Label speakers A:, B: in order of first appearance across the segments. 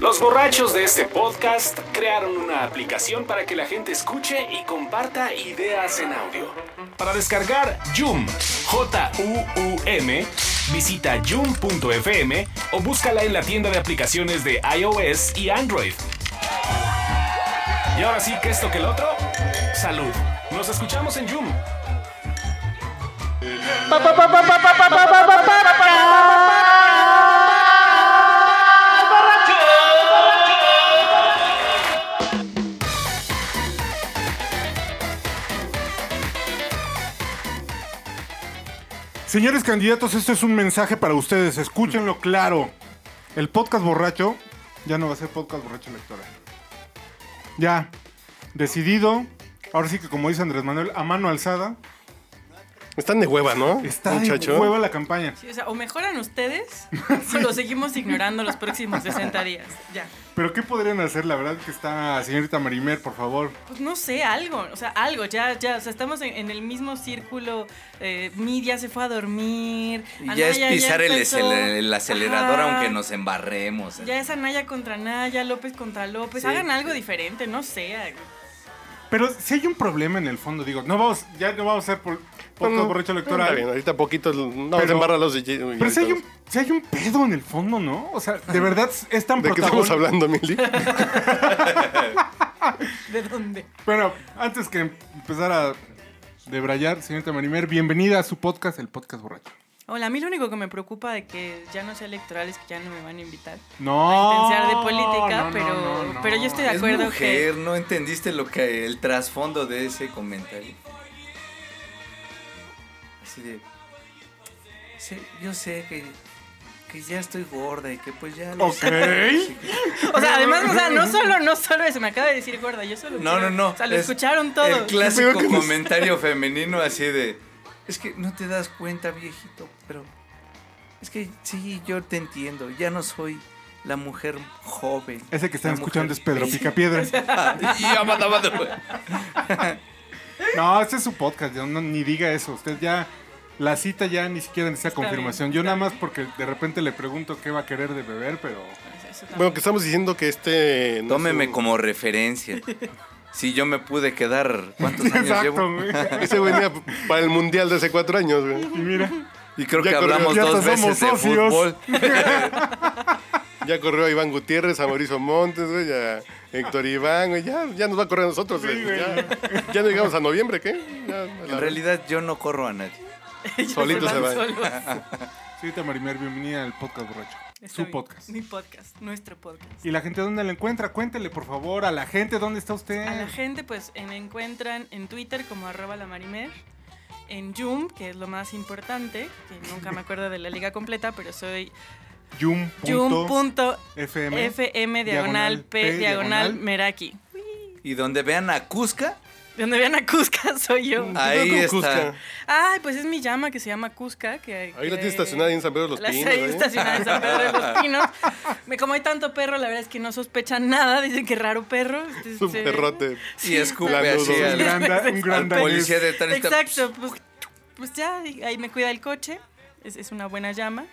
A: Los borrachos de este podcast crearon una aplicación para que la gente escuche y comparta ideas en audio. Para descargar Joom, J-U-U-M, visita joom.fm o búscala en la tienda de aplicaciones de iOS y Android. Y ahora sí que esto que el otro, salud. Nos escuchamos en Joom.
B: Señores candidatos, esto es un mensaje para ustedes. Escúchenlo claro. El podcast borracho ya no va a ser podcast borracho electoral. Ya, decidido. Ahora sí que, como dice Andrés Manuel, a mano alzada.
C: Están de hueva, ¿no?
B: Está de hueva la campaña.
D: Sí, o sea, o mejoran ustedes o lo seguimos ignorando los próximos 60 días. Ya.
B: Pero ¿qué podrían hacer? La verdad que está, señorita Marimer, por favor.
D: Pues no sé, algo, o sea, algo, ya, ya, o sea, estamos en, en el mismo círculo, eh, Midia se fue a dormir.
E: ya es
D: Anaya
E: pisar el,
D: empezó.
E: acele- el acelerador
D: Ajá.
E: aunque nos embarremos.
D: Ya es Anaya contra Naya, López contra López,
E: Sí.
D: hagan algo diferente, no sé.
B: Pero si hay un problema en el fondo, digo, no vamos, ya no vamos a ser por,
C: No,
B: podcast
C: no,
B: borracho
C: Está
B: electoral.
C: bien, ahorita poquito no
B: Pero-
C: se embarra los DJ. y
B: Pero si hay,
C: ahorita-
B: un, si hay un pedo en el fondo, ¿no? O sea, de verdad es tan
C: ¿De qué estamos
B: protagonista.
C: hablando, Mili?
D: ¿De dónde?
B: Pero antes que empezar a debrayar, señorita Marimer, bienvenida a su podcast, el podcast borracho.
D: Hola, a mí lo único que me preocupa de que ya no sea electoral es que ya no me van a invitar.
B: No.
D: Intensiar de política,
B: no, no,
D: pero,
B: no, no.
D: pero yo estoy de
E: es
D: acuerdo
E: mujer, no entendiste lo que el trasfondo de ese comentario. Así de "Sí, yo sé que, que ya estoy gorda y que pues ya lo
B: Ok.
E: sé".
D: que... O sea, además, o sea, no solo, no solo eso, me acaba de decir gorda, yo solo...
E: No, no,
D: quiero-
E: no.
D: O sea, lo
E: es
D: escucharon todos.
E: El clásico
C: Creo que nos-
E: comentario femenino así de es que no te das cuenta, viejito, pero es que sí, yo te entiendo, ya no soy la mujer joven.
B: Ese que están
E: la
B: escuchando
E: mujer Ah,
B: es Pedro Picapiedra.
E: Y yo, mata, mata, güey.
B: No, este es su podcast, yo no- ni diga eso. Usted ya, la cita ya ni siquiera necesita
D: Está bien,
B: confirmación. yo
D: está
B: nada más porque de repente le pregunto qué va a querer de beber, pero...
D: Eso
C: Bueno,
D: también.
C: que estamos diciendo que este. no es
E: Tómeme
C: un-
E: como referencia. Si yo me pude quedar, ¿cuántos años
B: Exacto,
E: llevo?
B: güey.
C: Ese venía para el mundial de hace cuatro años, güey.
B: Y mira,
E: Y creo
C: Ya
E: que
C: corrió.
E: hablamos
B: Ya hasta
E: dos
B: somos
E: veces de
B: socios.
E: fútbol.
C: Ya corrió a Iván Gutiérrez, a Mauricio Montes, güey, a Héctor Iván, güey. Ya, ya nos va a correr a nosotros, güey.
B: güey.
C: Ya, ya no llegamos a noviembre, ¿qué? Ya, a la-
E: En realidad yo no corro a nadie.
D: Ellos
C: solito se
D: van
C: va.
D: solos.
B: señorita Marimer, bienvenida al podcast borracho.
D: Está
B: su
D: bien.
B: podcast.
D: Mi podcast, nuestro podcast.
B: ¿Y la gente dónde la encuentra? Cuéntele, por favor, a la gente dónde está usted.
D: A la gente, pues, en- me encuentran en Twitter como arroba la marimer, en Joom, que es lo más importante, que nunca me acuerdo de la liga completa, pero soy
B: Yum.fm.
D: joom.fm diagonal P diagonal meraki.
E: Y donde vean a Cusca,
D: Donde vean a Cusca soy yo.
C: Ah.
E: ahí
C: con
E: está.
C: Cusca.
D: Ay, pues es mi llama que se llama Cusca. Que,
C: Ahí la
D: que-
C: tiene estacionada ahí en San Pedro de los
D: La
C: Pinos.
D: serie
C: ¿eh?
D: estacionada en San Pedro de los Pinos. Me- Como hay tanto perro, la verdad es que no sospechan nada. Dicen que raro perro.
C: Es
D: Este,
C: un perrote.
E: Y escupe
C: Lanudo.
E: así
B: Un
E: al,
B: gran, da- un gran
E: al
B: danés.
E: policía de tránsito.
D: Exacto, pues, pues ya, ahí me cuida el coche. Es, es una buena llama.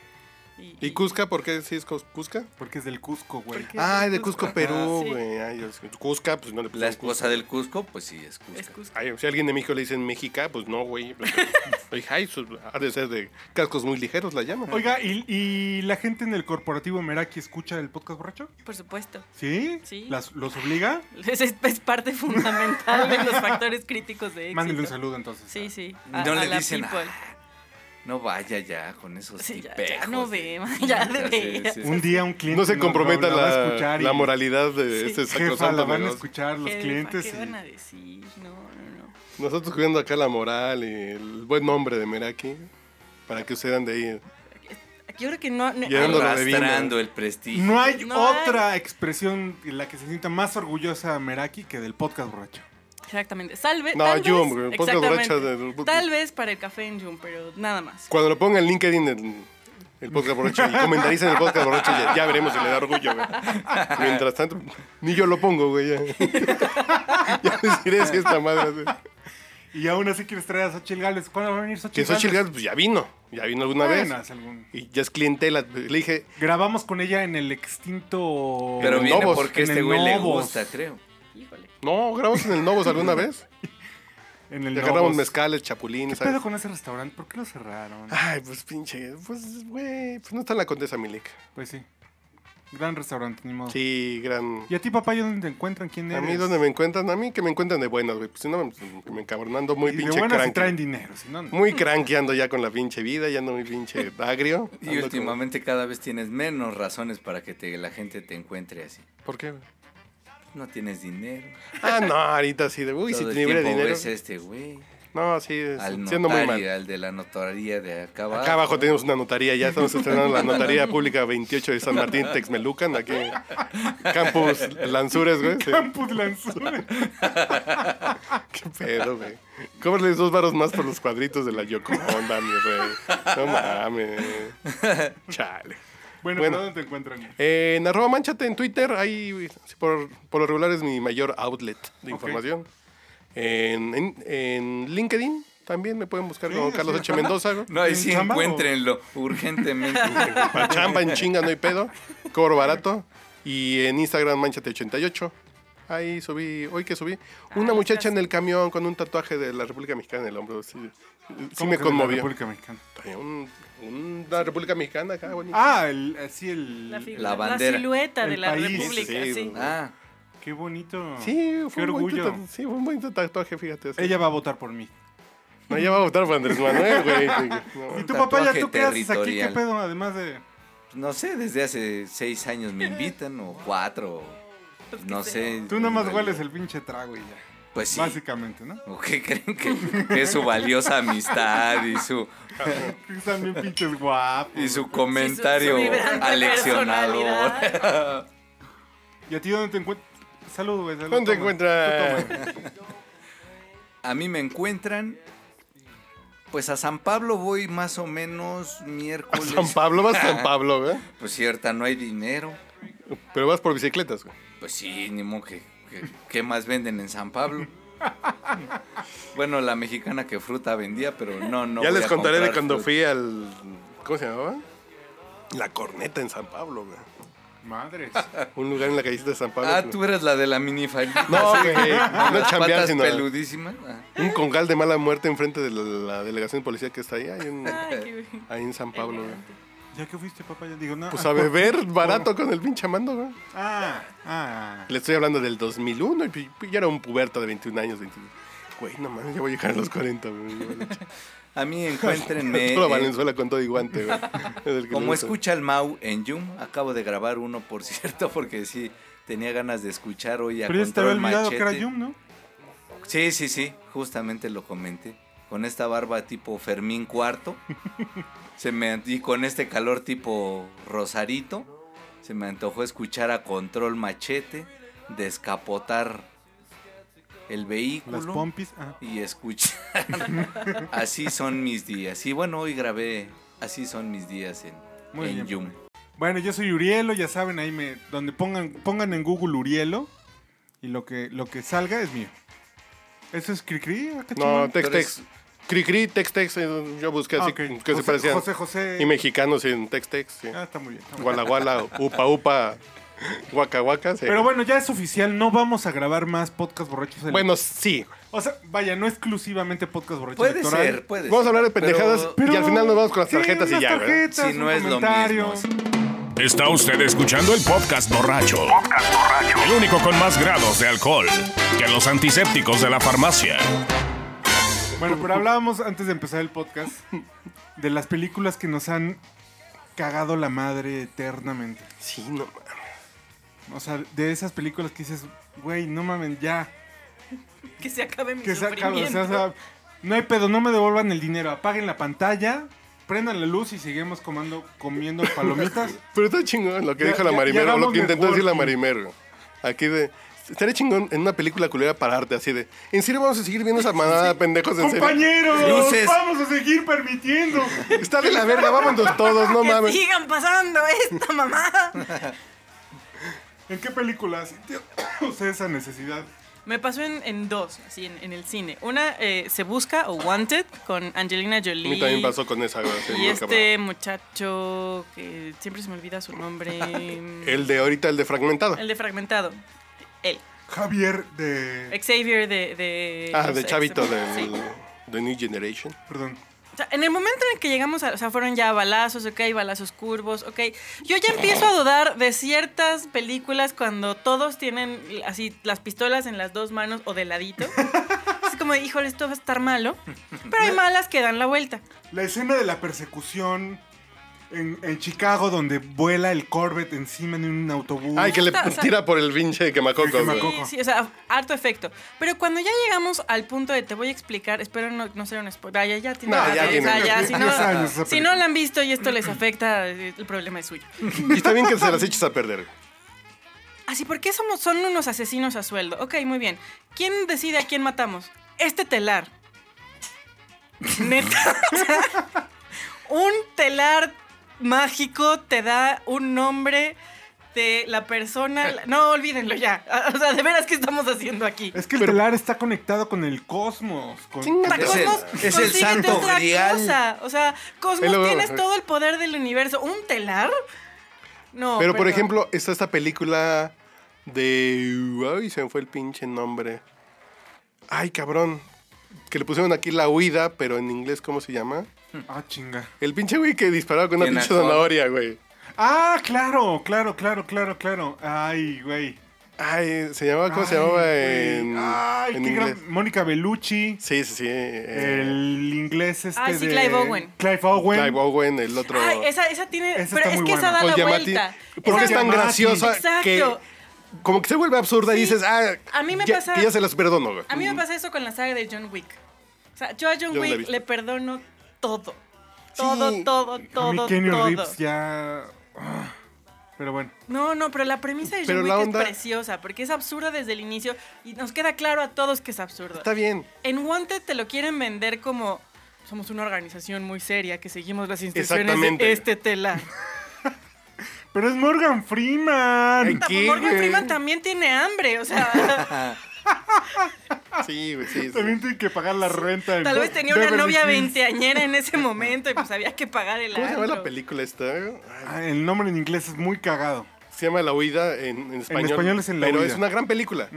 D: Y,
C: ¿Y Cusca? ¿Por qué sí es Cus- Cusca?
B: Porque es del Cusco, güey.
D: Porque-
C: Ay, de Cusco,
D: Cusco.
C: Perú,
D: Ah, sí.
C: güey. Ay, Dios. Cusca, pues no le
E: La
C: pusieron
E: esposa
C: Cusca.
E: del Cusco, pues sí, es
D: es
E: Cusca.
D: Cusco.
C: Ay, si a alguien de México le dicen Méxica, pues no, güey. Pues, Ay, ay, su- ha de ser de cascos muy ligeros la llama.
B: Oiga, ¿y, y la gente en el corporativo Meraki escucha el podcast borracho?
D: Por supuesto.
B: ¿Sí?
D: Sí.
B: ¿Las- ¿Los obliga?
D: Es, es- es parte fundamental de los factores críticos de éxito.
B: Mándenle un saludo entonces.
D: Sí, sí.
E: No le
D: la
E: dicen
D: people.
E: No vaya ya con esos
D: Sí, ya,
E: tipejos.
D: ya no ve,
E: de-
D: ya
E: sé,
D: debería.
E: sí, sí.
B: Un día un cliente
C: No se
B: nos-
C: comprometa
B: nos- nos va a
C: la,
B: escuchar y-
C: la moralidad de
D: Sí.
C: este
B: Jefa, la
C: sacrosanto
B: van a
C: negocio.
B: escuchar los
D: ¿Qué-
B: clientes.
D: ¿Qué
B: y-
D: van a decir? No, no, no.
C: Nosotros cuidando acá la moral y el buen nombre de Meraki. Para que ustedes de ahí.
D: Yo creo que no. no-
C: Ya no la
E: Arrastrando
C: adivino.
E: el prestigio.
B: No hay
D: No hay.
B: otra expresión en la que se sienta más orgullosa Meraki que del podcast borracho.
D: Exactamente. Salve.
C: No,
D: tal vez-
C: Yum, güey, podcast borracha
D: exactamente.
C: del-
D: Tal vez para el café en Yum, pero nada más.
C: Cuando lo ponga en LinkedIn, el, el podcast borracho, y comentaricen el podcast borracho, ya, ya veremos si le da orgullo, güey. Mientras tanto, ni yo lo pongo, güey. Ya, ya les diré si esta madre. güey.
B: Y aún así quieres traer a Xochitl Gales. ¿Cuándo va a venir Xochitl
C: Que
B: Gales?
C: Xochitl Gálvez, pues ya vino, ya vino alguna vez.
B: Buenas, algún-
C: Y ya es clientela. Le dije,
B: Grabamos con ella en el extinto...
E: Pero
C: En
E: viene
C: Novos,
E: porque
B: en
E: este
B: el
E: güey le
B: Novos.
E: gusta, creo.
D: Híjole.
C: no, grabamos en el Novos alguna vez.
B: en el
C: Le agarramos
B: Novos.
C: mezcales,
B: ¿Qué
C: chapulines. ¿sabes?
B: pedo con ese restaurante? ¿Por qué lo cerraron?
C: Ay, pues pinche, pues güey, pues no está en la Condesa Milik.
B: Pues sí. Gran restaurante, ni modo.
C: Sí, gran.
B: ¿Y a ti, papá, ¿y dónde te encuentran? ¿Quién
C: A
B: eres?
C: mí donde me encuentran, a mí que me encuentran de buenas, güey. Pues si no, me, me encabronando muy
B: Y de
C: pinche
B: buenas si
C: cranky.
B: traen dinero, si no, no.
C: Muy cranky ando ya con la pinche vida, ya ando muy pinche agrio.
E: Y
C: Ando
E: últimamente cada vez tienes menos razones para que te- la gente te encuentre así.
C: como- ¿Por qué? güey?
E: No tienes dinero.
C: Ah, no, ahorita sí de, uy,
E: Todo
C: si
E: el
C: tuviera
E: tiempo
C: dinero.
E: ves a este güey.
C: No, sí, es-
E: Al
C: siendo muy
E: notario,
C: mal.
E: al de la notaría de acá abajo.
C: Acá abajo tenemos una notaría, ya estamos estrenando la notaría pública 28 de San Martín, Texmelucan, aquí en Campus Lanzures, güey. sí.
B: Campus Lanzures.
C: Qué pedo, güey. Cóbrales dos varos más por los cuadritos de la Yoko Honda, mi rey. No mames. Chale.
B: Bueno,
C: Bueno.
B: ¿pero dónde te encuentran?
C: Eh, en arroba manchate en Twitter, ahí güey, sí, por, por lo regular es mi mayor outlet de
B: Ok.
C: información. En, en- en LinkedIn también me pueden buscar
B: Sí,
C: como
B: así
C: Carlos
B: es.
C: H. Mendoza. güey.
E: No, ahí
B: ¿En
E: sí
B: chamba o-
E: encuéntrenlo urgentemente.
C: Para chamba en chinga, no hay pedo. Cobro barato. Y en Instagram, manchate88. Ahí subí, hoy que subí, una
D: Ah,
C: muchacha
D: gracias.
C: en el camión con un tatuaje de la República Mexicana en el hombro. Sí, sí
B: ¿Cómo
C: me
B: que de la
C: conmovió.
B: República Mexicana.
C: Un- una República Mexicana acá, bonito.
B: Ah, el, así el...
D: La, figura,
E: La
D: la
E: bandera.
D: silueta de
B: El
D: la
B: país.
D: República,
C: Sí,
D: sí.
C: güey.
E: Ah,
B: Qué bonito.
C: sí,
B: Qué
C: fue un buen
B: orgullo.
C: tatu- sí, fue un buen tatuaje, fíjate. así.
B: Ella va a votar por mí.
C: No, ella va a votar por Andrés Manuel, güey. No.
B: ¿Y tu papá ya
E: tatuaje
B: tú qué haces aquí? ¿Qué
E: territorial.
B: pedo? Además de...
E: no sé, desde hace seis años me invitan o cuatro. o
D: Pues,
E: No
D: ¿qué
E: sé.
B: Tú nada más
E: en
B: hueles
E: realidad.
B: el pinche trago y ya.
E: Pues sí.
B: Básicamente, ¿no?
E: ¿O qué creen que, que es su valiosa amistad y su,
B: Están bien pinches guapos.
E: y su comentario
D: Sí, su- su vibrante
E: aleccionador?
B: ¿Y a ti dónde te encuentras? Salud, güey. salud,
C: ¿Dónde te
B: toma.
C: encuentras?
E: A mí me encuentran. Pues a San Pablo voy más o menos miércoles.
C: San Pablo, vas a San Pablo, güey.
E: Pues cierta, no hay dinero.
C: Pero vas por bicicletas, güey.
E: Pues sí, ni modo que, que- ¿qué más venden en San Pablo? Bueno, la mexicana que fruta vendía, pero no, no.
C: ya
E: voy
C: les
E: a
C: contaré de
E: comprar
C: cuando
E: fruta.
C: fui al. ¿Cómo se llamaba? La corneta en San Pablo, güey.
B: Madres.
C: Un lugar en la callecita de San Pablo.
E: Ah,
C: güey.
E: tú eras la de la minifalda.
C: No, güey. No
E: Las
C: chambear,
E: patas
C: sino.
E: peludísimas. Ah,
C: Un congal de mala muerte enfrente de la, la delegación de policía que está ahí, ahí en,
D: Ay, qué
C: ahí en San Pablo, güey.
D: elegante.
B: ¿Ya que fuiste, papá? Ya digo, no.
C: Pues
B: ah,
C: a
B: por-
C: beber barato con el pinche mando, güey.
B: Ah, ah.
C: Le estoy hablando del 2001 y pi- pi- yo era un puberto de 21 años, 22. Güey, no mames, ya voy a llegar a los 40, güey. Ya vale.
E: A mí encuéntrenme.
C: Arturo
E: en-
C: Valenzuela con todo y guante, güey. Es el que
E: Como
C: le gusta.
E: escucha el Mau en Yum, acabo de grabar uno, por cierto, porque sí tenía ganas de escuchar hoy a
B: Pero ya se te había
E: Control
B: olvidado
E: Machete.
B: que era Yum, ¿no?
E: Sí, sí, sí, justamente lo comenté. Con esta barba tipo Fermín Cuarto, se me, y con este calor tipo Rosarito, se me antojó escuchar a Control Machete descapotar el
B: Las
E: vehículo
B: pompis. Ah.
E: y escuchar. así son mis días. Y bueno, hoy grabé Así son mis días en,
B: Muy
E: en
B: bien,
E: Yum.
B: papá. Bueno, yo soy Urielo, ya saben, ahí me. Donde pongan, pongan en Google Urielo y lo que, lo que salga es mío. Eso es Cricri, ah, qué
C: No,
B: chingón.
C: Tex
E: Pero es-
C: Tex. Cri Cri, Tex Tex. eh, Yo busqué
B: Ah,
C: así
B: ok.
C: que se
B: José-
C: parecían.
B: José José.
C: Y mexicanos en Tex Tex. sí.
B: Ah, está muy bien. está muy bien.
C: Guala Guala, Upa Upa, Guaca Guaca. sí.
B: Pero bueno, ya es oficial, no vamos a grabar más podcast borrachos. ele-
C: Bueno, sí.
B: O sea, vaya, no exclusivamente podcast borracho
E: Puede
B: electoral.
E: ser, puede
C: Vamos a
E: ser,
C: hablar de pendejadas
E: pero-
B: Pero-
C: y al final nos vamos con las
B: Sí,
C: tarjetas y
B: unas
C: ya, güey.
B: tarjetas,
E: Si
B: un
E: no es lo
B: comentario.
E: mismo, sí.
A: Está usted escuchando el podcast borracho. El único con más grados de alcohol que los antisépticos de la farmacia.
B: Bueno, pero hablábamos antes de empezar el podcast de las películas que nos han cagado la madre eternamente.
C: Sí, no mames.
B: O sea, de esas películas que dices, güey, no mamen, ya.
D: Que se acabe mi
B: Que se acabe, o
D: sufrimiento.
B: sea, o sea, no hay pedo, no me devuelvan el dinero. Apaguen la pantalla, prendan la luz y seguimos comando, comiendo palomitas.
C: Pero está chingón lo que
B: Ya-
C: dijo
B: ya-
C: la
B: ya
C: Marimer, o lo
B: hagamos
C: que intentó decir la
B: networking.
C: Marimer. güey. Aquí de. Estaría chingón en una película culera pararte así de. ¿En serio vamos a seguir viendo esa manada de pendejos en serio?
B: ¡Compañeros!
E: Luces.
B: ¡Vamos a seguir permitiendo!
C: Está de la verga, vámonos todos, no
D: que
C: mames.
D: sigan pasando esta mamada.
B: ¿En qué películas ustedes esa necesidad
D: Me pasó en, en dos, así, en, en el cine. Una, eh, Se Busca o Wanted, con Angelina
C: A
D: Jolie.
C: mí también pasó con esa. güey, sí,
D: Y
C: muy
D: este muchacho que siempre se me olvida su nombre.
C: cabrón. El de ahorita, el de fragmentado.
D: El de Fragmentado. Él.
B: Javier de.
D: Xavier de. de
C: ah,
D: los
C: de
D: X-Men.
C: Chavito, del,
D: Sí.
C: de New Generation.
B: Perdón.
D: O sea, en el momento en el que llegamos, a- o sea, fueron ya balazos, ok, balazos curvos, ok. Yo ya empiezo a dudar de ciertas películas cuando todos tienen así las pistolas en las dos manos o de ladito. Es como, híjole, esto va a estar malo. Pero hay malas que dan la vuelta.
B: La escena de la persecución en, en Chicago, donde vuela el Corvette encima de un autobús.
C: Ay, que le
D: Está, o sea-
C: tira por el pinche quemacoco.
B: El quemacoco.
C: güey.
D: Sí, sí, o sea, harto efecto. Pero cuando ya llegamos al punto de te voy a explicar, espero no, no ser un spoiler. Ah, ya, ya tiene.
C: No, ya
D: o sea,
C: tiene-
D: ya, si no,
B: Diez años esa
D: si no la han visto y esto les afecta, eh, el problema es suyo.
C: Y está bien que se las eches a perder.
D: Así, Ah, ¿por qué somos, son unos asesinos a sueldo? Ok, muy bien. ¿Quién decide a quién matamos? Este telar. Neta. un telar mágico te da un nombre de la persona. No, olvídenlo ya. O sea, de veras, ¿qué estamos haciendo aquí?
B: Es que el telar está conectado con el cosmos. con-
C: Chinga.
D: Para
E: Es el-
D: Cosmos,
E: es el
D: consíguete
E: santo
D: otra
E: grial.
D: cosa. O sea,
C: Ahí lo
D: Cosmos,
C: veo.
D: tienes todo el poder del universo. ¿Un telar? No.
C: Pero, por
D: perdón.
C: ejemplo, está esta película de... Ay, se me fue el pinche nombre. Ay, cabrón. Que le pusieron aquí La Huida, pero en inglés, ¿cómo se llama?
B: Ah, chinga.
C: El pinche güey que disparaba con una
E: ¿Quién
C: pinche
E: actuó?
C: zanahoria, güey.
B: Ah, claro, claro, claro, claro, claro. Ay, güey.
C: Ay, se llamaba, ¿cómo se
B: Ay,
C: llamaba
B: güey.
C: en,
B: Ay,
C: en
B: qué
C: inglés?
B: gran. Mónica Bellucci.
C: Sí, sí, sí. eh,
B: El inglés este.
D: Ay, Ah, sí,
B: de-
D: Clive Owen.
B: Clive Owen.
C: Clive Owen, el otro...
D: Ay, esa, esa tiene.
B: Esa
D: pero
B: está
D: es
B: muy
D: que esa
B: buena.
D: da la
C: Paul Giamatti.
D: vuelta.
C: ¿Por qué es
D: Esa-
C: tan
B: Giamatti.
C: graciosa
D: Exacto.
C: que... Como que se vuelve absurda y
D: Sí.
C: dices, ah,
D: A mí me
C: ya,
D: pasa-
C: que ya se las perdono, güey.
D: A mí me pasa eso con la saga de John Wick. O sea, yo a John
C: Yo no la he
D: Wick
C: visto.
D: le perdono todo. Todo,
C: Sí.
D: todo,
B: A mí
D: todo,
B: Kenny
D: todo.
B: Reeves ya. ah, Pero bueno.
D: No, no, pero la premisa de
C: Pero
D: John
C: la
D: Wick
C: onda-
D: es preciosa, porque es absurda desde el inicio y nos queda claro a todos que es absurdo.
C: Está bien.
D: En Wanted te lo quieren vender como somos una organización muy seria que seguimos las instrucciones
C: Exactamente.
D: de este tela.
B: Pero es Morgan Freeman.
C: Ay, ¿Qué,
D: Morgan
C: güey?
D: Freeman también tiene hambre, o sea,
C: Sí, güey, sí. sí.
B: También tiene que pagar la renta. en
D: Tal vez tenía una
B: Beverly
D: novia
B: Hills.
D: veinteañera en ese momento y pues había que pagar el
C: ¿Cómo se llama
D: antro.
C: la película esta? Ay,
B: Ah, el nombre en inglés es muy cagado.
C: Se llama La Huida en, en español.
B: español es en La
C: Pero
B: Huida.
C: es una gran película.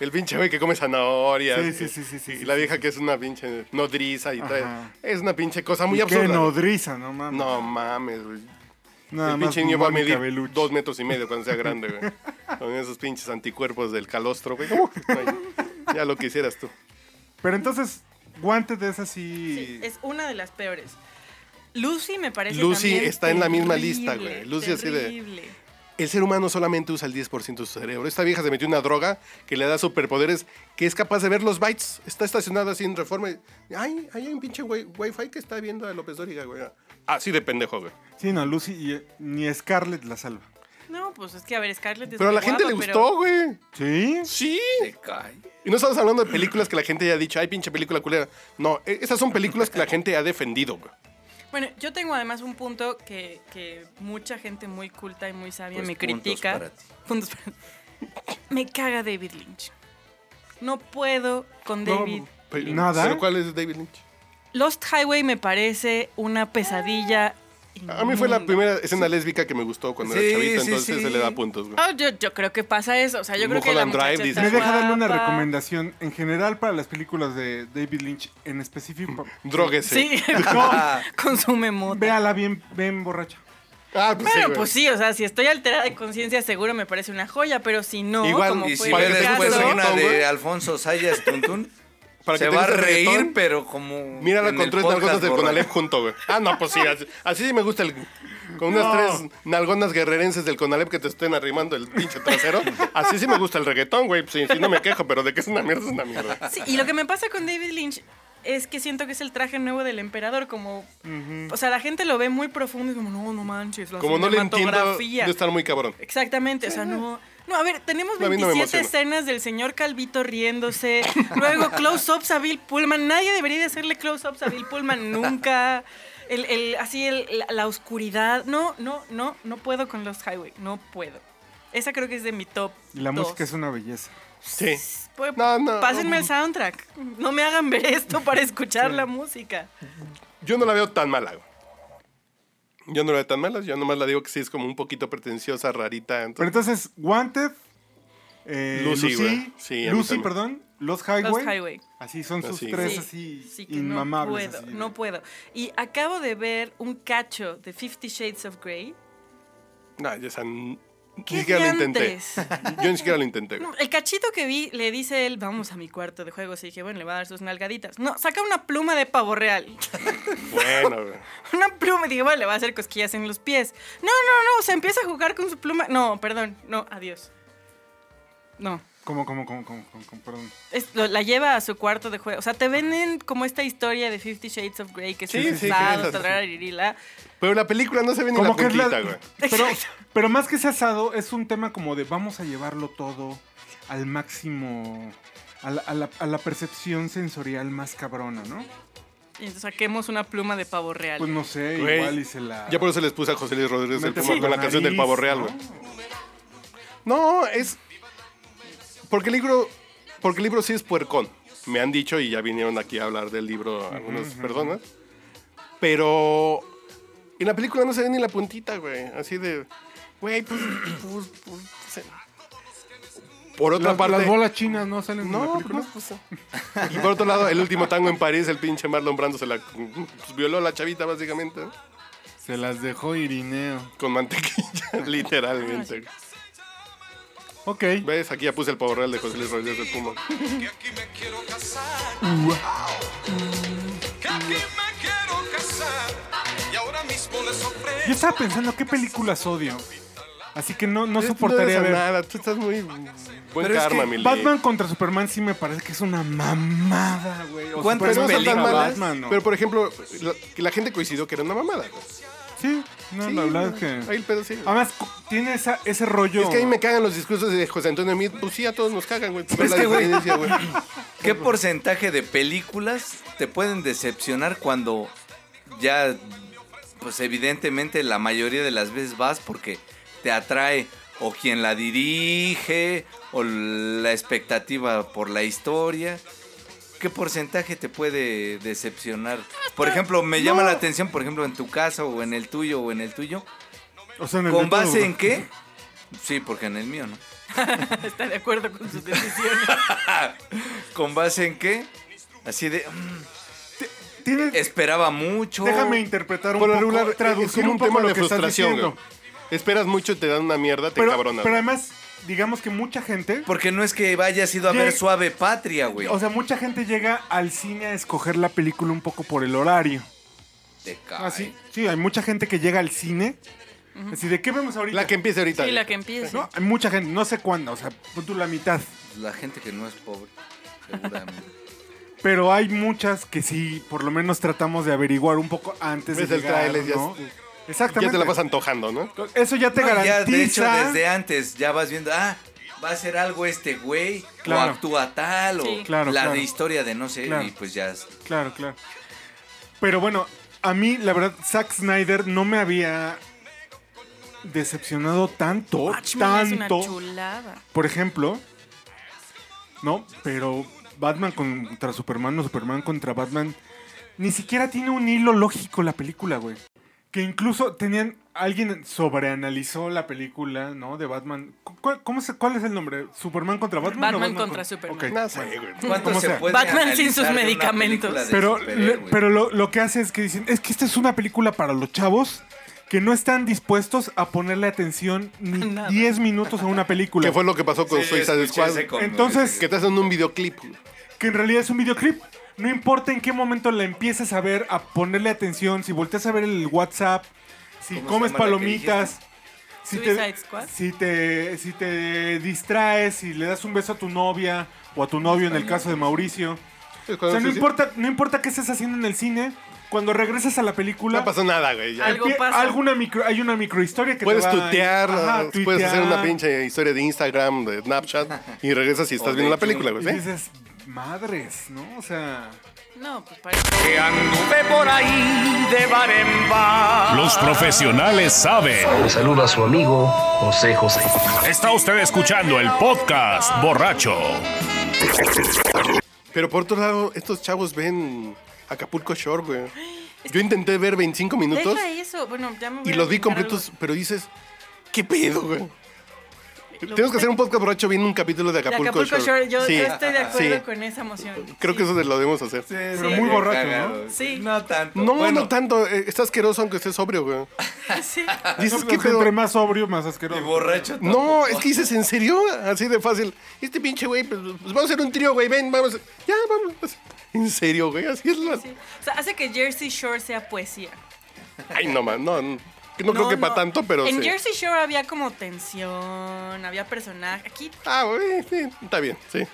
C: El pinche güey que come zanahorias.
B: Sí, sí, sí, sí, sí,
C: Y
B: sí,
C: la
B: sí,
C: vieja que es una pinche nodriza y tal.
B: Ajá.
C: Es una pinche cosa muy
B: Y Qué
C: absurda.
B: nodriza, no mames.
C: No mames, güey.
B: Nada
C: el
B: más
C: pinche niño va a
B: Mónica
C: medir
B: Bellucci.
C: dos metros y medio cuando sea grande, güey. Con esos pinches anticuerpos del calostro, güey. Uy, güey. ya lo quisieras tú.
B: Pero entonces, guantes de esas sí.
D: Sí, es una de las peores. Lucy me parece
C: Lucy
D: también
C: está en la misma
D: terrible,
C: lista, güey. Lucy así de-
D: terrible.
C: El ser humano solamente usa el 10% de su cerebro. Esta vieja se metió una droga que le da superpoderes, que es capaz de ver los bytes. Está estacionada así en reforma. y, Ay, ahí hay un pinche wi- wifi que está viendo a López Dóriga, güey. Así de pendejo, güey.
B: Sí, no, Lucy y- ni Scarlett la salva.
D: No, pues es que a ver, Scarlett es
C: Pero a
D: muy
C: la gente le
D: guapa, pero-
C: gustó, güey.
B: ¿Sí?
C: Sí.
E: Te cae.
C: Y no estamos hablando de películas que la gente ya ha dicho, ay, pinche película culera. No, e- esas son películas que la gente ha defendido, güey.
D: Bueno, yo tengo además un punto que, que mucha gente muy culta y muy sabia
E: Pues
D: me
E: puntos
D: critica.
E: para ti.
D: Puntos para- Me caga David Lynch. No puedo con David.
C: No, pe-
B: pues, Nada.
C: ¿Pero cuál es David Lynch?
D: Lost Highway me parece una pesadilla.
C: A mí fue la
D: inmunda.
C: primera escena lésbica que me gustó cuando
E: Sí,
C: era chavito,
E: sí,
C: entonces
E: sí.
C: se le da puntos, güey.
D: Ah, yo, yo creo que pasa eso. O sea, yo creo que la
C: Mulholland Drive,
D: muchacha
C: dice.
D: está
B: Me deja darle una
D: guapa.
B: recomendación en general para las películas de David Lynch, en específico.
C: Dróguese.
D: Sí, consume mota.
B: Véala bien, bien borracha.
C: Ah, pues sí,
D: Bueno,
C: güey.
D: pues sí, o sea, si estoy alterada de conciencia, seguro me parece una joya, pero si no,
C: Igual,
D: como
E: Y
D: fue
E: si ve
D: el
C: Para que
E: después
C: tengas
D: caso,
E: una
C: reggaetón, güey.
E: de Alfonso Sayas Tuntún,
C: Para que
E: se va a
C: tengas el
E: reír,
C: reggaetón,
E: pero como.
C: Mírala
E: en
C: con
E: el
C: tres
E: podcast
C: nalgonas del
E: borracho.
C: Conalep junto, güey. Ah, no, pues sí, así, así sí me gusta el... Con unas
B: No.
C: tres nalgonas guerrerenses del Conalep que te estén arrimando el pinche trasero. Así sí me gusta el reggaetón, güey. Sí, sí, no me quejo, pero de que es una mierda, es una mierda.
D: Sí, y lo que me pasa con David Lynch es que siento que es el traje nuevo del emperador, como... O sea, la gente lo ve muy profundo y como, no, no manches, la
C: Como no le entiendo,
D: cinematografía".
C: de estar muy cabrón.
D: Exactamente, o sea, no... No, a ver, tenemos
C: A mí no me
D: 27
C: emociona.
D: escenas del señor Calvito riéndose, luego close-ups a Bill Pullman, nadie debería de hacerle close-ups a Bill Pullman nunca, el, el- así el- la, la oscuridad, no, no, no, no puedo con los Highway, no puedo. Esa creo que es de mi top.
B: Y la
D: dos.
B: música es una belleza.
C: Sí.
D: Pues,
C: No, no.
D: Pásenme el soundtrack. No me hagan ver esto para escuchar la música.
C: Yo no la veo tan mala. güey. Yo no la veo tan mala. Yo nomás la digo que sí es como un poquito pretenciosa, rarita.
B: Pero
C: entonces-
B: entonces, Wanted, eh,
C: Lucy,
B: Lucy,
C: güey. Sí, a mí
B: Lucy
C: también.
B: perdón, Los Highway.
D: Los Highway.
B: Así son sus
C: Así,
B: tres
D: Sí,
B: así
D: sí que no
B: inmamables.
D: puedo,
B: así de-
D: no puedo. Y acabo de ver un cacho de Fifty Shades of Grey.
C: No, ya esa n-
D: ¿Qué
C: ni siquiera lo intenté.
D: diantres?
C: Yo ni siquiera lo intenté. güey.
D: No, el cachito que vi le dice él, vamos a mi cuarto de juegos. Y dije, bueno, le va a dar sus nalgaditas. No, saca una pluma de pavo real.
C: Bueno, güey.
D: Una pluma. Y dije, bueno, le va a hacer cosquillas en los pies. No, no, no, se empieza a jugar con su pluma. No, perdón, no, adiós. No.
B: ¿Cómo, cómo, cómo, cómo, cómo, cómo? Perdón.
D: Es- lo- la lleva a su cuarto de juego. O sea, te venden como esta historia de Fifty Shades of Grey, que es
C: Sí,
D: un
C: sí, que
D: sado,
C: es así.
D: tarararira.
C: Pero la película no se ve ni la
B: Como que es la-
C: puntita, güey.
B: Pero,
D: Exacto.
B: pero más que ese asado, es un tema como de vamos a llevarlo todo al máximo, a la, a la- a la percepción sensorial más cabrona, ¿no?
D: Y entonces saquemos una pluma de pavo real.
B: Pues no sé,
C: Güey,
B: igual y se la...
C: Ya por eso les puse a José Luis Rodríguez el
B: mete
C: Puma
B: por
C: con la canción del
B: nariz,
C: pavo real,
B: ¿no?
C: güey. No, es. Porque el libro. Porque el libro sí es puercón. Me han dicho y ya vinieron aquí a hablar del libro algunas personas. Pero. En la película no se ve ni la puntita, güey. Así de. Güey, pues. pues, pues, se- Por otra
B: Las,
C: parte.
B: las bolas chinas no salen en la
C: no,
B: película.
C: no, pues, Y por otro lado, el último tango en París, el pinche Marlon Brando se la pues, violó a la chavita, básicamente. ¿no?
B: Se las dejó Irineo.
C: Con mantequilla, literalmente.
B: Ok.
C: ¿Ves? Aquí ya puse el pavo real de José Luis Rodríguez del Puma.
F: que aquí me quiero casar. Que aquí me quiero casar. Y ahora mismo les
B: Yo
F: ofrezco.
B: estaba pensando qué películas odio. Así que no, no
C: Tú
B: soportaría
C: eres a
B: ver.
C: nada, tú estás muy buen
E: Pero es
C: karma,
E: que
C: mi Lee.
B: Batman contra Superman sí me parece que es una mamada, güey. O
E: ¿Cuántas
C: Pero no
B: Superman
C: son tan
B: contra
C: malas.
B: Batman, ¿no?
C: Pero por ejemplo, la, que la gente coincidió que era una mamada. güey.
B: Sí, no,
C: Sí,
B: la verdad
C: no,
B: es que...
C: Ahí el pedo sí.
B: Además, cu- tiene esa, ese rollo.
C: Es que ahí me cagan los discursos de José Antonio Meade. Pues sí, a todos nos cagan, güey. Pero
E: Es
C: la
E: que, güey.
C: diferencia, güey.
E: ¿Qué porcentaje de películas te pueden decepcionar cuando ya, pues evidentemente la mayoría de las veces vas porque te atrae o quien la dirige o la expectativa por la historia? ¿Qué porcentaje te puede decepcionar? Por ejemplo, me llama la atención, por ejemplo, en tu caso o en el tuyo o en el tuyo.
B: O sea, en el de
E: ¿Con
B: todo,
E: base
B: güey.
E: en qué? Sí, porque en el mío, ¿no?
D: Está de acuerdo con sus decisiones.
E: ¿Con base en qué? Así de... mm,
B: Tiene-
E: Esperaba mucho.
B: Déjame interpretar un
C: Por lo
B: poco,
C: regular, eh, es
B: traducir
C: como
B: un
C: un
B: poco
C: tema
B: lo
C: de
B: que estás
C: frustración,
B: diciendo.
C: güey. Esperas mucho, te dan una mierda, te
B: Pero,
C: cabronas.
B: pero además, digamos que mucha gente...
E: Porque no es que hayas ido a ver
B: Lleg-
E: Suave Patria, güey.
B: O sea, mucha gente llega al cine a escoger la película un poco por el horario.
E: Te cae.
B: Ah, sí. Sí, hay mucha gente que llega al cine. Así, ¿de qué vemos ahorita?
C: La que empieza ahorita.
D: Y la
C: güey.
D: que empieza.
B: No, hay mucha gente, no sé cuándo, o sea, pon tú la mitad.
E: Pues, La gente que no es pobre, seguramente.
B: Pero hay muchas que sí, por lo menos tratamos de averiguar un poco antes
C: Ves
B: de
C: el
B: llegar,
C: tráiler, ya
B: Pues ¿no?
C: es-
B: Exactamente.
C: Ya te la vas antojando, ¿no?
B: Eso ya te
E: No,
B: garantiza.
E: ya, de hecho, desde antes ya vas viendo, ah, va a hacer algo este güey,
B: Claro.
E: o actúa tal,
D: Sí.
E: o
B: Claro,
E: la
B: claro.
E: de historia de no sé,
B: Claro.
E: y pues ya. es-
B: Claro, claro. Pero bueno, a mí, la verdad, Zack Snyder no me había decepcionado tanto,
D: Watchmen es una
B: tanto.
D: chulada.
B: Por ejemplo, no, pero Batman contra Superman o Superman contra Batman ni siquiera tiene un hilo lógico la película, güey. Que incluso tenían alguien sobreanalizó la película, ¿no? De Batman. ¿Cu- cuál- cómo se- ¿Cuál es el nombre? Superman contra Batman. o
D: Batman contra
B: con-
D: Superman.
B: Ok,
C: No sé, güey.
E: ¿Cuánto
B: Como
E: se
B: sea.
E: puede
D: Batman sin
E: analizar
D: sus
E: de una
D: medicamentos.
E: película de
B: Pero,
E: superhéroe,
B: le-
E: güey?
B: pero lo, lo que hace es que dicen, es que esta es una película para los chavos que no están dispuestos a ponerle atención ni
D: Nada.
B: 10 minutos a una película.
C: ¿Qué fue lo que pasó con
E: Sí,
C: Suiza de
E: escuché
C: Squad?
E: ese comentario.
B: Entonces-
C: Que te hacen un videoclip. güey.
B: Que en realidad es un videoclip. No importa en qué momento la empieces a ver, a ponerle ación, si volteas a ver el WhatsApp, si
E: ¿Cómo se
B: comes
E: llama la que
B: palomitas, si te,
D: Suicide Squad.
B: si, te, si te distraes, si le das un beso a tu novia o a tu novio en el caso de Mauricio. O sea, no importa, no importa qué estés haciendo en el cine, cuando regresas a la película...
C: No pasó nada, güey. ya.
D: Algo-
B: Pie-
D: pasa.
B: alguna micro- hay una microhistoria que
C: Puedes
B: te va-
C: tutear,
B: Ajá,
C: o puedes hacer
B: tuitear,
C: una pinche historia de Instagram, de Snapchat, y regresas y
E: O
C: estás
E: de
C: viendo la
E: YouTube.
C: película, güey.
B: Y
C: ¿sí?
B: dices, madres, ¿no? O sea,
D: No, pues parece.
A: Los profesionales saben.
G: Le saluda a su amigo José José.
A: Está usted escuchando el podcast borracho.
C: Pero por otro lado, estos chavos ven Acapulco Shore, güey. Yo intenté ver 25 minutos
D: Deja eso. Bueno, ya me voy
C: y
D: a
C: los vi
D: buscar
C: completos,
D: algo.
C: pero dices, ¿qué pedo, güey?
D: Lo-
C: Tenemos que hacer un podcast borracho viendo un capítulo de
D: De
C: Acapulco,
D: Acapulco Shore. Yo, yo
C: Sí, Ah,
D: estoy de acuerdo
C: sí.
D: con esa emoción.
C: Creo
D: Sí.
C: que eso lo debemos hacer.
E: Pero
B: eh, muy borracho, ¿no?
D: Sí.
E: No tanto.
C: No,
E: Bueno,
C: no tanto. eh, Está asqueroso aunque esté sobrio, güey.
D: Ah, Sí.
C: Dices,
B: no,
C: ¿qué
B: no,
C: pedo?
B: entre más sobrio, más
E: Y
B: asqueroso.
E: borracho
C: No, es que dices, ¿en serio? Así de fácil. Este pinche güey, pues, pues, vamos a hacer un trío, güey. Ven, vamos. Ya, vamos. pues, ¿En serio, güey? Así es la...
D: Sí. O sea, hace que Jersey Shore sea poesía.
C: Ay, no, man. No, no, no creo que para tanto, pero sí.
D: En Jersey Shore había como tensión, había personaje. Aquí
C: Ah, güey, sí, está bien, sí.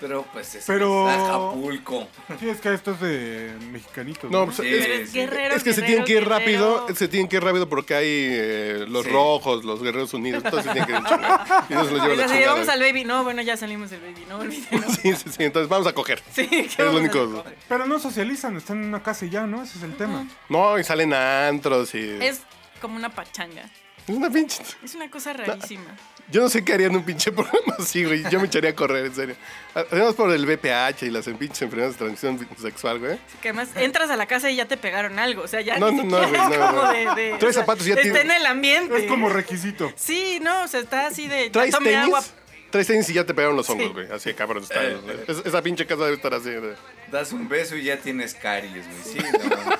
E: Pero pues es,
B: Pero-
E: que es Acapulco.
B: Sí, es que esto es de mexicanitos.
C: No,
B: ¿no?
C: pues,
E: Sí,
C: es,
D: eres guerrero.
C: es que se
D: guerrero,
C: tienen que ir
D: guerrero.
C: rápido, se tienen que ir rápido porque hay eh, los
E: Sí.
C: rojos, los guerreros unidos, todos se tienen que ir en chinga. Y nos los lleva
D: Y
C: la
D: así,
C: chingada.
D: vamos al baby. No, bueno, ya salimos del baby. No, olvídalo.
C: Sí, sí, sí, entonces vamos a coger.
D: Sí, ¿qué
C: es lo
D: vamos a
C: único.
D: hacer?
B: Pero no socializan, están en una casa y ya, ¿no? Ese es el tema.
C: No, y salen a antros y... Es,
D: Es como una pachanga.
C: una pinche...
D: Es una cosa rarísima.
C: Yo no sé qué harían un pinche programa así, güey. Yo me echaría a correr, en serio. Además por el BPH y las en- pinches enfermedades de transmisión sexual, güey.
D: Que además entras a la casa y ya te pegaron algo. O sea, ya
C: No, no,
D: ni
C: no,
D: siquiera
C: güey,
D: es
C: no,
D: como
C: no.
D: de, de-
C: Traes
D: o sea,
C: zapatos y ya
D: Está
C: tienes-
D: en el ambiente.
B: Es como requisito.
D: Sí, no, o sea, está así de. ya
C: ¿Traes
D: tomé
C: tenis?
D: agua.
C: Traes tenis y ya te pegaron los hongos,
D: Sí.
C: güey. Así, cabrón. Está, Es- esa pinche casa debe estar así. güey.
E: Das un beso y ya tienes caries, güey. Sí, no mames.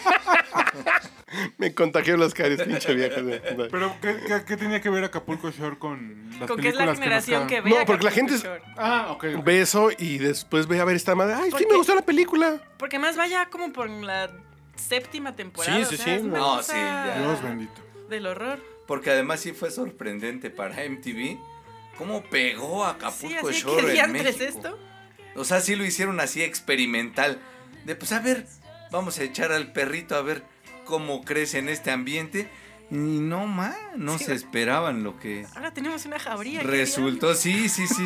C: Me contagió las caries, pinche vieja. güey.
B: Pero, ¿qué, qué, qué tenía que ver Acapulco Shore con las
D: Con que es la
B: películas
D: generación que,
B: nos
D: ve.
C: No, porque la
D: Acapulco
C: gente es-
D: Shore.
B: Ah, ok. ok.
C: Beso y después ve a ver esta madre. Ay, sí,
D: Porque-
C: me gustó la película.
D: Porque más vaya como por la séptima temporada.
C: Sí,
D: o
C: sí,
D: sea,
C: sí.
D: es una
E: No,
D: cosa
E: sí, ya.
B: Dios bendito.
D: Del horror.
E: Porque además sí fue sorprendente para MTV. ¿Cómo pegó
D: Sí,
E: Acapulco
D: así de que
E: Shore en
D: diantres
E: México?
D: esto.
E: O sea, sí lo hicieron así experimental. De pues a ver, vamos a echar al perrito a ver cómo crece en este ambiente. Y no ma, no
D: Sí.
E: se esperaban lo que
D: Ahora tenemos una jauría. ¿qué
E: resultó. Sí, sí, sí.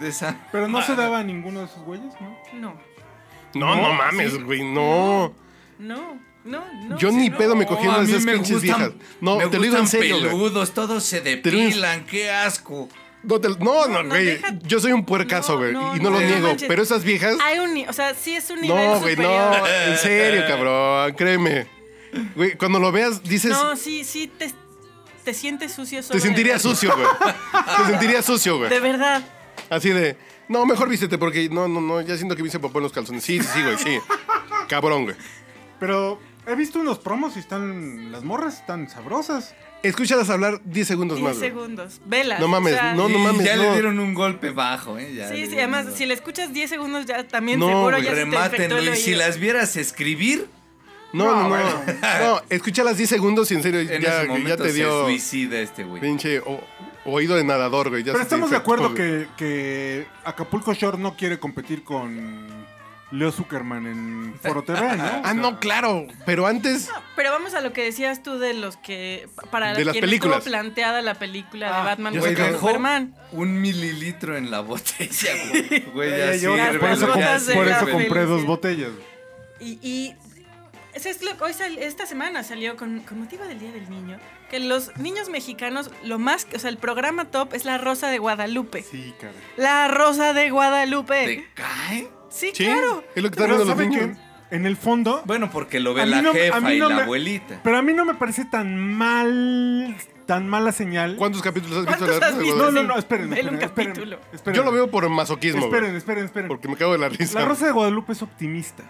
E: De esa-
B: Pero
D: Ah.
B: no se daba a ninguno de esos güeyes, ¿no?
D: diablos?
C: No,
D: No,
C: no, mames, güey, no.
D: no, no, no.
C: Yo ni pedo me cogí
E: No,
C: una
E: a
C: de
E: mí
C: esas
E: me
C: pinches
E: gustan-
C: viejas. No,
E: me
C: te lo digo en
E: gustan
C: serio. güey.
E: peludos, todos se
C: digo en-
E: depilan, qué asco.
C: No, te- no, no,
D: no,
C: güey.
D: deja-
C: Yo soy un puercazo,
D: No,
C: güey.
D: no,
C: y no,
D: no,
C: lo
D: no
C: niego.
D: manches.
C: Pero esas viejas.
D: Hay un. ni- O sea, sí es un nivel
C: No, güey,
D: superior.
C: no. En serio, cabrón. Créeme. Güey, cuando lo veas, dices.
D: No, sí, sí, te, te sientes sucio solo.
C: te
D: de
C: sentirías
D: ver-
C: sucio, güey. te sentirías sucio, güey.
D: De verdad.
C: Así de. No, mejor vístete porque no, no, no. Ya siento que me hice popó en los calzones. Sí, sí, sí, güey, sí. Cabrón, güey.
B: Pero he visto unos promos y están. Las morras están sabrosas.
C: Escúchalas hablar 10 segundos
D: 10
C: más. güey.
D: segundos. Velas.
C: No mames, No, no
E: Y
C: mames,
E: Ya
C: no.
E: le dieron un golpe bajo, ¿eh? Ya le
D: Sí, sí,
E: dieron un
D: además,
E: golpe.
D: si le escuchas 10 segundos, ya también
C: No,
D: seguro
C: güey.
D: ya se te infectó el
E: Remátenlo. Y si
D: oído.
E: las vieras escribir,
C: No, no, no.
B: No,
C: No, escúchalas 10 segundos y en serio,
E: en
C: ya,
E: ese
C: ya
E: momento
C: te dio.
E: se suicida este güey.
C: Pinche o- oído de nadador, güey. ya
B: Pero
C: se te
B: estamos de
C: infectó,
B: acuerdo
C: güey.
B: que, que Acapulco Shore no quiere competir con Leo Zuckerman en Foro TV, ¿no?
C: Ah, no, claro. Pero antes.
D: Pero vamos a lo que decías tú de los que. Para
C: De las
D: quien estuvo
C: películas.
D: planteada la película
B: Ah,
D: de Batman
C: ya
E: Güey,
D: contra
C: se acabó.
D: Superman.
E: un mililitro en la botella, güey. Güey,
D: Eh,
B: Ya,
E: ya
B: yo
E: sírvelo,
B: por eso, comp-
E: ya
D: botas de
B: por
D: la
B: eso
E: sírvelo.
B: compré dos
D: felicidad.
B: botellas.
D: Y, y ese es lo- hoy sal- esta semana salió con, con motivo del Día del Niño que los niños mexicanos, lo más, o sea, el programa top es la Rosa de Guadalupe.
B: Sí, cara.
D: La Rosa de Guadalupe.
E: ¿Te cae?
D: Sí,
C: Sí,
D: claro.
C: es lo que están
B: Pero
C: viendo los
B: ¿saben
C: niños.
B: qué? En el fondo.
E: Bueno, porque lo
B: a
E: ve
B: mí
E: la
B: no me- a
E: jefa
B: mí
E: y
B: no
E: la
B: me-
E: abuelita.
B: Pero a mí no me parece tan mal. Tan mala señal.
C: ¿Cuántos capítulos has visto? de
D: ¿Cuántos
C: la-
D: has visto?
B: No, no, no, esperen.
D: Vele un
B: esperen, esperen,
D: capítulo.
B: esperen.
C: Yo lo veo por masoquismo, güey,
B: Esperen, esperen, esperen.
C: Porque me cago de la risa.
B: La Rosa de Guadalupe es optimista.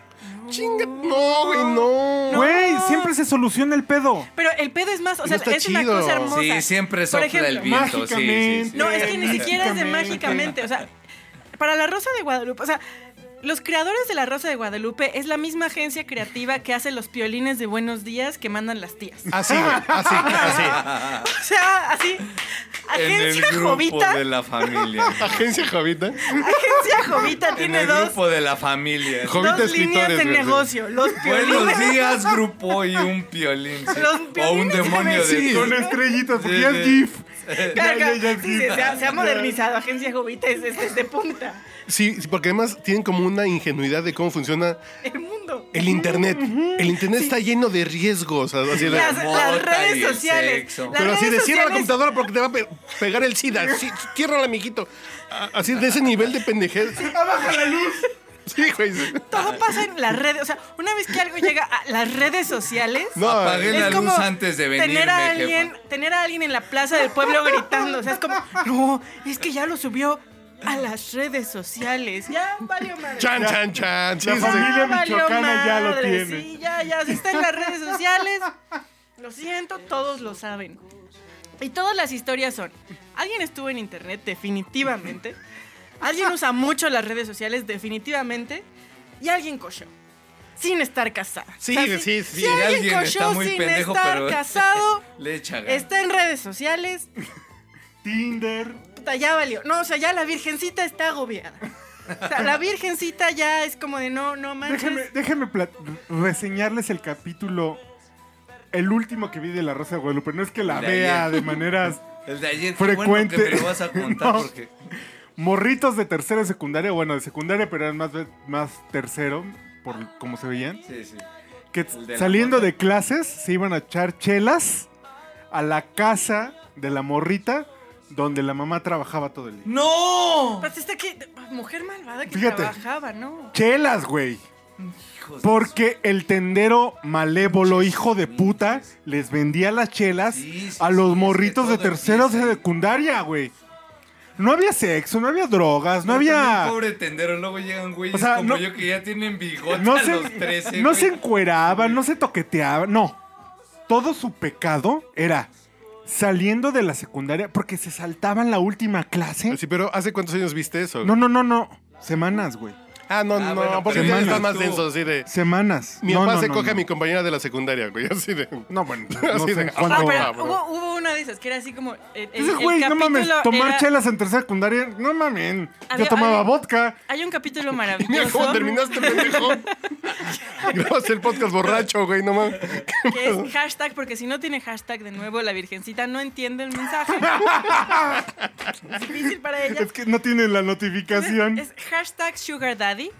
C: Chinga. No, güey, no.
B: Güey, siempre se soluciona el pedo.
D: Pero el pedo es más, o
C: No
D: sea,
C: está
D: es una
C: chido.
D: cosa hermosa.
E: Sí, siempre
D: Por
E: sopla
D: ejemplo,
E: el viento. Sí, sí, sí.
B: mágicamente.
D: No, es que ni siquiera es de mágicamente. O sea, para La Rosa de Guadalupe, o sea, los creadores de La Rosa de Guadalupe es la misma agencia creativa que hace los piolines de Buenos Días que mandan las tías.
C: Así, güey. Así, así.
D: O sea, así.
E: En el
D: Agencia
E: grupo
D: Jovita.
E: de la familia.
C: Agencia Jovita.
D: Agencia Jovita
E: en
D: tiene
E: el
D: dos,
E: grupo de la familia.
C: Jovita
D: dos líneas
C: Escritores,
D: de
C: güey.
D: negocio. Los
E: Buenos
D: piolines.
E: días, grupo y un piolín. sí.
D: Los
E: o un
D: piolines
E: demonio de
B: Sí,
E: tu-
B: con estrellitas, porque
E: Sí,
B: ya es
E: sí.
B: GIF.
D: Claro,
B: Ya,
D: claro.
B: ya, ya,
D: Sí,
B: sí.
D: sí, se, ha, se ha modernizado. Agencia Jovita es, es- es de punta.
C: Sí, sí, porque además tienen como una ingenuidad de cómo funciona
D: El mundo.
C: el Internet. El Internet está lleno de riesgos. así la-
D: Las,
E: mota
D: las
E: y
D: redes
E: el
D: sociales.
E: sexo.
D: las
C: pero así
D: redes
C: de cierra la
D: sociales-
C: computadora porque te va a pe- pegar el SIDA. Sí, ciérrala, mijito. A- Así de ese nivel de pendejez. ¡Abaja la luz! Sí, güey.
D: Todo pasa en las redes. O sea, una vez que algo llega a las redes sociales.
C: No,
E: Apagué
D: es
E: la
D: como
E: luz antes de venirme,
D: tener a alguien,
E: jefa.
D: tener a alguien en la plaza del pueblo gritando, o sea, es como, no, es que ya lo subió a las redes sociales. Ya valió madre.
C: Chan, chan, chan. Sí,
B: La
C: sí, sí.
B: familia
D: valió
B: Pues michoacana ya lo
D: madre,
B: tiene.
D: Sí, ya, ya, si está en las redes sociales. Lo siento, todos lo saben. Y todas las historias son, alguien estuvo en internet definitivamente, alguien usa mucho las redes sociales definitivamente y alguien cochó. Sin estar casada.
C: Sí, sí, sí.
D: Si alguien, cochó sin estar casado,
E: le echa ganas.
D: está en redes sociales,
B: Tinder.
D: puta, ya valió. No, o sea, ya la virgencita está agobiada. O sea, la virgencita ya es como de no, no manches.
B: Déjenme, déjenme plat- reseñarles el capítulo, el último que vi de La Rosa de Guadalupe. No es que la
E: De
B: vea
E: ayer.
B: de maneras
E: El de ayer,
B: Frecuente.
E: frecuente. Bueno que me lo vas a contar
B: No.
E: porque
B: morritos de tercero y secundaria, bueno, de secundaria, pero eran más, ve- más tercero, por como se veían,
E: sí, sí.
B: que
E: El de la
B: saliendo
E: mota.
B: de clases se iban a echar chelas a la casa de la morrita donde la mamá trabajaba todo el día.
E: ¡No!
D: Pero está que mujer malvada que
B: Fíjate.
D: trabajaba, ¿no?
B: Chelas, güey.
E: Hijos de
B: Porque el tendero malévolo, hijo de puta, les vendía las chelas
E: Sí, sí,
B: a
E: sí, es
B: los
E: que
B: morritos de
E: todo
B: terceros
E: empieza
B: de
E: ahí.
B: secundaria, güey. No había sexo, no había drogas, no
E: Pero también,
B: había.
E: Pobre tendero, luego llegan güeyes
B: O sea,
E: como
B: no-
E: yo que ya tienen bigote
B: No
E: a
B: se,
E: los 13.
B: no
E: güey.
B: se encueraban, no se toqueteaban, no. Todo su pecado era saliendo de la secundaria porque se saltaban la última clase.
C: Sí, pero ¿hace cuántos años viste eso?
B: No, no, no, no. Semanas, güey.
C: Ah, no,
E: Ah,
C: no,
E: bueno,
C: porque
B: pero
C: ya está
B: tú-
C: más denso, así de...
B: Semanas.
C: Mi
B: No,
C: papá
B: no,
C: se
B: no,
C: coge a
B: no.
C: mi compañera de la secundaria, güey, así de...
B: No, bueno, no
C: Así
B: sé
C: de-
B: cuándo-
D: Ah, pero
C: Ah, bueno.
D: hubo, hubo una de esas que era así como. eh, El, el-
B: Ese
D: el
B: güey, no mames,
D: capítulo
B: tomar
D: era-
B: chelas en tercera secundaria, no mames. Yo
D: Había-
B: tomaba
D: había-
B: vodka.
D: Hay un capítulo
C: Mira cómo
D: maravilloso.
C: terminaste, pendejo. Grabaste el podcast borracho, güey, no mames.
D: que es hashtag, porque si no tiene hashtag de nuevo, la virgencita no entiende el mensaje. es difícil para ella.
B: Es que no tienen la notificación.
D: Entonces, es hashtag sugar daddy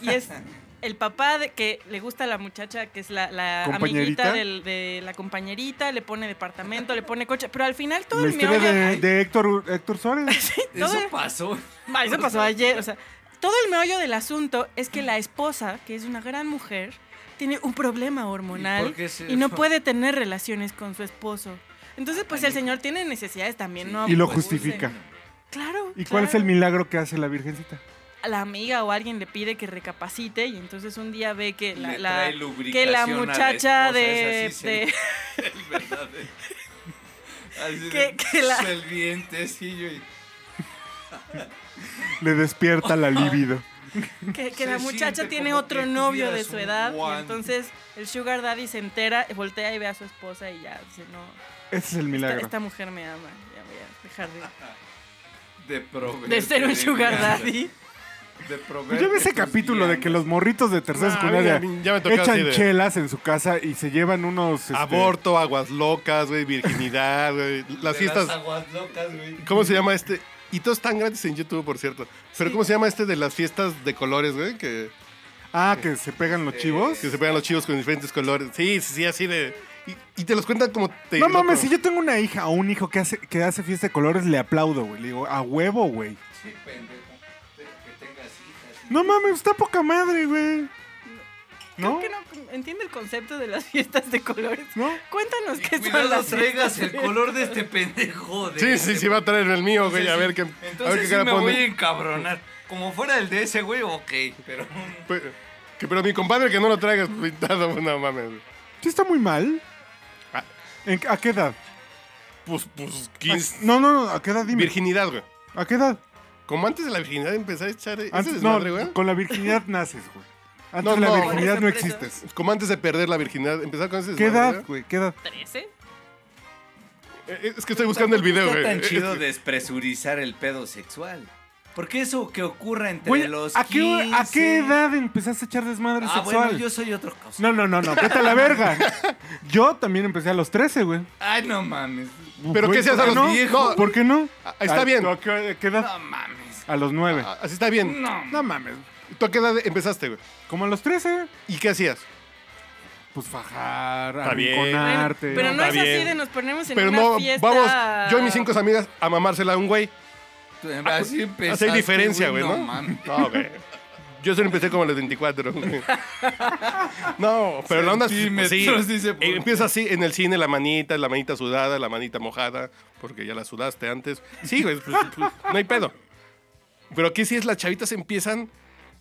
D: y es el papá de, que le gusta a la muchacha que es la, la
B: Compañerita.
D: amiguita del- de la compañerita, le pone departamento, le pone coche, pero al final todo
B: la
D: el
B: historia
D: meollo...
B: de, de Héctor, Héctor Suárez.
D: todo
E: Eso
D: el-
E: pasó.
D: Ah, eso pasó ayer, o sea, todo el meollo del asunto es que la esposa, que es una gran mujer, tiene un problema
E: ¿Y
D: hormonal
E: por qué se-
D: y no puede tener relaciones con su esposo. Entonces, pues el señor tiene necesidades también, ¿no?
B: Y lo
D: abusen.
B: justifica.
D: Claro.
B: ¿Y cuál es
D: claro.
B: el milagro que hace la Virgencita?
D: a la amiga o alguien le pide que recapacite y entonces un día ve que la,
E: Le
D: la-
E: trae
D: que
E: lubricación
D: la
E: a la
D: muchacha
E: esposa,
D: de,
E: esa sí
D: de-
E: El verdadero. Así
D: Que-
E: de,
D: que la-
E: El dientecillo y.
B: Le despierta la libido.
D: que, que
E: Se
D: la muchacha
E: siente
D: tiene
E: como
D: otro
E: que
D: novio de
E: tuvieras
D: su
E: un
D: edad y
E: guante.
D: entonces el sugar daddy se entera, voltea y ve a su esposa y ya dice, no,
B: Ese es el
D: esta,
B: milagro.
D: esta mujer me ama, ya voy a dejar de,
E: De proveer.
D: de ser un sugar
E: viandas,
D: daddy.
E: De proveer.
B: Pues yo vi ese
E: tus
B: capítulo de que los
E: viandas.
B: morritos de tercera
C: Ah,
B: secundaria
C: mira, ya me tocó así
B: echan
C: de-
B: chelas en su casa y se llevan unos... este,
C: Aborto, aguas locas, güey, virginidad, güey. Las
E: De
C: fiestas...
E: aguas locas, güey.
C: ¿Cómo se llama este? Y todos están gratis en YouTube, por cierto. Pero ¿cómo se llama este de las fiestas de colores, güey? Que,
B: Ah, que se pegan los chivos.
C: Eh, que se pegan los chivos con diferentes colores. Sí, sí, sí, así de... Y, y te los cuentan como... Te,
B: No mames,
C: como-
B: si yo tengo una hija o un hijo que hace, que hace fiesta de colores, le aplaudo, güey. Le digo, a huevo, güey.
E: Sí, pendejo. Que tengas hijas.
B: No mames, está poca madre, güey. ¿No?
D: Creo que no entiende el concepto de las fiestas de colores.
B: ¿No?
D: Cuéntanos qué son
E: Cuidado,
D: las
E: traigas el
D: fiestas.
E: color de este pendejo. De
C: Sí, sí, sí, va a traer el mío, güey, a ver qué... a ver
E: Entonces
C: qué
E: sí
C: cara
E: me
C: pone.
E: voy a encabronar. Como fuera el de ese, güey, ok. Pero
C: Pues, que, pero mi compadre que no lo traigas pintado, pues, no mames.
B: Sí está muy mal.
C: Ah.
B: ¿En- ¿A qué edad?
C: Pues, pues,
B: ¿A- No, no, no, ¿a qué edad dime?
C: Virginidad, güey.
B: ¿A qué edad?
C: Como antes de la virginidad empezar a echar ese
B: Antes, no,
C: desmadre, güey.
B: con la virginidad naces, güey. Antes
C: No,
B: de la
C: no.
B: virginidad no
D: Por eso, por eso.
B: existes.
C: Como antes de perder la virginidad, empezar con ese
B: ¿Qué
C: desmadre, ¿eh?
B: edad, güey? ¿Qué edad?
D: ¿Trece?
C: güey. Eh, Es que estoy buscando el video,
E: está
C: güey.
E: tan chido
C: Eh,
E: despresurizar el pedo sexual. Porque eso que ocurra entre
B: Güey,
E: los
B: ¿a, qué, hora- ¿a
E: 15?
B: qué edad empezaste a echar desmadre
E: Ah,
B: sexual?
E: bueno, yo soy otro cosa.
B: No, no, no, no, vete a la verga. Yo también empecé a los 13, güey.
E: Ay, no mames.
C: Pero
B: Güey,
C: que seas
B: ¿por
C: a los
B: no?
C: viejos.
B: ¿Por qué no?
C: Ah, está
B: ¿A-
C: bien.
B: tú ¿A qué qué edad?
E: No mames.
B: A los nueve.
C: Ah, Así está bien.
B: No mames.
C: ¿Tú a qué edad empezaste, güey?
B: Como a los trece.
C: ¿Y qué hacías?
B: Pues fajar,
C: Está bien.
D: Bueno,
B: arrinconarte.
D: pero no
C: Está
D: es así
C: bien.
D: de nos ponemos en
C: Pero
D: una
C: no,
D: fiesta.
C: vamos, yo y mis cinco amigas a mamársela a un güey.
E: Así empezaste,
C: Hace Ah, pues, diferencia, güey, ¿no?
E: No mames.
C: No, güey. Yo solo empecé como a los 24. güey. No, pero la onda sí,
E: Centímetros, dice,
C: Eh, empieza así en el cine la manita, la manita sudada, la manita mojada, porque ya la sudaste antes. Sí, güey, pues, pues, no hay pedo. Pero aquí sí es las chavitas empiezan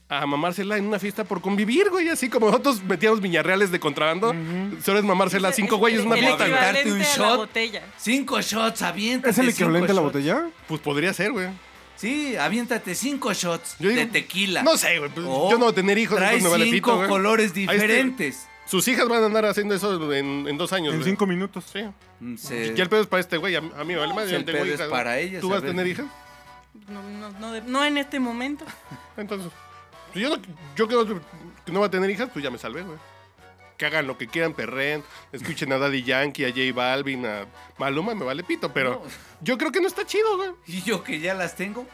C: a mamársela en una fiesta por convivir, güey, así como nosotros metíamos viñarreales de contrabando, solo es mamársela a cinco güeyes
D: el-
C: una
D: el
C: puta. güey.
D: equivalente
E: Aventarte
D: a
E: un
D: la
E: shot.
D: botella.
E: Cinco shots, aviéntate.
B: ¿Es el
E: cinco
B: equivalente a la
E: shots.
B: botella?
C: Pues podría ser, güey.
E: Sí, aviéntate cinco shots
C: Yo digo,
E: de tequila.
C: No sé, güey, pues,
E: O
C: yo no voy a tener hijos,
E: Trae
C: entonces me vale
E: cinco
C: pito, güey.
E: colores
C: Ahí está.
E: diferentes.
C: Sus hijas van a andar haciendo eso en, en dos años.
B: En
C: güey.
B: cinco minutos.
C: Sí.
E: Mm, se-
C: Ya el pedo es para este güey, a, mí- a mí me vale
E: No,
C: madre,
E: si
C: yo
E: el
C: no tengo
E: pedo es
C: hijas,
E: para
C: güey.
E: ellas,
C: ¿Tú
E: a
C: vas a
E: ver.
C: tener hijas?
D: No, no, no, de- no en este momento.
C: Entonces, pues yo, no- yo que, no, que no va a tener hijas, pues ya me salvé, güey. Que hagan lo que quieran, perren, escuchen a Daddy Yankee, a J Balvin, a Maluma, me vale pito, pero
E: No.
C: yo creo que no está chido, güey.
E: Y yo que ya las tengo,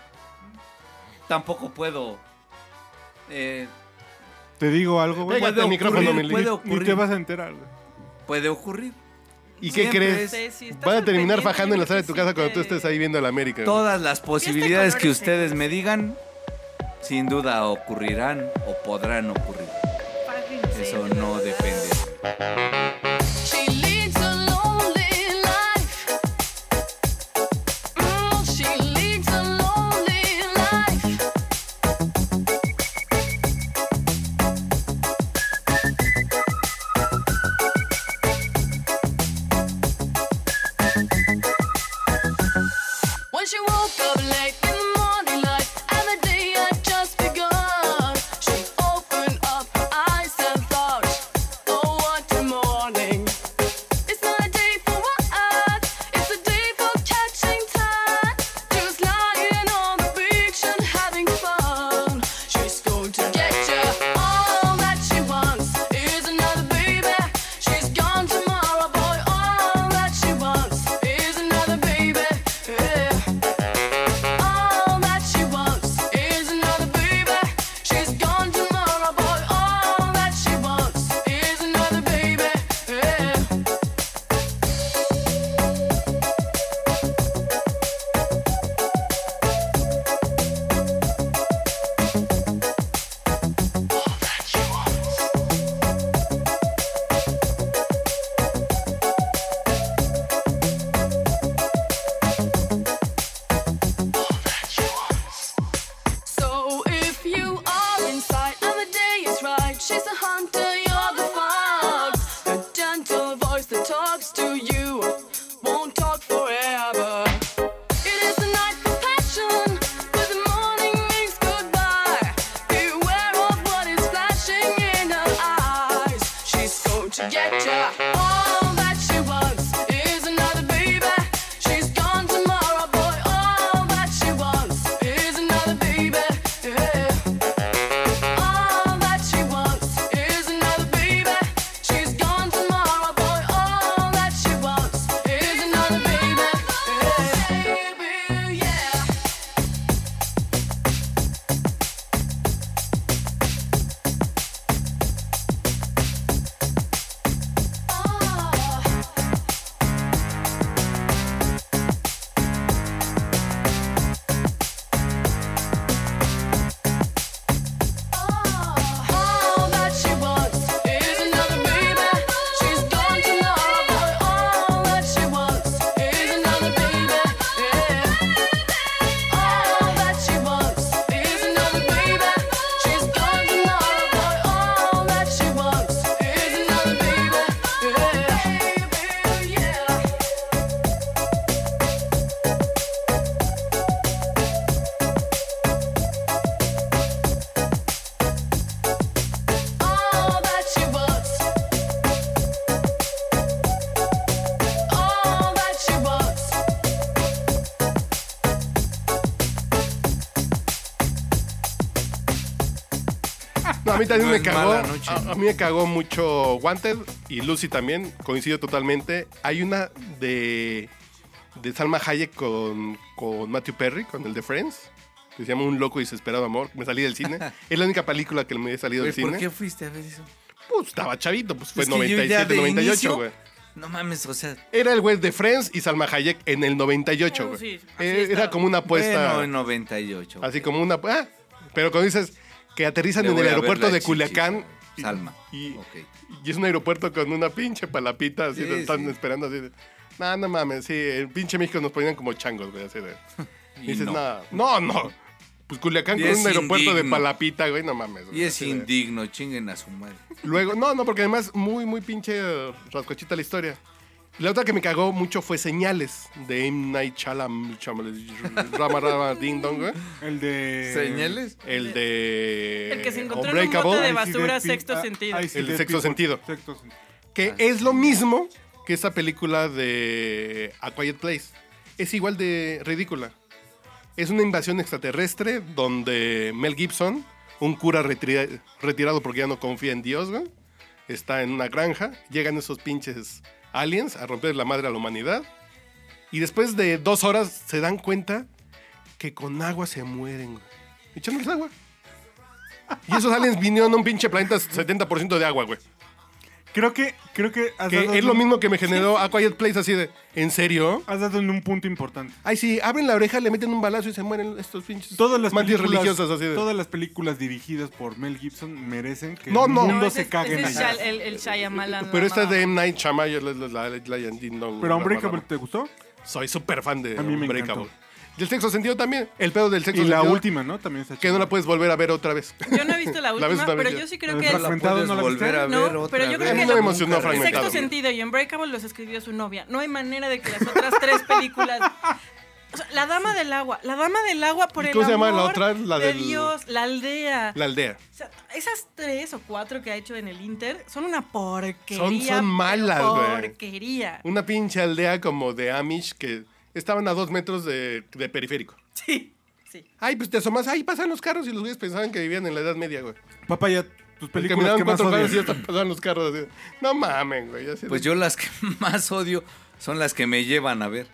E: tampoco puedo. eh,
B: Te digo algo, güey.
C: Pégate al micrófono,
E: ocurrir,
C: Meli.
E: puede
B: Ni
E: ocurrir.
B: te vas a enterar, güey.
E: Puede ocurrir.
C: ¿Y qué
E: Siempre
C: crees?
E: es-
D: Sí, sí, está
C: Van a terminar
D: sorprendente,
C: fajando en la sala de tu casa cuando tú
D: porque
C: estés ahí viendo a la América. güey.
E: Todas las posibilidades que
D: colores, ¿eh?
E: ustedes
D: sí.
E: me digan, sin duda ocurrirán o podrán ocurrir.
D: fucking
E: Eso
D: sí.
E: no depende.
H: She leads a lonely life. Mm, she leads a lonely life. When she woke up late in the morning light and the day had just begun, she opened up her eyes and thought, Oh, what a morning! It's not a day for work, it's a day for catching time. She was lying on the beach and having fun. She's going to get you all that she wants is another baby. She's gone tomorrow, boy. All that she wants is another baby. Yeah. All that she wants is another baby. She's gone tomorrow, boy. All that she wants is another baby. Yeah. So if you are inside and the day is right, she's a hunter, you're the fox. The gentle voice that talks to you won't talk forever. It is the night for passion, but the morning means goodbye. Beware of what is flashing in her eyes. She's going to get ya. All that she wants is another baby. She's gone tomorrow, boy. All that she wants is another baby. Yeah. All that she wants is another baby. She's gone tomorrow, boy. All that she wants is another baby. Baby, yeah. Oh. All that she wants is another baby. She's gone tomorrow, boy. All that she wants is another baby. All that she wants is another baby. She's gone tomorrow, boy. All that she wants is another baby. Baby, yeah. All that she wants. All that she wants.
C: No, a mí también
E: No
C: me
E: es
C: cagó.
E: mala noche.
C: A, a mí me cagó mucho Wanted y Lucy también. Coincido totalmente. Hay una de de Salma Hayek con, con Matthew Perry, con el de Friends, que se llama Un loco y desesperado amor. Me salí del cine. es la única película que me he salido
E: Güey,
C: del
E: ¿Por
C: cine.
E: qué fuiste a ver eso?
C: Pues estaba chavito, pues fue
E: Es que yo ya
C: 97,
E: de
C: 98,
E: inicio-
C: güey.
E: No mames, o sea.
C: Era el güey de Friends y Salma Hayek en el 98,
D: Oh,
C: güey.
D: sí, así
C: Eh,
D: estaba.
C: era como una apuesta.
E: Bueno, en 98.
C: Así como una. ah, pero cuando dices que aterrizan
E: Le
C: en
E: voy
C: el
E: a ver
C: aeropuerto
E: la
C: de
E: chichi,
C: Culiacán.
E: güey. Salma.
C: Y,
E: Ok.
C: y es un aeropuerto con una pinche palapita, así
E: Sí,
C: de- están
E: sí.
C: esperando así. de, No, no mames, sí, en pinche México nos ponían como changos, güey, así de.
E: Y
C: Y dices,
E: no.
C: no, no, no. Pues Culiacán
E: Y
C: con
E: es
C: un aeropuerto de
E: indigno.
C: palapita, güey, no mames. güey,
E: Y es
C: así de-
E: indigno, chinguen a su madre.
C: Luego, no, no, porque además muy, muy pinche eh, rascochita la historia. La otra que me cagó mucho fue Señales de M. Night Shyamalan, Shyamalan, Rama Rama Ding Dong, güey.
B: El de.
E: ¿Señales?
C: El de...
D: El que se encontró en un
C: Unbreakable,
D: bote
B: I
D: de
B: see
D: basura,
B: dead
D: sexto
B: people.
D: sentido.
B: ah, I see
C: El de
B: dead
C: sexto
B: people.
C: sentido.
B: Sexto sentido.
C: Que es lo mismo que esta película de A Quiet Place. Es igual de ridícula. Es una invasión extraterrestre donde Mel Gibson, un cura retira- retirado porque ya no confía en Dios, güey, está en una granja. Llegan esos pinches aliens a romper la madre a la humanidad. Y después de dos horas se dan cuenta que con agua se mueren, güey. Echándoles agua. Y esos aliens vinieron a un pinche planeta 70% de agua, güey.
B: Creo que. Creo que. has dado
C: Que es lo
B: en-
C: mismo que me generó A Quiet Place, así de, ¿en serio?
B: Has dado en un punto importante.
C: Ay, sí, abren la oreja, le meten un balazo y se mueren estos pinches
B: Todas las,
C: mantis
B: películas,
C: religiosas, así de.
B: todas las películas dirigidas por Mel Gibson merecen que
C: No,
B: el
C: no.
B: mundo
D: No, ese
B: se
D: es-
B: cague en
D: ese es
B: ellas.
D: Shyam- el, el Shyamalan,
C: Pero
D: la
C: esta es de
D: mamá.
C: M. Night Shyamalan, la, la, la, la, la- la-
B: Ah. Pero Unbreakable,
C: la-
B: ¿te gustó?
C: la- Soy súper fan de
B: A mí me
C: Unbreakable.
B: encantó.
C: Del sexo sentido también. El pedo del sexo
B: Y la
C: sentido,
B: última, ¿no? También está
C: Que no
B: chida.
C: la puedes volver a ver otra vez.
D: Yo no he visto
C: La
D: la
C: ves
D: última,
C: otra vez
D: pero
C: ya.
D: yo sí creo
B: La
D: que
B: ves
E: No
D: el
E: la
B: Fragmentado,
E: puedes
B: ¿no la
E: volver
B: viste?
E: a ver
D: No,
E: otra
D: pero yo creo
E: vez.
D: que A mí no me
C: emocionó
E: Nunca
C: Fragmentado,
D: sexto
C: güey.
D: sentido y Unbreakable los escribió su novia. No hay manera de que las otras tres películas. O sea, la dama del agua, la dama del agua por
C: ¿Y
D: el
C: cómo se llama la
D: amor
C: otra? La
D: de
C: del-
D: Dios, la aldea.
C: La aldea.
D: O sea, esas tres o cuatro que ha hecho en el Inter son una porquería.
C: Son- son
D: pero
C: malas, güey.
D: Porquería.
C: Una pinche aldea como de Amish que estaban a dos metros de, de periférico.
D: Sí, sí.
C: Ay, pues te asomas, ahí pasan los carros y los güeyes pensaban que vivían en la Edad Media, güey.
B: Papá, ya tus películas
C: Caminaban
B: que más
C: cuatro
B: odias.
C: cuadras y ya están pasando los carros. así. No mamen, güey. así de-
E: Pues yo las que más odio son las que me llevan a ver.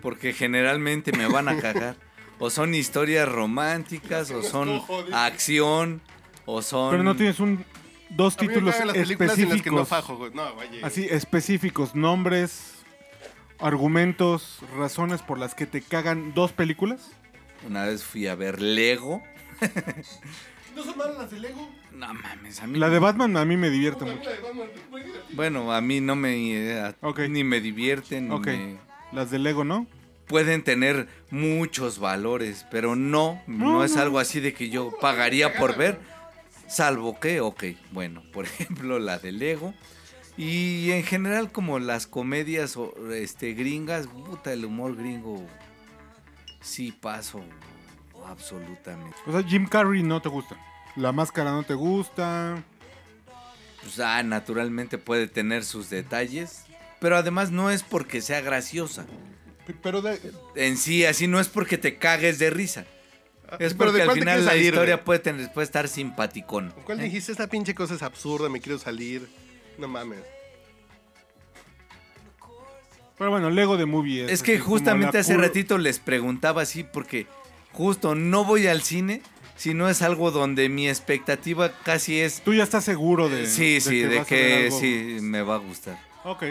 E: Porque generalmente me van a cagar. O son historias románticas, o son acción, o son...
B: Pero no tienes un dos
C: A mí me
B: títulos
C: cagan las películas en las que no
B: específicos.
C: fajo, güey. No, güey.
B: Así específicos, nombres, argumentos, razones por las que te cagan dos películas.
E: Una vez fui a ver Lego.
C: ¿No son malas las de Lego?
E: No mames, a mí...
B: La de Batman a mí me divierte mucho.
E: Bueno, a mí no me... eh, a-
B: Ok.
E: Ni me divierten, ni
B: Ok.
E: me-
B: Las de Lego, ¿no?
E: Pueden tener muchos valores, pero no, no,
B: No,
E: es
B: no.
E: algo así de que yo pagaría por ver. Salvo que, ok, bueno, por ejemplo, la de Lego. Y en general, como las comedias o, este, gringas, puta, el humor gringo sí paso absolutamente.
B: O sea, Jim Carrey no te gusta. La máscara no te gusta.
E: Pues, ah, naturalmente puede tener sus detalles, pero además no es porque sea graciosa.
C: Pero de,
E: en sí, así no es porque te cagues de risa.
B: Ah,
E: Es
C: pero
E: porque
C: ¿de
E: al
C: cuál te
E: final
C: quieres
E: la
C: salir,
E: historia
C: güey?
E: puede, tener- puede estar simpaticón.
C: ¿Cuál
E: ¿eh?
C: dijiste? Esta pinche cosa es absurda, me quiero salir. No mames.
B: Pero bueno, Lego de Movie es.
E: Es que
B: así como
E: justamente
B: la
E: hace
B: cur-
E: ratito les preguntaba así porque justo no voy al cine si no es algo donde mi expectativa casi es...
B: Tú ya estás seguro de.
E: sí, sí, de
B: vas a ver
E: que
B: algo.
E: sí me va a gustar.
B: Ok.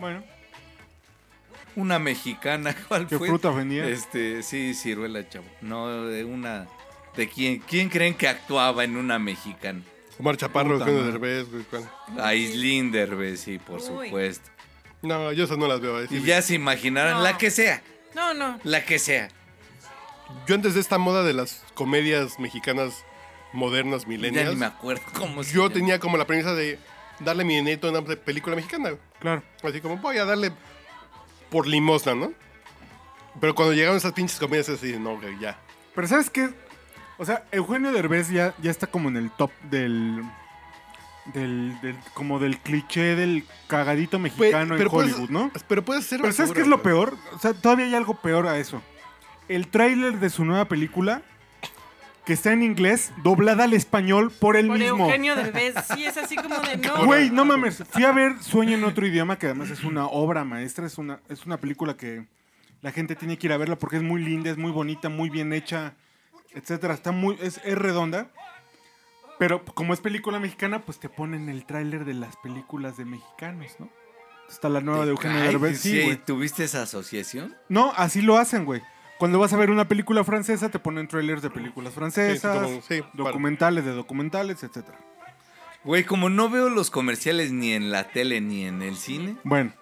B: Bueno,
E: Una mexicana, ¿cuál
B: ¿Qué
E: fue?
B: fruta vendía?
E: Este, sí, ciruela, chavo. No, de una... ¿De quién? ¿Quién creen que actuaba en una mexicana?
C: Omar Chaparro,
B: Puta madre.
C: Eugenio Derbez, güey. ¿cuál?
E: Aislinn Derbez, sí, por
D: Uy.
E: supuesto.
C: No, yo esas no las veo. ahí sí.
E: Y ya se imaginarán
D: No.
E: la que sea,
D: No, no.
E: la que sea.
C: Yo antes de esta moda de las comedias mexicanas modernas,
E: Ya ni me
C: millennials,
E: acuerdo cómo se
C: yo
E: llama.
C: tenía como la premisa de darle mi neto a una película mexicana. güey.
B: claro.
C: Así como voy a darle por limosna, ¿no? Pero cuando llegaron esas pinches comedias, así, no, güey, ya.
B: Pero ¿sabes qué? O sea, Eugenio Derbez ya, ya está como en el top del. Del, del- como del cliché del cagadito
E: Pues,
B: mexicano en
C: puedes-
B: Hollywood, ¿no?
C: Pero puede ser.
B: Pero ¿sabes
C: basura,
B: qué es lo
C: güey.
B: peor? O sea, todavía hay algo peor a eso. El tráiler de su nueva película que está en inglés, doblada al español por él
D: Por
B: mismo.
D: Eugenio Derbez, sí, es así como de no.
B: Güey, no mames. Fui a ver Sueño en otro idioma, que además es una obra maestra, es una, es una película que la gente tiene que ir a verla porque es muy linda, es muy bonita, muy bien hecha, etcétera. Está muy, es, es redonda. Pero como es película mexicana, pues te ponen el tráiler de las películas de mexicanos, ¿no? Está la nueva de Eugenio
E: Ay,
B: Derbez. Sí,
E: sí,
B: güey.
E: ¿Tuviste esa asociación?
B: No, así lo hacen, güey. Cuando vas a ver una película francesa, te ponen trailers de películas francesas,
C: como- sí, para.
B: documentales de documentales, etcétera.
E: Güey, como no veo los comerciales ni en la tele ni en el cine,
B: Bueno.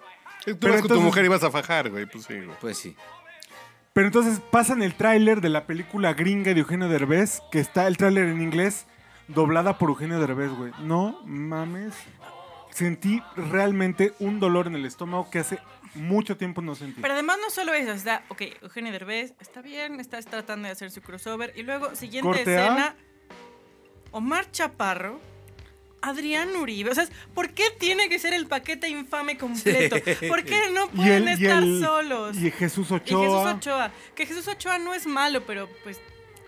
C: Tú
B: Pero
C: vas con tu
B: entonces-
C: mujer y vas a fajar, güey. Pues sí, güey.
E: pues sí.
B: Pero entonces pasan el tráiler de la película gringa de Eugenio Derbez, que está el tráiler en inglés, doblada por Eugenio Derbez, güey. No mames. Sentí realmente un dolor en el estómago que hace mucho tiempo no sentí.
D: Pero además no solo eso, está, ok, Eugenio Derbez está bien, está tratando de hacer su crossover. Y luego, siguiente
B: Corte A.
D: escena, Omar Chaparro, Adrián Uribe. O sea, ¿por qué tiene que ser el paquete infame completo? ¿Por qué no
B: y
D: pueden
B: el, y
D: estar
B: el-
D: solos?
B: Y Jesús
D: Y Jesús
B: Ochoa.
D: Ochoa. Que Jesús Ochoa no es malo, pero pues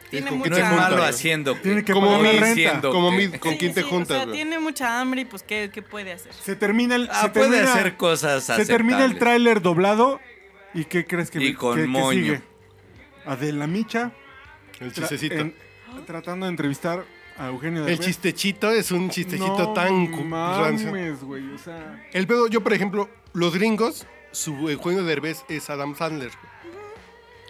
D: tiene
C: con
E: No
D: mucha
E: es
C: juntas,
E: malo
C: güey.
E: haciendo.
B: Tiene que
C: Como
B: pagar la
C: mi-
B: renta.
E: siendo-
C: Como
E: Ok.
C: mi- con
D: Sí,
C: quién te
D: sí,
C: juntas,
D: O sea,
C: güey.
D: tiene mucha hambre y pues ¿qué, qué puede hacer?
B: Se termina el.
E: Ah,
B: se
E: puede
B: termina-
E: hacer cosas
B: Se termina el
E: aceptables.
B: tráiler doblado. ¿Y qué crees que,
E: Y
B: vi-
E: con
B: que- que
E: moño.
B: sigue? Adela Micha.
C: El
B: tra-
C: chistecito.
B: en- tratando de entrevistar a Eugenio
C: El
B: Derbez.
C: chistechito es un chistechito
B: No
C: tan cu- rancio.
B: mames, güey, o sea,
C: El pedo, yo por ejemplo, los gringos, su Eugenio Derbez es Adam Sandler.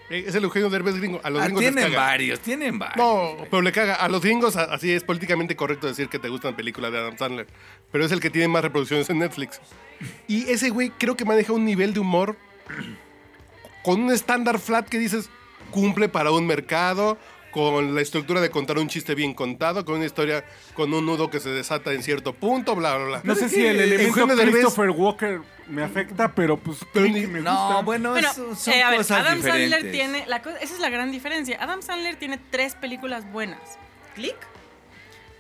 C: Eh, Es el Eugenio Derbez gringo. A los
E: Ah,
C: gringos les
E: tienen
C: caga.
E: varios, tienen varios.
C: No, pero le caga. A los gringos a- así es políticamente correcto decir que te gustan películas de Adam Sandler. Pero es el que tiene más reproducciones en Netflix. Y ese güey creo que maneja un nivel de humor con un estándar flat que dices cumple para un mercado, con la estructura de contar un chiste bien contado, con una historia con un nudo que se desata en cierto punto, bla, bla, bla.
B: no sé
E: es
B: si
E: que
B: el elemento
C: Eugenio Derbez-
B: Christopher Walker me afecta, pero pues
C: Pero
B: creo
C: ni-
B: que me
E: No,
B: gusta.
E: bueno,
D: Bueno,
E: es- son
D: eh, a ver,
E: cosas
D: Adam Sandler
E: diferentes.
D: tiene. La co- esa es la gran diferencia. Adam Sandler tiene tres películas buenas: Click,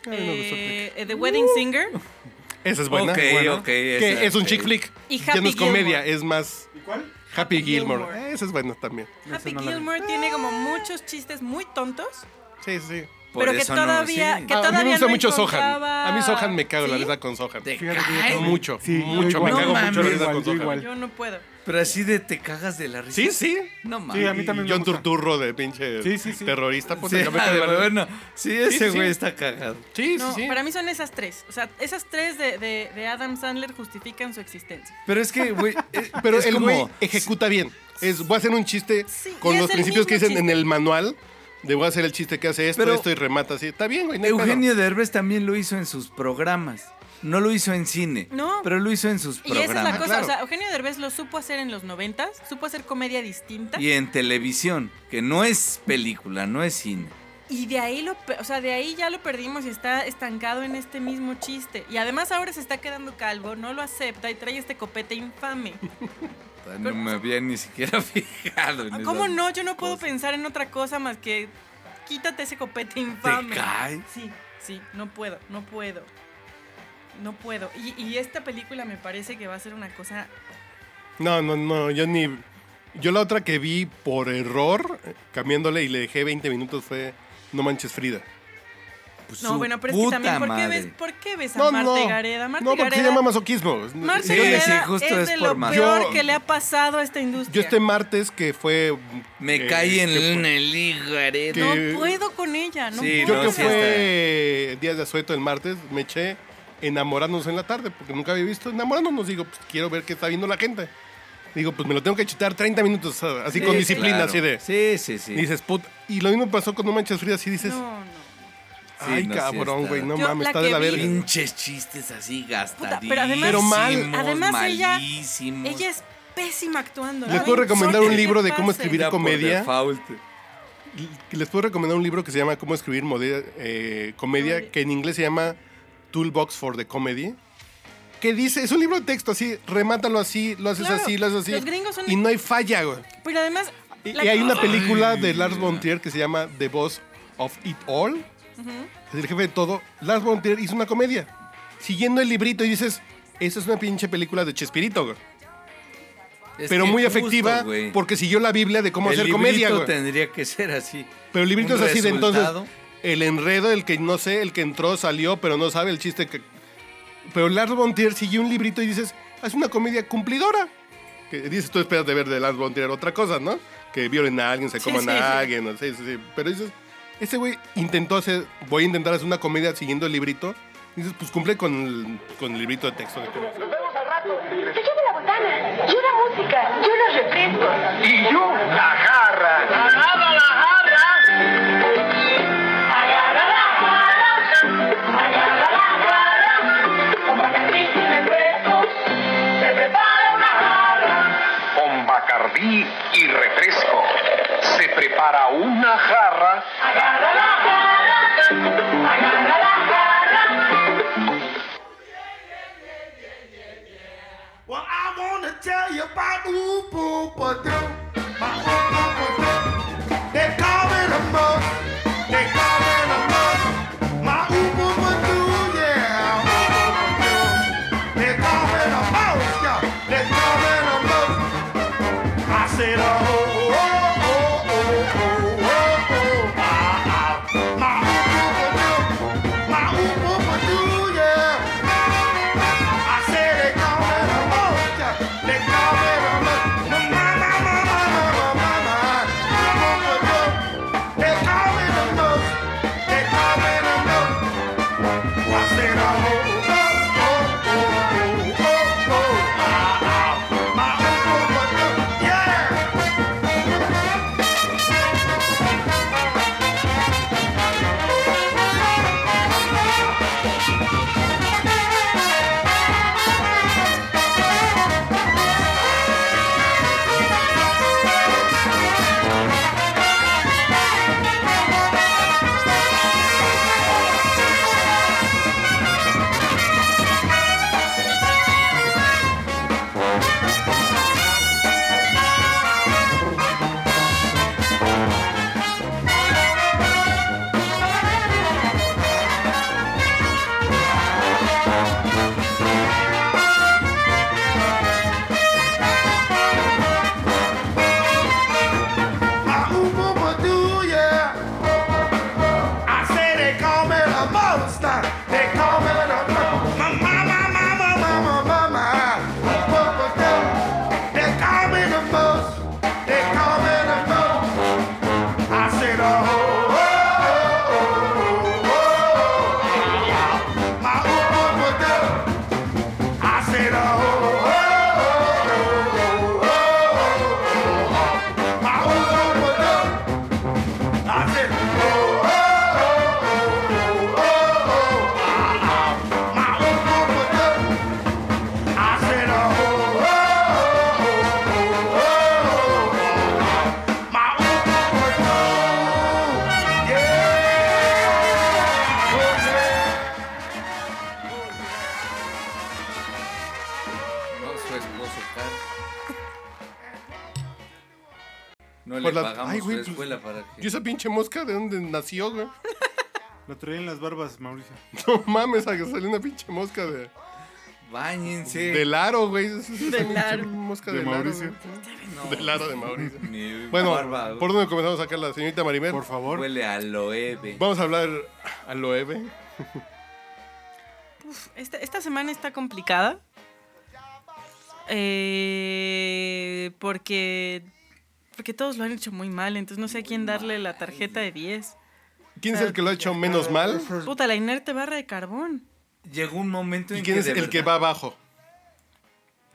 C: Ay, no me gustó Uh,
D: eh, eh, The Wedding Singer
C: Esa es buena.
E: Ok,
C: buena.
E: ok,
C: Que
E: esa,
C: es un
E: ok.
C: chick flick.
D: Y
C: ya
D: Happy
C: no es comedia,
D: Gilmore.
C: es más
B: ¿Y cuál?
C: Happy Gilmore.
D: Gilmore.
C: Eh, Esa es buena también.
D: Happy
B: no la vi.
D: Gilmore tiene como muchos chistes muy tontos,
C: Sí, sí.
E: Por
D: pero que
E: eso no,
D: todavía.
E: sí.
D: que
C: Ah, a mí
D: todavía
C: me gusta
D: no
C: mucho Sohan.
D: encontraba-
C: A mí Sohan me cago en la
D: ¿Sí?
C: verdad con Sohan.
E: Te
B: Fíjate que yo
E: cae,
B: también.
C: Mucho,
B: Sí, yo
C: mucho.
B: igual.
C: me cago
E: No
C: mucho
E: mames.
C: en la risa con
B: Yo
C: Sohan.
B: igual.
D: Yo no puedo.
E: Pero así de te cagas de la risa.
C: Sí, sí.
E: No mames.
B: Sí, a mí también me
C: John
B: gusta.
C: Turturro de pinche
B: Sí, sí, sí.
C: terrorista. Pues,
E: Sí,
C: me cago en la
E: pero
C: verdad.
E: bueno, sí, ese
C: sí.
E: güey está cagado.
C: sí, sí,
D: No,
C: sí.
D: para mí son esas tres. O sea, esas tres de, de- de Adam Sandler justifican su existencia.
E: Pero es que, güey, eh,
C: Pero
E: es
C: el
E: como-
C: güey ejecuta bien. Es, voy a hacer un chiste
D: Sí, y
C: con
D: es
C: los
D: el
C: principios que
D: mismo
C: dicen en
D: chiste.
C: el manual. De voy a hacer el chiste que hace esto,
E: Pero-
C: esto y remata así. Está bien, güey. no hay pedo.
E: Eugenio Derbez también lo hizo en sus programas. No lo hizo en cine,
D: No.
E: pero lo hizo en sus
D: Y esa es la
E: programas.
D: cosa.
C: Ah, claro.
D: O sea, Eugenio Derbez lo supo hacer en los noventas, supo hacer comedia distinta.
E: Y en televisión, que no es película, no es cine.
D: Y de ahí lo, pe- o sea, de ahí ya lo perdimos y está estancado en este mismo chiste. Y además ahora se está quedando calvo, no lo acepta y trae este copete infame.
E: No me había ni siquiera fijado en
D: ¿Cómo
E: esas
D: no? Yo no puedo
E: cosas.
D: pensar en otra cosa más que quítate ese copete infame.
E: ¿Te cae?
D: Sí, sí, no puedo, no puedo. No puedo. Y, y esta película me parece que va a ser una cosa.
C: No, no, no, yo ni... Yo la otra que vi por error, eh, cambiándole y le dejé 20 minutos fue No Manches Frida.
E: Pues
D: No,
E: su
D: bueno, pero es que también,
E: puta
D: ¿por qué, ves,
E: madre.
D: ¿por qué ves a
C: No,
D: Marta
C: no.
D: Gareda? Marta
C: no, porque
D: Gareda,
C: se llama masoquismo.
D: Marta
E: Sí,
D: Gareda
E: sí, justo
D: es,
E: es
D: de
E: por
D: lo
E: Marta.
D: peor
C: Yo-
D: que le ha pasado a esta industria.
C: Yo este martes que fue...
E: Me
C: eh,
E: caí en
C: que fue-
E: el hígado.
C: que-
D: No puedo con ella, no
E: Sí,
D: puedo.
C: Yo
E: no,
C: que
E: sí
C: fue Días de Asueto el martes, me eché enamorándonos en la tarde, porque nunca había visto enamorándonos. Digo, pues quiero ver qué está viendo la gente. Digo, pues me lo tengo que chutar 30 minutos, ah, así con
E: Sí,
C: disciplina,
E: claro.
C: así de...
E: Sí, sí, sí.
C: Dices, put... Y lo mismo pasó con No Manches Frida, así dices...
D: No, no.
E: Sí,
C: Ay,
E: no, sí
C: cabrón,
E: está.
C: güey, no
D: Yo,
C: mames,
D: la
C: está de
D: que
C: la
D: vi-
C: verga.
E: Pinches chistes así gastadísimos,
D: pero además-
C: Pero mal.
D: Además, ella-
E: malísimos.
D: Ella es pésima actuando.
C: Les
D: ¿no?
C: puedo recomendar un libro de cómo
D: Pase.
C: escribir-
E: Ya por
C: comedia.
E: default.
C: Les puedo recomendar un libro que se llama Cómo escribir mode- eh, comedia, que en inglés se llama Toolbox for the Comedy. Que dice, es un libro de texto así, remátalo así, lo haces
D: Claro,
C: así, lo haces así.
D: los gringos son-
C: Y no hay falla, güey.
D: Pero además.
C: Y,
D: la-
C: y hay una película de Lars von Trier que se llama The Boss of It All. Es el jefe de todo. Lars von Trier hizo una comedia. Siguiendo el librito y dices, eso es una pinche película de Chespirito, güey.
E: Es
C: Pero
E: que
C: muy
E: justo,
C: efectiva
E: güey.
C: porque siguió la Biblia de cómo
E: el
C: hacer comedia,
E: librito
C: güey.
E: tendría que ser así.
C: Pero el librito
E: Un
C: es así de entonces.
E: resultado.
C: el enredo, el que no sé, el que entró, salió, pero no sabe el chiste que. Pero Lars von Trier sigue un librito y dices, haz una comedia cumplidora. Que dices, tú esperas de ver de Lars von Trier otra cosa, ¿no? Que violen a alguien, se
D: Sí,
C: coman
D: sí,
C: a
D: sí.
C: alguien, no sé, sí, sí. Pero dices, ese güey intentó hacer, voy a intentar hacer una comedia siguiendo el librito. Dices, pues cumple con el, con el librito de texto. de comedia.
I: vemos al rato. Yo llevo la botana, yo la música, yo los refrescos.
F: Y yo la jarra.
I: Agarra la jarra. Agarra la jarra. Agarra la jarra. Con Bacardí y refrescos se
F: Con
I: prepara una jarra.
F: Bacardí y refresco. Se prepara una jarra.
I: Agarra la jarra. Agarra la jarra.
J: Well, I want to tell you about Oopa Doo. They call me the muff. They call me the muff. My Oopa Doo, yeah. Oopa-ba-doo. They call me the muff, yeah. They call me the muff. I said, oh, oh, oh, oh, oh, oh, oh, ah, ah. My Oopa-ba-doo. My Oopa-ba-doo, yeah. I said they call me the vulture. They call me the vulture. Ma, ma, ma, ma, ma, ma, ma, ma. I'm on the dope. They call me the most. They call me the most. I said, oh, oh, oh, oh, oh, oh, oh, ah, ah. My uncle was dope. Yeah. My ooh-boo-ba-doo, yeah. I say they call me the monster. They call me the monster. My, my, my, my, my, my, my, my, my. Ooh-boo-ba-doo. They call me the most. They call me the most. I said, oh, oh, oh, oh, oh, oh. My ooh-boo-ba-doo. I said, oh, oh, oh, oh, oh, oh, oh. My old room was up. I said, oh, oh, oh, oh, oh, ah, ah. My old room was up. I said, oh, oh, oh, oh, oh, oh, ah. My old room was up. Yeah. Oh, yeah.
E: No, su esposo, Carl. No le
C: Pues la-
E: pagamos
C: ay, güey,
E: su
C: pues,
E: escuela para que...
C: ¿Y esa pinche mosca de dónde nació, güey?
B: Lo traía en las barbas, Mauricio.
C: No mames, a que salió una pinche mosca de,
E: Báñense.
C: del aro, güey. Es esa
D: Del
C: pinche
D: aro.
C: Mosca
B: De
C: del
B: Mauricio.
C: aro, güey.
E: No,
C: Del aro de Mauricio.
E: mi
C: Bueno,
E: barba
C: ¿por dónde comenzamos a sacar la señorita Marimer?
B: Por favor.
E: huele a loeve.
C: Vamos a hablar a Loewe.
D: Uf, esta, esta semana está complicada. Eh, porque. Porque todos lo han hecho muy mal, entonces no sé a quién darle la tarjeta de 10.
C: ¿Quién es el que lo ha hecho menos mal?
D: Puta, la inerte barra de carbón.
E: Llegó un momento
C: ¿Y
E: en
C: quién
E: que
C: es
E: de
C: el que va
E: verdad-
C: abajo?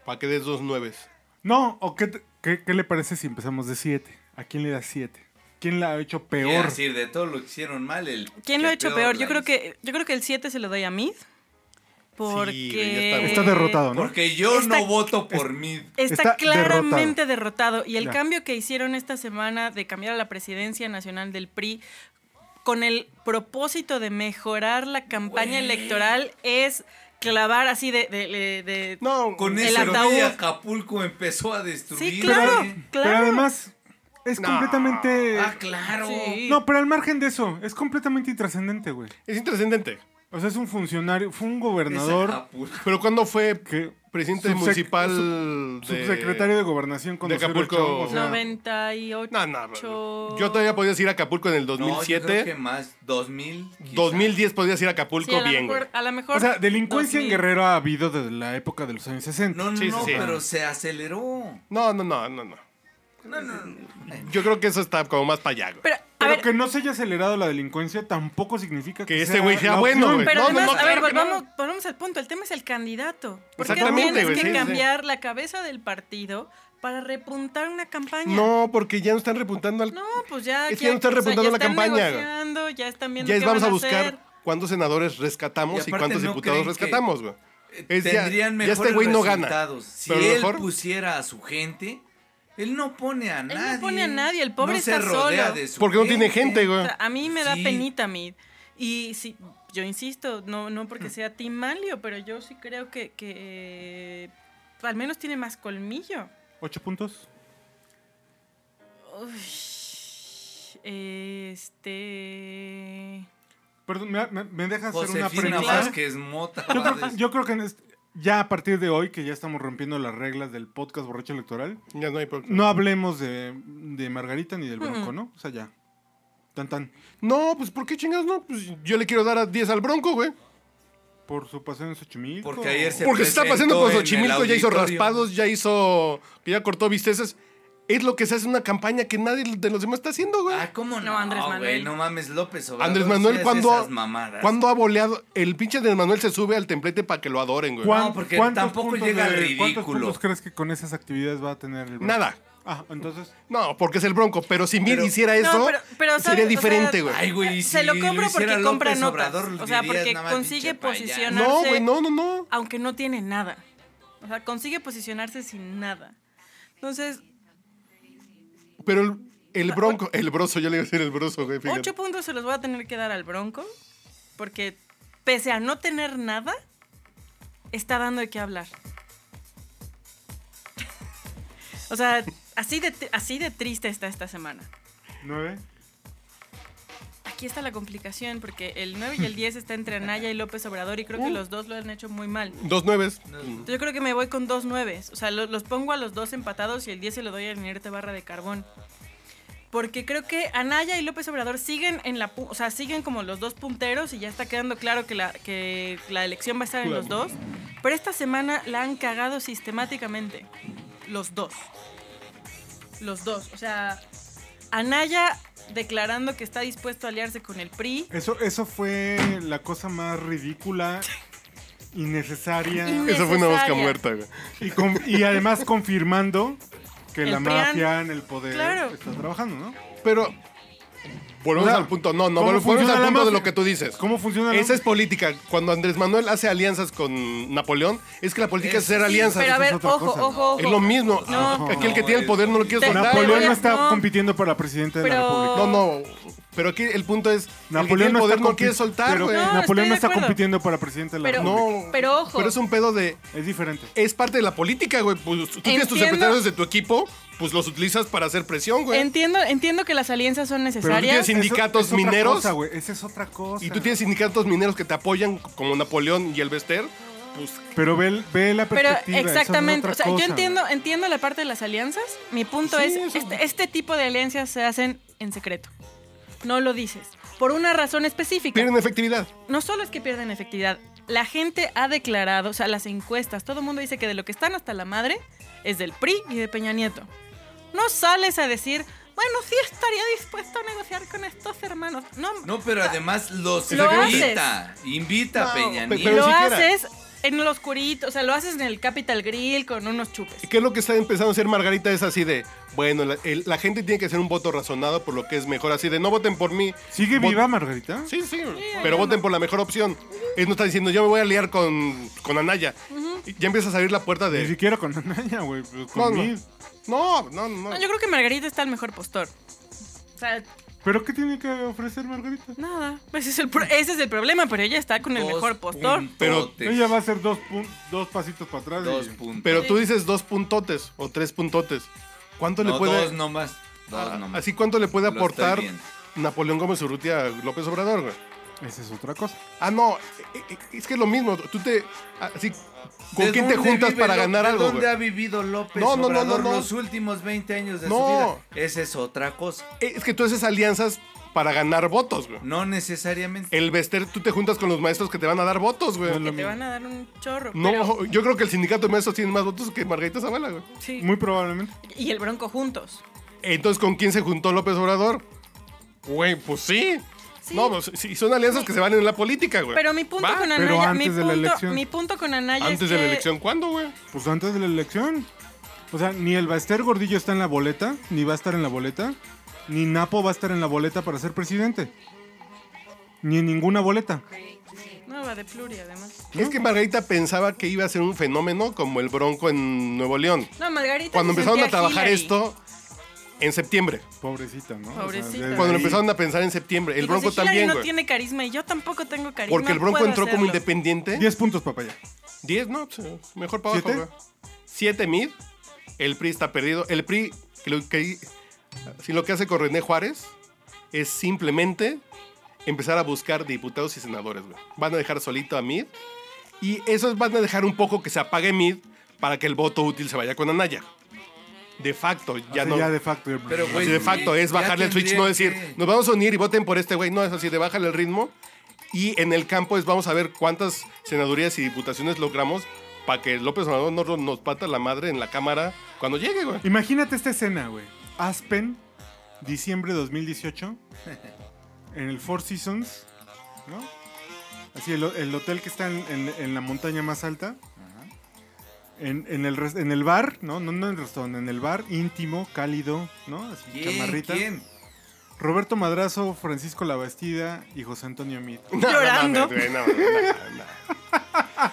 C: Para que des dos nueves.
B: No, ¿o qué, te- qué, qué le parece si empezamos de 7? ¿A quién le da 7? ¿Quién la ha hecho
E: Quiero
B: peor?
E: decir, de todo lo que hicieron mal, el
D: ¿Quién
E: que
D: lo ha hecho peor? Yo
E: la
D: creo
E: hizo.
D: que yo creo que el 7 se lo doy a Mid. Porque.
C: Sí, güey, ya está-
B: Está derrotado, ¿no?
E: Porque yo
D: Está-
E: no voto por mí.
D: Está,
B: Está
D: claramente derrotado. Y el
B: Ya.
D: cambio que hicieron esta semana de cambiar a la presidencia nacional del PRI con el propósito de mejorar la campaña electoral es clavar así de... de- de- de-
C: No,
E: Con
D: El
E: eso el
D: ataúd.
E: Acapulco empezó a destruir.
D: Sí, claro,
E: güey.
D: claro.
B: Pero además, es
C: No.
B: completamente.
E: Ah, claro.
D: Sí.
B: No, pero al margen de eso, es completamente intrascendente, güey.
C: es intrascendente.
B: O O sea, es un funcionario, fue un gobernador,
E: Acapulco.
C: Pero cuando fue
B: que
C: presidente
B: Subsec-
C: municipal de...
B: subsecretario de gobernación cuando
C: de
B: se
C: Acapulco.
B: lo echó, o sea,
D: 98.
C: No, no, no. Yo todavía podía decir Acapulco en el
E: No, yo
C: 2007.
E: creo que más. 2000. quizá.
C: 2010 podías ir a
D: Sí,
C: Acapulco
D: a lo
C: bien, güey.
D: mejor, a lo mejor
B: o sea, delincuencia
D: 2000.
B: en Guerrero ha habido desde la época de los años 60.
E: No, no,
C: Sí, sí,
E: no,
C: sí.
E: pero se aceleró.
C: No, no, no, no, no.
E: No, no, no.
C: Yo creo que eso está como más para allá, güey.
D: Pero, a
B: Pero
D: ver,
B: que no se haya acelerado la delincuencia tampoco significa que,
C: Que este
B: sea
C: güey sea
B: la
C: bueno,
B: opción.
C: güey.
D: Pero
C: No, no,
D: además,
C: no,
D: a ver,
C: claro que
D: volvamos, volvamos al punto. El tema es el candidato. ¿Por qué
C: Exactamente,
D: tienes
C: güey,
D: que
C: sí, sí.
D: cambiar la cabeza del partido para repuntar una campaña?
C: No, porque ya no están repuntando al...
D: No, pues ya.
C: Es que ya no están
D: o sea,
C: repuntando la
D: están
C: campaña, güey.
D: negociando, ya están viendo.
C: ya es,
D: qué
C: vamos a
D: van
C: buscar
D: hacer.
C: cuántos senadores
E: Y
C: rescatamos y,
E: aparte,
C: cuántos
E: ¿no
C: diputados
E: creen que-
C: rescatamos, güey. Es ya-
E: Eh, Tendrían
C: ya
E: mejores
C: este güey no gana.
E: resultados. Si
C: Pero a lo
E: él
C: mejor-
E: pusiera a su gente, él no pone a nadie.
D: pone a nadie, el pobre
E: No se
D: está
E: rodea
D: solo.
E: de su
C: Porque no tiene gente, güey.
D: O sea, a mí me da
E: Sí.
D: penita, Mid. Y sí, yo insisto, no, no porque sea Tim Malio, pero yo sí creo que, que eh, al menos tiene más colmillo.
B: ¿Ocho puntos?
D: Uy, este.
B: Perdón, ¿me, me- me dejas hacer una
E: Josefina
B: pregunta?
E: Vázquez Mota.
B: Yo
E: va a
B: creo,
E: decir-
B: yo creo que en este- ya a partir de hoy, que ya estamos rompiendo las reglas del podcast borracho electoral,
C: Ya no hay pro-
B: no hablemos de, de Margarita ni del Bronco, ¿no? O sea, ya. Tan tan.
C: No, pues ¿por qué chingados no? Pues yo le quiero dar a 10 al Bronco, güey.
B: Por su paseo en Xochimilco.
E: Porque ayer se
C: Porque se está pasando con
E: presentó en el
C: Xochimilco, ya hizo
E: auditorio.
C: raspados, ya hizo... Ya cortó visteces. Es lo que se hace en una campaña que nadie de los demás está haciendo, güey.
E: Ah, ¿cómo no?
D: No, Andrés
E: güey,
D: Manuel.
E: no mames, López Obrador.
C: Andrés
E: sí
C: Manuel,
E: hace
C: ¿cuándo,
E: esas mamadas.
C: ¿cuándo ha boleado? El pinche Andrés Manuel se sube al templete para que lo adoren, güey.
B: ¿Cuán-
E: No, porque
B: cuántos
E: tampoco
B: puntos
E: llega al
B: ¿Cuántos
E: ridículo.
B: puntos crees que con esas actividades va a tener el Bronco?
C: Nada.
B: Ah, entonces.
C: No, porque es el Bronco. Pero si Mid
E: Pero-
C: hiciera eso,
D: pero- pero, ¿sabes?
C: sería
D: O
C: diferente,
D: sea,
C: güey.
E: Ay, güey, y
D: Se
E: si
D: lo compro porque
E: hiciera
D: compra
E: López
D: notas.
E: Obrador,
D: O sea,
E: dirías,
D: porque
E: "Nada más,
D: consigue
E: pinche payaso".
D: posicionar-
C: no,
D: ganarse-
C: güey, no, no, no.
D: aunque no tiene nada. O sea, consigue posicionarse sin nada. Entonces,
C: Pero el, el Bronco, el broso, yo le iba a decir el broso, güey. fíjate.
D: Ah, ocho puntos se los voy a tener que dar al Bronco, porque pese a no tener nada, está dando de qué hablar. O sea, así de, tri- así de triste está esta semana.
B: ¿Nueve?
D: Aquí está la complicación, porque el 9 y el 10 está entre Anaya y López Obrador, y creo que los dos lo han hecho muy mal.
C: Dos nueves.
D: Yo creo que me voy con dos nueves. O sea, lo- los pongo a los dos empatados y el 10 se lo doy a Inerte Barra de Carbón. Porque creo que Anaya y López Obrador siguen en la... pu- O sea, siguen como los dos punteros y ya está quedando claro que la, que la elección va a estar en los dos. Pero esta semana la han cagado sistemáticamente. Los dos. Los dos. O sea, Anaya declarando que está dispuesto a aliarse con el PRI.
B: Eso, eso fue la cosa más ridícula, innecesaria.
D: Inne-
C: Esa fue una mosca
D: Necesaria.
C: muerta, güey.
B: y, con- y además confirmando que
D: El
B: la
D: PRIAN.
B: mafia en el poder
D: Claro.
B: está trabajando, ¿no?
C: Pero. Volvemos
B: O sea,
C: al punto. No,
B: ¿cómo
C: no, volvemos
B: funciona
C: al
B: la
C: punto de
B: mafia?
C: lo que tú dices.
B: ¿Cómo funciona la
C: Esa es política. Cuando Andrés Manuel hace alianzas con Napoleón, es que la política es, hacer alianzas.
D: Pero a
B: eso es
D: ver,
B: otra
D: ojo,
B: cosa.
D: ojo, ojo.
C: es lo mismo.
D: No.
C: Aquel que tiene el poder no lo quiere
D: Te-
C: soltar.
D: Te voy
B: Napoleón
D: a-
B: no está
D: no.
B: compitiendo para presidente de la
D: Pero-
B: República.
C: No, no. Pero aquí el punto es. el que tiene
B: Napoleón
C: el
B: no
C: poder
B: está,
C: no
B: compi-
C: quiere soltar,
B: pero
C: güey.
D: No,
B: Napoleón
D: estoy
B: no
D: de
B: está
D: acuerdo.
B: compitiendo para presidente de la
D: Pero-
B: República.
C: No.
D: Pero ojo.
C: Pero es un pedo de.
B: Es diferente.
C: Es parte de la política, güey. Pues tú tienes tus
D: Entiendo.
C: secretarios de tu equipo, pues los utilizas para hacer presión, güey.
D: Entiendo, entiendo que las alianzas son
B: Pero tú
D: necesarias.
B: tienes
C: Áreas, sindicatos
B: otra
C: mineros.
B: cosa, güey, Esa es otra cosa.
C: Y tú tienes sindicatos mineros que te apoyan, como Napoleón y el Bester. Pues
B: Pero ve, ve la
D: Pero
B: perspectiva. eso es
D: exactamente,
B: otra
D: o sea,
B: cosa,
D: yo entiendo, entiendo la parte de las alianzas. Mi punto
C: Sí,
D: es,
C: eso-
D: este, este tipo de alianzas se hacen en secreto. No lo dices. Por una razón específica.
C: pierden efectividad.
D: No solo es que pierden efectividad, la gente ha declarado, o sea, las encuestas, todo el mundo dice que de lo que están hasta la madre es del PRI y de Peña Nieto. No sales a decir, bueno, sí estaría dispuesto a negociar con estos hermanos. No,
E: No, pero además los
D: Lo
E: invita. Invita a
C: No,
E: Peña
C: pe-
E: Nieto.
C: pero
D: lo
C: ni siquiera.
D: haces en lo oscurito, o sea, lo haces en el Capital Grill con unos chupes.
C: ¿Qué es lo que está empezando a hacer Margarita? Es así de, bueno, la, el- la gente tiene que hacer un voto razonado por lo que es mejor. Así de, no voten por mí.
B: ¿Sigue
C: Vot-
B: viva Margarita?
C: Sí, sí, pero voten por la mejor opción. Es no está diciendo, yo me voy a liar con, con Anaya. Y Ya empieza a salir la puerta
B: Ni
C: de...
B: siquiera con Anaya, güey. pues,
C: No,
B: Con
C: no,
B: Mid.
C: no, no, no.
D: No, yo creo que Margarita está el mejor postor. O sea,
B: ¿Pero qué tiene que ofrecer Margarita?
D: nada. Ese es el, pro- ese es el problema, pero ella está con el
E: Dos
D: mejor postor.
C: Pero-
E: puntotes,
B: Ella va a hacer dos, pun- dos pasitos para atrás.
E: Dos
B: y-
E: puntos.
C: Pero tú dices dos puntotes o tres puntotes. ¿Cuánto
E: no,
C: le puede...
E: dos nomás. Dos
C: Ah,
E: nomás.
C: Así cuánto le puede
E: Lo estoy
C: aportar
E: viendo.
C: Napoleón Gómez Urrutia a López Obrador, güey.
B: Esa es otra cosa.
C: Ah, no, eh, eh, es que es lo mismo. Tú te. Así, ¿Con
E: ¿De
C: quién te
E: dónde
C: juntas
E: vive
C: para
E: Ló-
C: ganar
E: de
C: algo?
E: ¿Dónde
C: güey?
E: ha vivido López
C: No, no, no,
E: Obrador
C: no, no.
E: los últimos 20 años de su
C: No.
E: vida? Esa es otra cosa.
C: Eh, Es que tú haces alianzas para ganar votos, güey.
E: No necesariamente.
C: El Vester, tú te juntas con los maestros que te van a dar votos, güey.
D: Que te van a dar un chorro. pero-
C: No, yo creo que el sindicato de maestros tiene más votos que Margarita Zavala, güey.
D: sí.
B: Muy probablemente.
D: Y el bronco juntos.
C: Entonces, ¿con quién se juntó López Obrador? Güey, pues sí.
D: Sí.
C: No, pues sí, son alianzas que se van en la política, güey.
D: Pero mi punto
C: Va.
D: con Anaya.
B: pero
D: mi,
B: antes de la
D: punto,
B: elección.
D: mi punto con Anaya es
C: Antes de la
D: que-
C: elección, ¿cuándo, güey?
B: Pues antes de la elección. O sea, ni el Baester Gordillo está en la boleta, ni va a estar en la boleta, ni Napo va a estar en la boleta para ser presidente. Ni en ninguna boleta.
D: No, va de pluri, además.
C: Es que Margarita pensaba que iba a ser un fenómeno como el Bronco en Nuevo León.
D: No, Margarita.
C: Cuando
D: se
C: empezaron a
D: sentía
C: trabajar
D: Hillary.
C: esto en septiembre.
B: Pobrecita, ¿no? O sea,
D: Pobrecita.
B: desde
C: Cuando lo
B: ahí-
C: empezaron a pensar en septiembre. El
D: Dijo,
C: Bronco
D: pues si Hillary
C: también,
D: no
C: güey.
D: tiene carisma y yo tampoco tengo carisma.
C: Porque el Bronco
D: puedo
C: entró como
D: hacerlo.
C: independiente.
B: 10 puntos, papaya.
C: 10, no, pues, mejor para abajo,
B: ¿Siete?
C: güey. 7 mid. El PRI está perdido. El PRI, que lo que, si lo que hace con René Juárez es simplemente empezar a buscar diputados y senadores, güey. Van a dejar solito a mid. Y esos van a dejar un poco que se apague mid para que el voto útil se vaya con Anaya. De facto, ya
B: O sea,
C: no.
B: ya de facto. el-
E: Pero, güey,
C: Así de facto, es
E: ya
C: bajarle el switch,
E: tendría
C: no decir,
E: que-
C: nos vamos a unir y voten por este güey. No, es así de bajarle el ritmo. Y en el campo es vamos a ver cuántas senadurías y diputaciones logramos para que López Obrador no ro- nos pata la madre en la Cámara cuando llegue, güey.
B: Imagínate esta escena, güey. Aspen, diciembre de 2018, en el Four Seasons, ¿no? Así, el, el hotel que está en, en- en la montaña más alta. En, en el, res- en el bar, ¿no? No, no en el restaurante, en el bar íntimo, cálido, ¿no? Así,
E: ¿Quién?
B: chamarrita.
E: ¿Quién?
B: Roberto Madrazo, Francisco Labastida y José Antonio Meade.
C: No,
D: Llorando.
C: no mames, güey, no, no, no, no.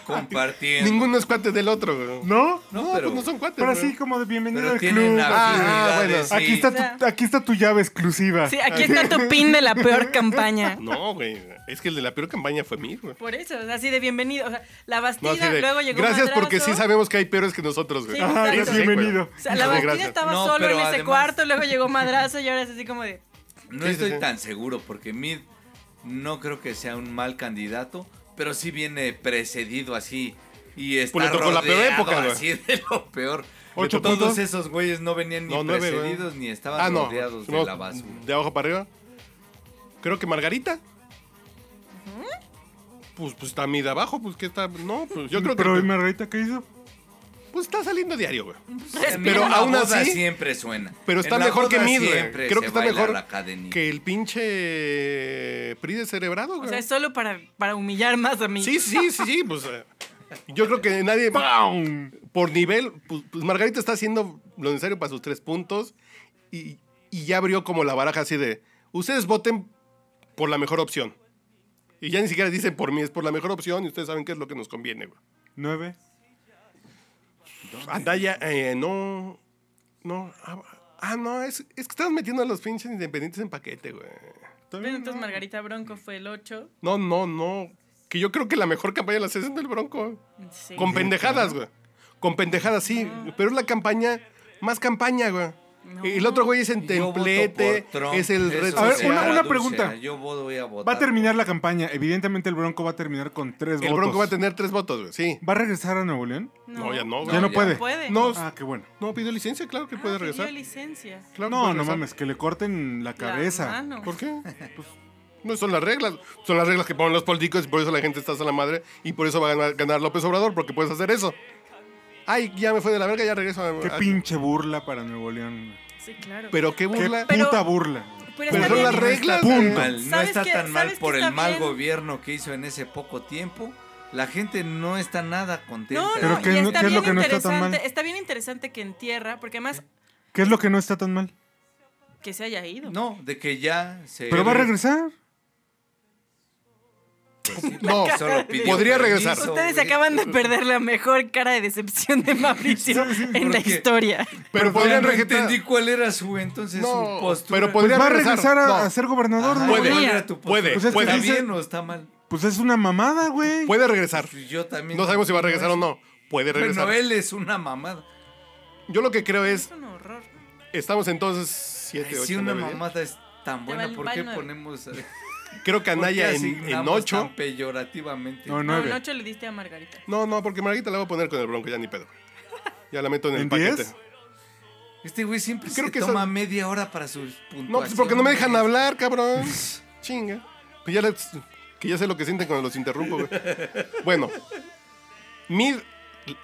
E: Compartiendo.
C: Ninguno es cuate del otro, güey.
B: ¿No?
E: No,
C: No,
E: pero-
C: pues no son cuates.
B: Pero
C: güey.
B: así como de bienvenido
E: Pero
B: al
E: tienen
B: club.
C: Ah, bueno.
E: habilidades, sí.
B: Aquí, está tu, aquí está tu llave exclusiva. Ah,
D: Sí, aquí está tu pin de la peor campaña.
C: No, güey. Es que el de la peor campaña fue Mir, güey.
D: Por eso, o sea, así de bienvenido. O sea, la
C: No,
D: Bastida,
C: así de,
D: luego llegó
C: gracias
D: Madrazo.
C: porque sí sabemos que hay peores que nosotros, güey.
D: Sí,
B: Ajá,
D: exacto.
B: eres bienvenido.
D: O sea, la
C: Muchas
D: Bastida
C: gracias.
D: estaba
E: No,
D: solo en
E: pero
D: ese
E: además-
D: cuarto, luego llegó Madrazo y ahora es así como de.
E: No
C: Sí, sí,
E: estoy
C: sí.
E: tan seguro porque Mid no creo que sea un mal candidato, pero sí viene precedido así y está
C: Pues le tocó la peor
E: rodeado
C: época, güey.
E: así de lo peor.
C: Ocho
E: Todos
C: puntos.
E: esos güeyes no venían ni
C: No, nueve, güey.
E: precedidos ni estaban
C: Ah, no.
E: rodeados de
C: No,
E: la basura.
C: de abajo para arriba. Creo que Margarita. Pues, pues está a mí de abajo, pues que está. No, pues yo creo
B: Pero, ¿y
C: que.
B: Margarita qué hizo?
C: Pues está saliendo diario, güey.
E: pero
C: aún
E: aún así
C: así-
E: siempre suena.
C: Pero está
E: En la
C: mejor que
E: boda
C: Mid, güey.
E: siempre
C: Creo
E: se
C: que está
E: baila
C: mejor
E: la cadenita.
C: que el pinche PRI de cerebrado,
D: O
C: güey.
D: sea, es solo para, para humillar más a mí.
C: Sí, sí, sí, sí. Pues eh, yo creo que nadie.
B: ¡Pam!
C: por nivel, pues, pues Margarita está haciendo lo necesario para sus tres puntos y, y ya abrió como la baraja así de, ustedes voten por la mejor opción. Y ya ni siquiera dicen por mí, es por la mejor opción y ustedes saben qué es lo que nos conviene. güey.
B: 9.
C: Andaya, eh, no, no, ah, ah, no, es, es que están metiendo a los pinches independientes en paquete, güey.
D: Bueno, entonces Margarita Bronco fue el 8.
C: No, no, no, que yo creo que la mejor campaña la hacen del Bronco.
D: Sí. Ah.
C: Con pendejadas, güey. Con pendejadas, sí. Pero es la campaña, más campaña, güey.
D: No.
C: El otro güey es en
E: Yo voto
C: templete,
E: por Trump,
C: es el
E: eso
C: red.
E: se
B: A ver, una-
E: traduce
B: una pregunta.
E: a Yo voy a votar.
B: Va a terminar la campaña. Evidentemente el Bronco va a terminar con tres votos.
C: El Bronco va a tener tres votos, güey, sí.
B: ¿Va a regresar a Nuevo León?
C: No, ya no, güey.
B: ya no puede.
D: puede.
C: No,
B: Ah, qué bueno.
C: No, pidió licencia, claro que
D: Ah,
C: puede
D: pidió
C: regresar.
D: licencia.
B: no,
C: Claro que puede
B: no
C: regresar.
B: mames, que le corten la cabeza.
D: La mano.
C: ¿Por qué? Pues, no son las reglas. Son las reglas que ponen los políticos y por eso la gente está a la madre y por eso va a ganar, ganar López Obrador, porque puedes hacer eso. Ay, ya me fue de la verga, ya regreso a.
B: Qué
C: a-
B: pinche burla para Nuevo León.
D: Sí, claro.
C: Pero qué
B: Qué
C: burla.
D: Pero-
B: puta burla.
D: Pero
C: pero
D: está
C: son las
D: bien.
C: reglas.
E: Punto.
B: Punto.
E: No
D: ¿Sabes
E: está
D: qué?
E: tan mal
D: ¿Sabes
E: por
D: qué
E: el
D: está
E: mal
D: bien?
E: gobierno que hizo en ese poco tiempo. La gente no está nada contenta.
D: No,
B: Pero
D: no,
B: ¿qué
D: y
B: es lo-
D: está
B: qué es lo
D: bien
B: que no está tan mal?
D: interesante- Está bien interesante que en tierra, porque además
B: ¿Qué es lo que no está tan mal?
D: que se haya ido.
E: No, de que ya se.
B: Pero va
C: Eh,
B: a regresar.
C: No,
E: Solo pidió
C: podría regresar.
E: permiso,
D: Ustedes
E: güey.
D: acaban de perder la mejor cara de decepción de Mauricio en la
E: qué?
D: historia.
C: pero
E: Porque
C: podrían
E: no
C: regresar.
E: entendí cuál era su entonces
C: No,
E: su postura.
C: pero
B: Pues
C: podría
B: va a regresar a,
C: No.
B: a ser gobernador.
E: Ajá,
B: ¿no?
C: Puede,
E: ¿cuál era tu postura?
C: puede,
B: Pues es que
E: ¿Está
C: puede.
B: dice-
E: bien o está mal? Pues
B: Pues es una mamada, güey.
C: Puede regresar.
E: Yo también.
C: No sabemos si va a regresar o no. Puede regresar.
E: Pues Bueno, él es una mamada.
C: Yo lo que creo es,
D: Es un horror.
C: estamos entonces 7,
E: Ay,
C: 8,
E: si una mamada es tan
D: Te
E: buena,
D: va el-
E: ¿por
D: va
E: qué
D: el nueve.
E: ponemos.? eh,
C: Creo que Anaya
E: ¿Por
C: en,
E: qué
C: en
E: asignamos
C: 8.
E: tan peyorativamente.
B: No,
D: No,
B: nueve.
D: en 8 le diste a Margarita.
C: No, no, porque Margarita la voy a poner con el bronco, ya ni pedo. Ya la meto en el
B: ¿En
C: paquete.
B: 10?
E: Este güey siempre
C: Creo
E: se
C: que
E: toma
C: eso-
E: media hora para sus puntuaciones.
C: No, pues porque no me dejan hablar, cabrón. Chinga. Pues ya le- que ya sé lo que sienten cuando los interrumpo, güey. Bueno. Mid,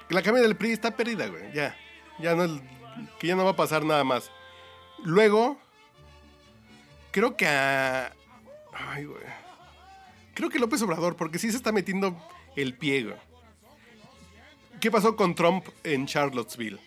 C: la cambia del PRI está perdida, güey. Ya. Ya no, que ya no va a pasar nada más. Luego, creo que a... Ay, güey. Creo que López Obrador, porque sí se está metiendo el pie, güey. ¿Qué pasó con Trump en Charlottesville?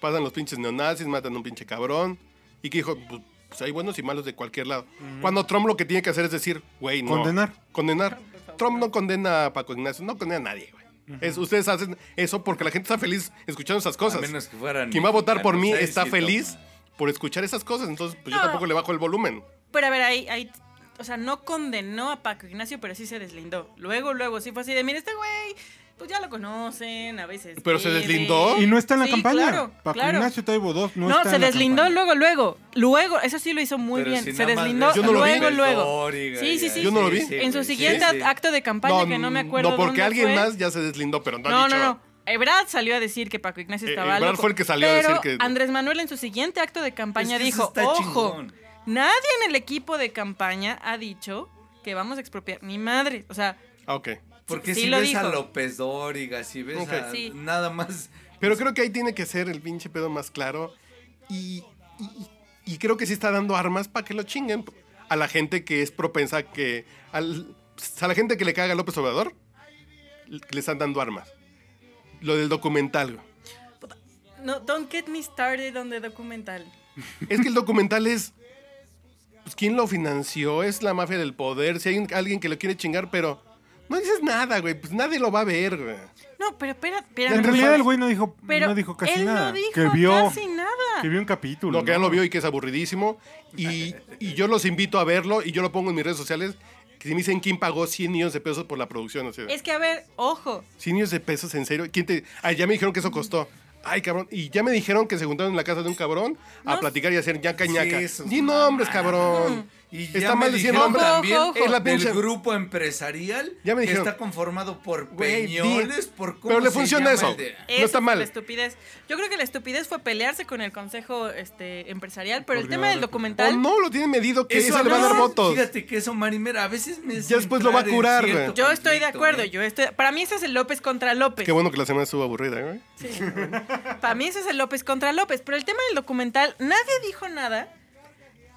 C: Pasan los pinches neonazis, matan a un pinche cabrón. Y que dijo, "Pu- pues hay buenos y malos de cualquier lado. Cuando Trump lo que tiene que hacer es decir, güey, no.
B: Condenar.
C: Condenar. Trump no condena a Paco Ignacio, no condena a nadie, güey. Es- ustedes hacen eso porque la gente está feliz escuchando esas
E: A
C: cosas.
E: menos que fueran.
C: Quien va a votar por mí
E: mexicanos, ahí
C: está
E: sí
C: feliz
E: toma.
C: por escuchar esas cosas, entonces pues, yo
D: No.
C: tampoco le bajo el volumen.
D: Pero a ver, ahí, ahí, o sea, no condenó a Paco Ignacio, pero sí se deslindó. Luego, luego, sí fue así de, mira, este güey, pues ya lo conocen, a veces.
C: Pero se
D: pide".
C: deslindó.
B: Y no está en la
D: Sí,
B: campaña.
D: Claro,
B: Paco
D: claro.
B: Ignacio Taibo II no,
D: No,
B: está
D: se
B: en la
D: deslindó
B: campaña.
D: luego, luego. Luego, eso sí lo hizo muy
E: Pero
D: bien.
E: si
D: se
E: nada más
D: deslindó
E: ves-
C: Yo no lo vi.
D: luego, luego.
E: Dóriga,
D: Sí, sí, sí.
C: Yo no lo vi.
D: en su
E: güey, sí,
D: siguiente
E: sí.
D: acto de campaña, que no me acuerdo.
C: No, porque
D: dónde
C: alguien
D: fue.
C: más ya se deslindó, pero no, ha
D: No,
C: dicho.
D: no, no. Ebrard salió a decir que Paco Ignacio
C: Eh,
D: estaba
C: Ebrard
D: loco.
C: fue el que salió a
D: Pero
C: decir que-
D: Andrés Manuel en su siguiente acto de campaña
E: Es que eso
D: dijo,
E: está
D: ojo,
E: chingón".
D: nadie en el equipo de campaña ha dicho que vamos a expropiar. Ni madre. O sea,
C: Ah, ok.
E: Porque
D: Sí
E: si
D: lo
E: ves a
D: dijo.
E: López Dóriga, si ves
C: Ok.
E: a.
D: Sí.
E: Nada más.
C: Pero creo que ahí tiene que ser el pinche pedo más claro. Y, y- y creo que sí está dando armas para que lo chinguen a la gente que es propensa a que. al- a la gente que le caga a López Obrador, le están dando armas. Lo del documental, güey.
D: no, don't get me started on the documental.
C: Es que el documental es. pues, ¿Quién lo financió? Es la mafia del poder. Si hay un- alguien que lo quiere chingar, pero. No dices nada, güey. Pues nadie lo va a ver, güey.
D: No, pero espera, espera.
B: En
D: no,
B: realidad
D: no.
B: el güey no dijo,
D: Pero
B: no dijo casi
D: él
B: nada.
D: no dijo
B: que vio,
D: casi nada.
B: Que vio un capítulo.
C: Lo que ya lo vio y que es aburridísimo. Y, y yo los invito a verlo y yo lo pongo en mis redes sociales. Que si me dicen quién pagó 100 millones de pesos por la producción. O sea,
D: Es que, a ver, ojo.
C: 100 millones de pesos, en serio. ¿Quién te.? Ay, ya me dijeron que eso costó. Ay, cabrón. Y ya me dijeron que se juntaron en la casa de un cabrón a
D: No.
C: platicar y hacer ñaca
E: Sí,
C: ñaca.
E: eso es
C: Ni
E: una
C: nombres,
E: mamada.
C: cabrón.
E: Y ya
C: Está
E: me
C: mal diciendo
E: dijeron
C: nombres.
D: Ojo,
E: también
D: ojo, ojo.
C: Es la pinche-
E: del grupo empresarial
C: Ya me
E: que
C: dijeron.
E: está conformado por
C: Güey, di-
E: peñoles, por cómo
C: pero le
E: se
C: funciona
E: llama
C: eso.
E: el de-
D: Esa
C: No está
D: fue
C: mal.
D: La estupidez. Yo creo que la estupidez fue pelearse con el consejo este, empresarial, pero el
B: Porque
D: tema
B: va a
D: del
B: haber-
C: O
D: documental.
C: no, lo tienen medido que
E: Eso
C: eso le va a dar
E: no,
C: votos.
E: Fíjate que eso, Marimer, a veces me hace
C: Ya después lo va a
E: entrar en
C: curar,
E: cierto
C: güey.
D: Yo estoy de
E: conflicto,
D: acuerdo,
E: ¿eh?
D: yo estoy. Para mí ese es el López contra López.
C: Qué bueno que la semana estuvo aburrida, ¿eh? güey.
D: Para mí ese es el López contra López. Pero el tema del documental, nadie dijo nada.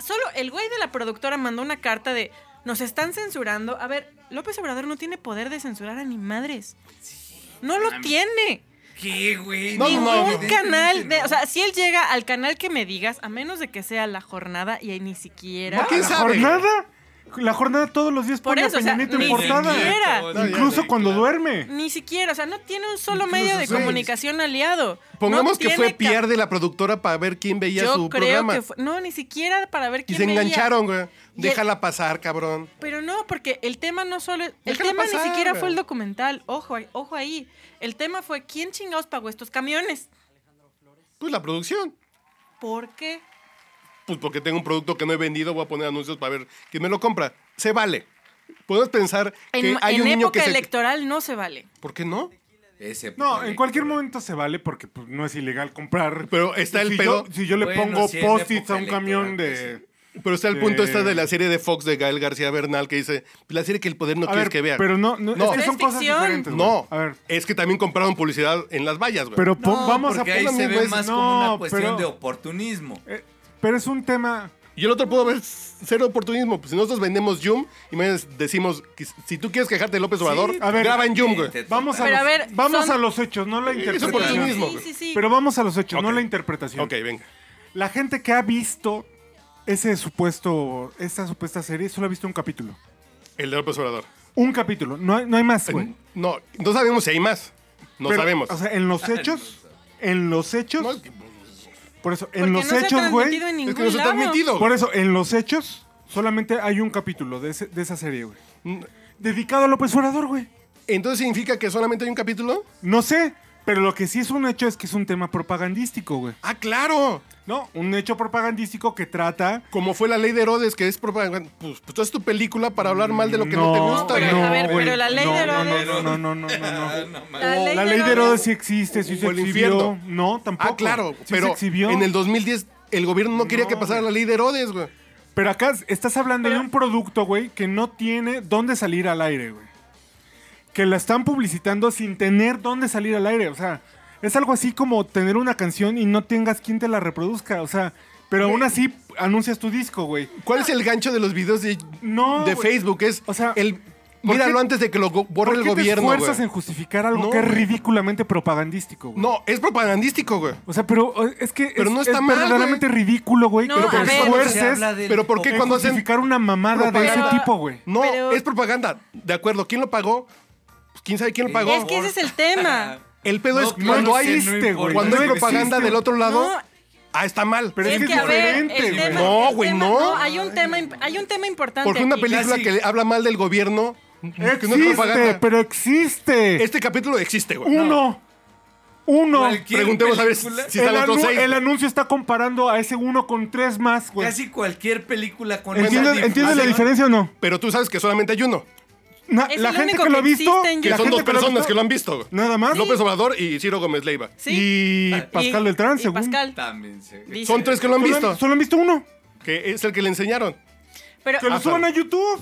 D: Solo el güey de la productora mandó una carta de nos están censurando. A ver, López Obrador no tiene poder de censurar a ni madres. No lo tiene.
E: ¿Qué, güey?
C: No,
D: Ningún
C: no,
D: canal de,
E: no.
D: o sea, si él llega al canal que me digas, a menos de que sea la jornada y ahí ni siquiera.
C: No, ¿quién
B: ¿La
C: sabe?
B: jornada? La jornada todos los días
D: Por
B: pone
D: eso,
B: a
D: o sea,
B: Peña Nieto
D: ni
B: en portada.
D: siquiera.
E: No,
C: Pues, ya,
B: Incluso
E: ya,
B: cuando
E: claro.
B: duerme.
D: Ni siquiera, o sea, no tiene un solo
C: Incluso,
D: medio de
C: güey.
D: comunicación aliado.
C: Pongamos
D: No
C: que fue
D: tiene cap-
C: Pierre de la productora para ver quién veía
D: Yo
C: su
D: creo
C: programa.
D: que fue- no, ni siquiera para ver
C: Y
D: quién
C: se
D: veía.
C: engancharon, güey.
D: Y el-
C: Déjala pasar, cabrón.
D: Pero no, porque el tema no solo. El
C: Déjala
D: tema
C: pasar.
D: ni siquiera fue el documental. Ojo, ahí- ojo ahí. El tema fue quién chingados pagó estos camiones.
C: Pues la producción.
D: ¿Por qué?
C: Pues porque tengo un producto que no he vendido, voy a poner anuncios para ver quién me lo compra. Se vale. Podemos pensar
D: En,
C: que hay
D: en
C: un niño que
D: época
C: se...
D: electoral no se vale.
C: ¿Por qué no?
E: Ese
B: No,
E: puto
B: en cualquier
E: lector.
B: momento se vale porque pues, no es ilegal comprar.
C: Pero está el
B: si
C: pedo.
B: Yo, si yo le
E: Bueno,
B: pongo
E: sí, en
B: post-its
E: época
B: a un camión de.
C: Pero está el punto
B: Eh.
C: esta de la serie de Fox de Gael García Bernal que dice, la serie que el poder no
B: a
C: quiere
B: ver,
C: que vea.
B: pero no, no,
C: No.
B: es que son
D: Es
B: cosas
D: ficción.
B: diferentes. güey.
C: no,
B: A ver,
C: es que también compraron publicidad en las vallas, güey.
B: pero pon-
E: No,
B: vamos a
E: porque ahí
B: poner
E: se
B: mi
E: ve
B: güey-
E: más
B: no,
E: como una cuestión
B: pero-
E: de oportunismo.
B: eh, pero es un tema.
C: Y el otro pudo haber cero oportunismo. Pues si nosotros vendemos Yum y mañana decimos, que si tú quieres quejarte de López Obrador,
B: a ver,
C: graba en Yum, güey.
E: Te-
B: Vamos a,
D: Pero
B: los,
D: a ver,
B: vamos
D: son-
B: a los hechos, no la interpretación.
C: oportunismo,
D: sí,
C: güey.
D: sí, sí.
B: Pero vamos a los hechos, no
C: Ok.
B: la interpretación.
C: Ok, venga.
B: La gente que ha visto ese supuesto, esta supuesta serie, solo ha visto un capítulo.
C: El de López Obrador.
B: Un capítulo, no hay, no hay más, güey.
C: No, no sabemos si hay más. No
B: Pero,
C: sabemos.
B: O sea, en los hechos, en los hechos,
C: No, es que-
B: por eso, en
D: Porque
B: los
D: no se ha
B: hechos, güey.
D: transmitido en
C: es
D: ningún
C: que no se ha
D: lado.
C: transmitido.
B: Por eso, en los hechos, solamente hay un capítulo de, ese- de esa serie, güey.
C: Mm,
B: Dedicado a López Obrador, güey.
C: Entonces significa que solamente hay un capítulo.
B: No sé, pero lo que sí es un hecho es que es un tema propagandístico, güey.
C: Ah, claro.
B: No, un hecho propagandístico que trata.
C: Como fue la ley de Herodes, que es propaganda. Pues, pues tú haces tu película para hablar mal de lo que
B: No,
C: no, te gusta.
D: pero,
C: güey. Ah,
D: a ver,
B: güey,
D: pero la ley
B: no,
D: de
B: no, no,
D: Herodes-
B: No, no, no, no,
E: Ah,
B: no, no.
D: La ley,
B: La ley de Herodes sí existe, sí se
C: O el
B: exhibió.
C: infierno.
B: No, tampoco.
C: Ah, claro,
B: Sí se
C: pero
B: exhibió.
C: en el 2010 el gobierno no quería que pasara la ley de Herodes, güey.
B: Pero acá estás hablando de un producto, güey, que no tiene dónde salir al aire, güey. Que la están publicitando sin tener dónde salir al aire. O sea, es algo así como tener una canción y no tengas quien te la reproduzca. O sea, pero
C: Eh,
B: aún así anuncias tu disco, güey.
C: ¿Cuál es el gancho de los videos de,
B: Ah. No,
C: de
B: güey.
C: Facebook? Es
B: O sea,
C: el
B: ¿por
C: míralo
B: qué-
C: antes de que lo go- borre
B: ¿Por
C: el
B: qué te
C: gobierno.
B: esfuerzas
C: güey?
B: en justificar algo
C: No,
B: que es
C: güey.
B: ridículamente propagandístico, güey?
C: No, es propagandístico, güey.
B: O sea, pero eh, es que
C: Pero
B: es,
C: no está
B: es
C: mal,
B: verdaderamente ridículo, güey,
D: No,
B: que
D: a
B: te
D: ver, no se
B: esfuerces
E: habla de-
C: Pero ¿por qué
B: en
C: cuando hacen
B: justificar una mamada de ese
C: propaganda-
B: tipo, güey?
C: No,
D: Pero-
C: es propaganda. De acuerdo, ¿quién lo pagó? Pues, ¿Quién sabe quién
B: Eh,
C: lo pagó?
D: Es que ese es el tema.
C: El pedo
E: No,
C: es
E: claro
C: cuando
E: que
C: hay, este,
E: no
B: existe,
E: importa.
B: güey.
C: cuando
B: No
C: hay
B: existe,
C: propaganda del
B: güey.
C: otro lado.
D: No.
C: Ah, está mal.
B: Pero es que es
D: a ver, el
B: diferente, güey.
D: tema-
C: No,
D: el
C: güey,
D: tema-
C: no.
D: Hay un tema, imp- hay un tema importante.
C: Porque una
D: aquí.
C: película
E: casi-
C: que habla mal del gobierno que no es
B: Existe,
C: propaganda.
B: pero existe.
C: Este capítulo existe, güey.
B: uno. Uno.
E: Cualquier
C: Preguntemos a ver si
E: película-
C: si están
B: el,
C: los otros
B: anu-
C: seis.
B: el anuncio está comparando a ese uno con tres más, güey.
E: Casi cualquier película con
B: ¿Entiendes,
E: esa
B: entiendes la
E: difusión-
B: diferencia o no?
C: Pero tú sabes que solamente hay uno.
B: Na-
D: Es
B: la
D: el
B: gente
D: único
B: que lo ha
D: que
B: visto.
D: existe en
C: Que
B: la
D: YouTube.
C: son
B: gente
C: dos
B: que lo ha
C: personas
B: visto-
C: que lo han visto. güey.
B: Nada más.
C: López Obrador y Ciro Gómez Leiva.
D: Sí.
B: Y Pascal Beltrán,
D: y
B: según.
D: Pascal.
E: También se-
D: Dice-
C: Son tres que lo han
B: Solo-
C: visto.
B: Solo han visto uno.
C: Que es el que le enseñaron.
D: Pero,
B: Que lo
C: Ah,
B: suban
C: claro.
B: a YouTube.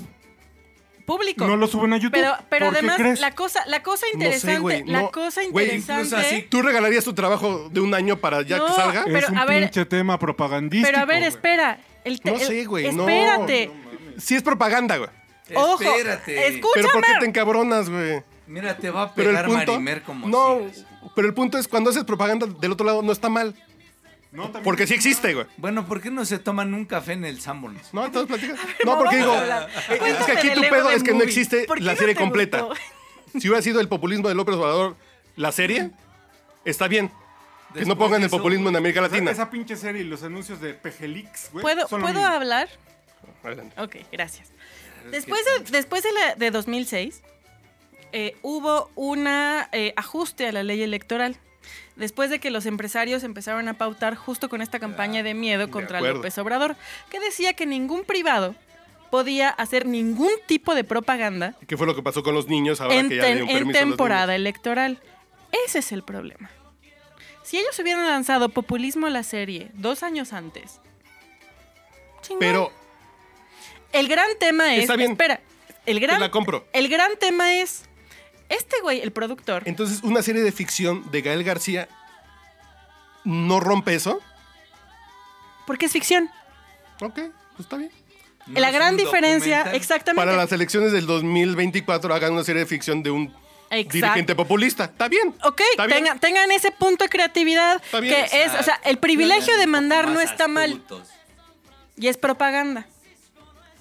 D: público.
B: No lo suben a YouTube.
D: Pero, pero
B: ¿Por qué
D: además,
B: crees?
D: la cosa, la cosa interesante,
C: güey,
D: la
C: no.
D: cosa
C: Güey,
D: interesante.
E: incluso así-
C: ¿Tú regalarías tu trabajo de un año para ya que
D: No.
C: salga?
D: pero,
B: es un
D: a ver-
B: pinche tema propagandístico.
D: pero a ver,
B: güey.
D: espera. El te-
C: No
D: el-
C: sé, güey, no.
D: Espérate.
C: Eh, Sí es propaganda, güey.
D: Ojo.
E: Espérate.
D: Escucha.
C: Pero ¿por qué
D: Escúchame.
C: te encabronas, güey?
E: Mira, te va a
C: Pero
E: pegar
C: el punto...
E: Marimer como
C: no,
E: sigas.
C: pero el punto es cuando haces propaganda del otro lado no está mal. Porque sí existe, güey.
E: Bueno, ¿por qué no se toman un café en el Sanborns?
C: No, entonces platica.
D: no,
C: No, porque digo,
D: vamos a hablar.
C: eh, es que
D: Cuéntame
C: aquí
D: del
C: tu
D: Lego
C: pedo
D: de
C: es que no
D: Movie.
C: existe
D: ¿Por qué
C: la
D: no
C: serie
D: te
C: completa.
D: gustó?
C: Si hubiera sido el populismo de López Obrador, la serie, está bien. Que no
E: Después
C: pongan
E: de
C: el
E: eso,
C: populismo en América
B: Esa-
C: Latina.
B: Esa pinche serie y los anuncios de Pejelix, güey.
D: ¿Puedo,
B: son lo
D: ¿puedo
B: mismo.
D: hablar?
C: Adelante.
D: Ok, gracias. Después de, después de, la- de 2006, eh, hubo un ajuste a la ley electoral. Después de que los empresarios empezaron a pautar justo con esta campaña de miedo contra
C: acuerdo.
D: López Obrador, que decía que ningún privado podía hacer ningún tipo de propaganda
C: ¿Qué fue lo que pasó con los niños ahora
D: en,
C: que ya le
D: tem-
C: dieron
D: en
C: permiso a los
D: temporada electoral. Ese es el problema. Si ellos hubieran lanzado populismo a la serie dos años antes,
C: niños?
D: chingón.
C: Pero
D: el gran tema es,
C: Está bien.
D: espera, el
C: te
D: gran
C: la compro.
D: el gran tema es, este güey, el productor,
C: Entonces, una serie de ficción de Gael García no rompe eso.
D: porque es ficción.
C: Ok, pues está bien.
E: No
D: la
E: es
D: gran
E: un
D: diferencia,
E: documental.
D: exactamente.
C: Para las elecciones del 2024 hagan una serie de ficción de un
D: Exacto.
C: dirigente populista. Está bien.
D: Ok,
C: Está bien.
D: tengan, tengan ese punto de creatividad
C: Está bien,
D: que es, o sea, el privilegio
E: Sean
D: de
E: un poco
D: mandar no
E: más
D: está mal
E: astutos.
D: y es propaganda.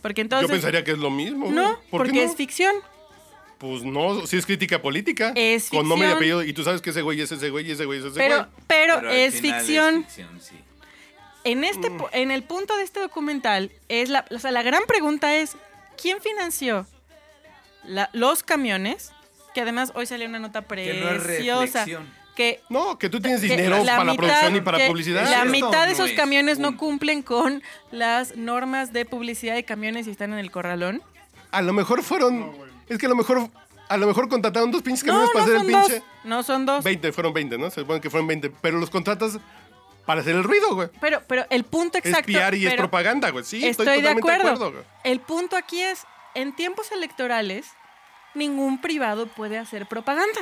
D: Porque entonces
C: Yo pensaría que es lo mismo. güey.
D: no,
C: ¿Por qué
D: porque
C: no?
D: es ficción.
C: Pues no, si es crítica política.
D: Es
C: Con nombre y
D: ficción.
C: apellido. Y tú sabes que ese güey es ese güey y ese güey es ese
D: Pero,
C: güey.
D: pero,
E: Pero al
D: es
E: final
D: ficción.
E: ficción, sí.
D: En este
E: Mm.
D: pu- en el punto de este documental es la, o sea, la gran pregunta es ¿quién financió la- los camiones? Que además hoy salió una nota
E: Que no es
D: preciosa
E: reflexión.
D: que
C: No, que tú tienes
D: que
C: dinero
D: la
C: para la
D: mitad-
C: producción y para
D: que
C: publicidad.
D: La
E: Esto
D: mitad de
E: no
D: esos
E: es
D: camiones no
E: punto.
D: cumplen con las normas de publicidad de camiones y están en el corralón.
C: A lo mejor fueron. es que a lo mejor. A lo mejor contrataron dos pinches
D: No,
C: camiones
D: no
C: para hacer el
D: son dos.
C: pinche.
D: No son dos.
C: 20, fueron 20, ¿no? Se supone que fueron 20. Pero los contratas para hacer el ruido, güey.
D: Pero, pero el punto
C: Es
D: exacto.
C: PR y es
D: pero
C: propaganda, güey. Sí, estoy,
D: estoy de
C: totalmente
D: acuerdo.
C: güey.
D: el punto aquí es, en tiempos electorales, ningún privado puede hacer propaganda.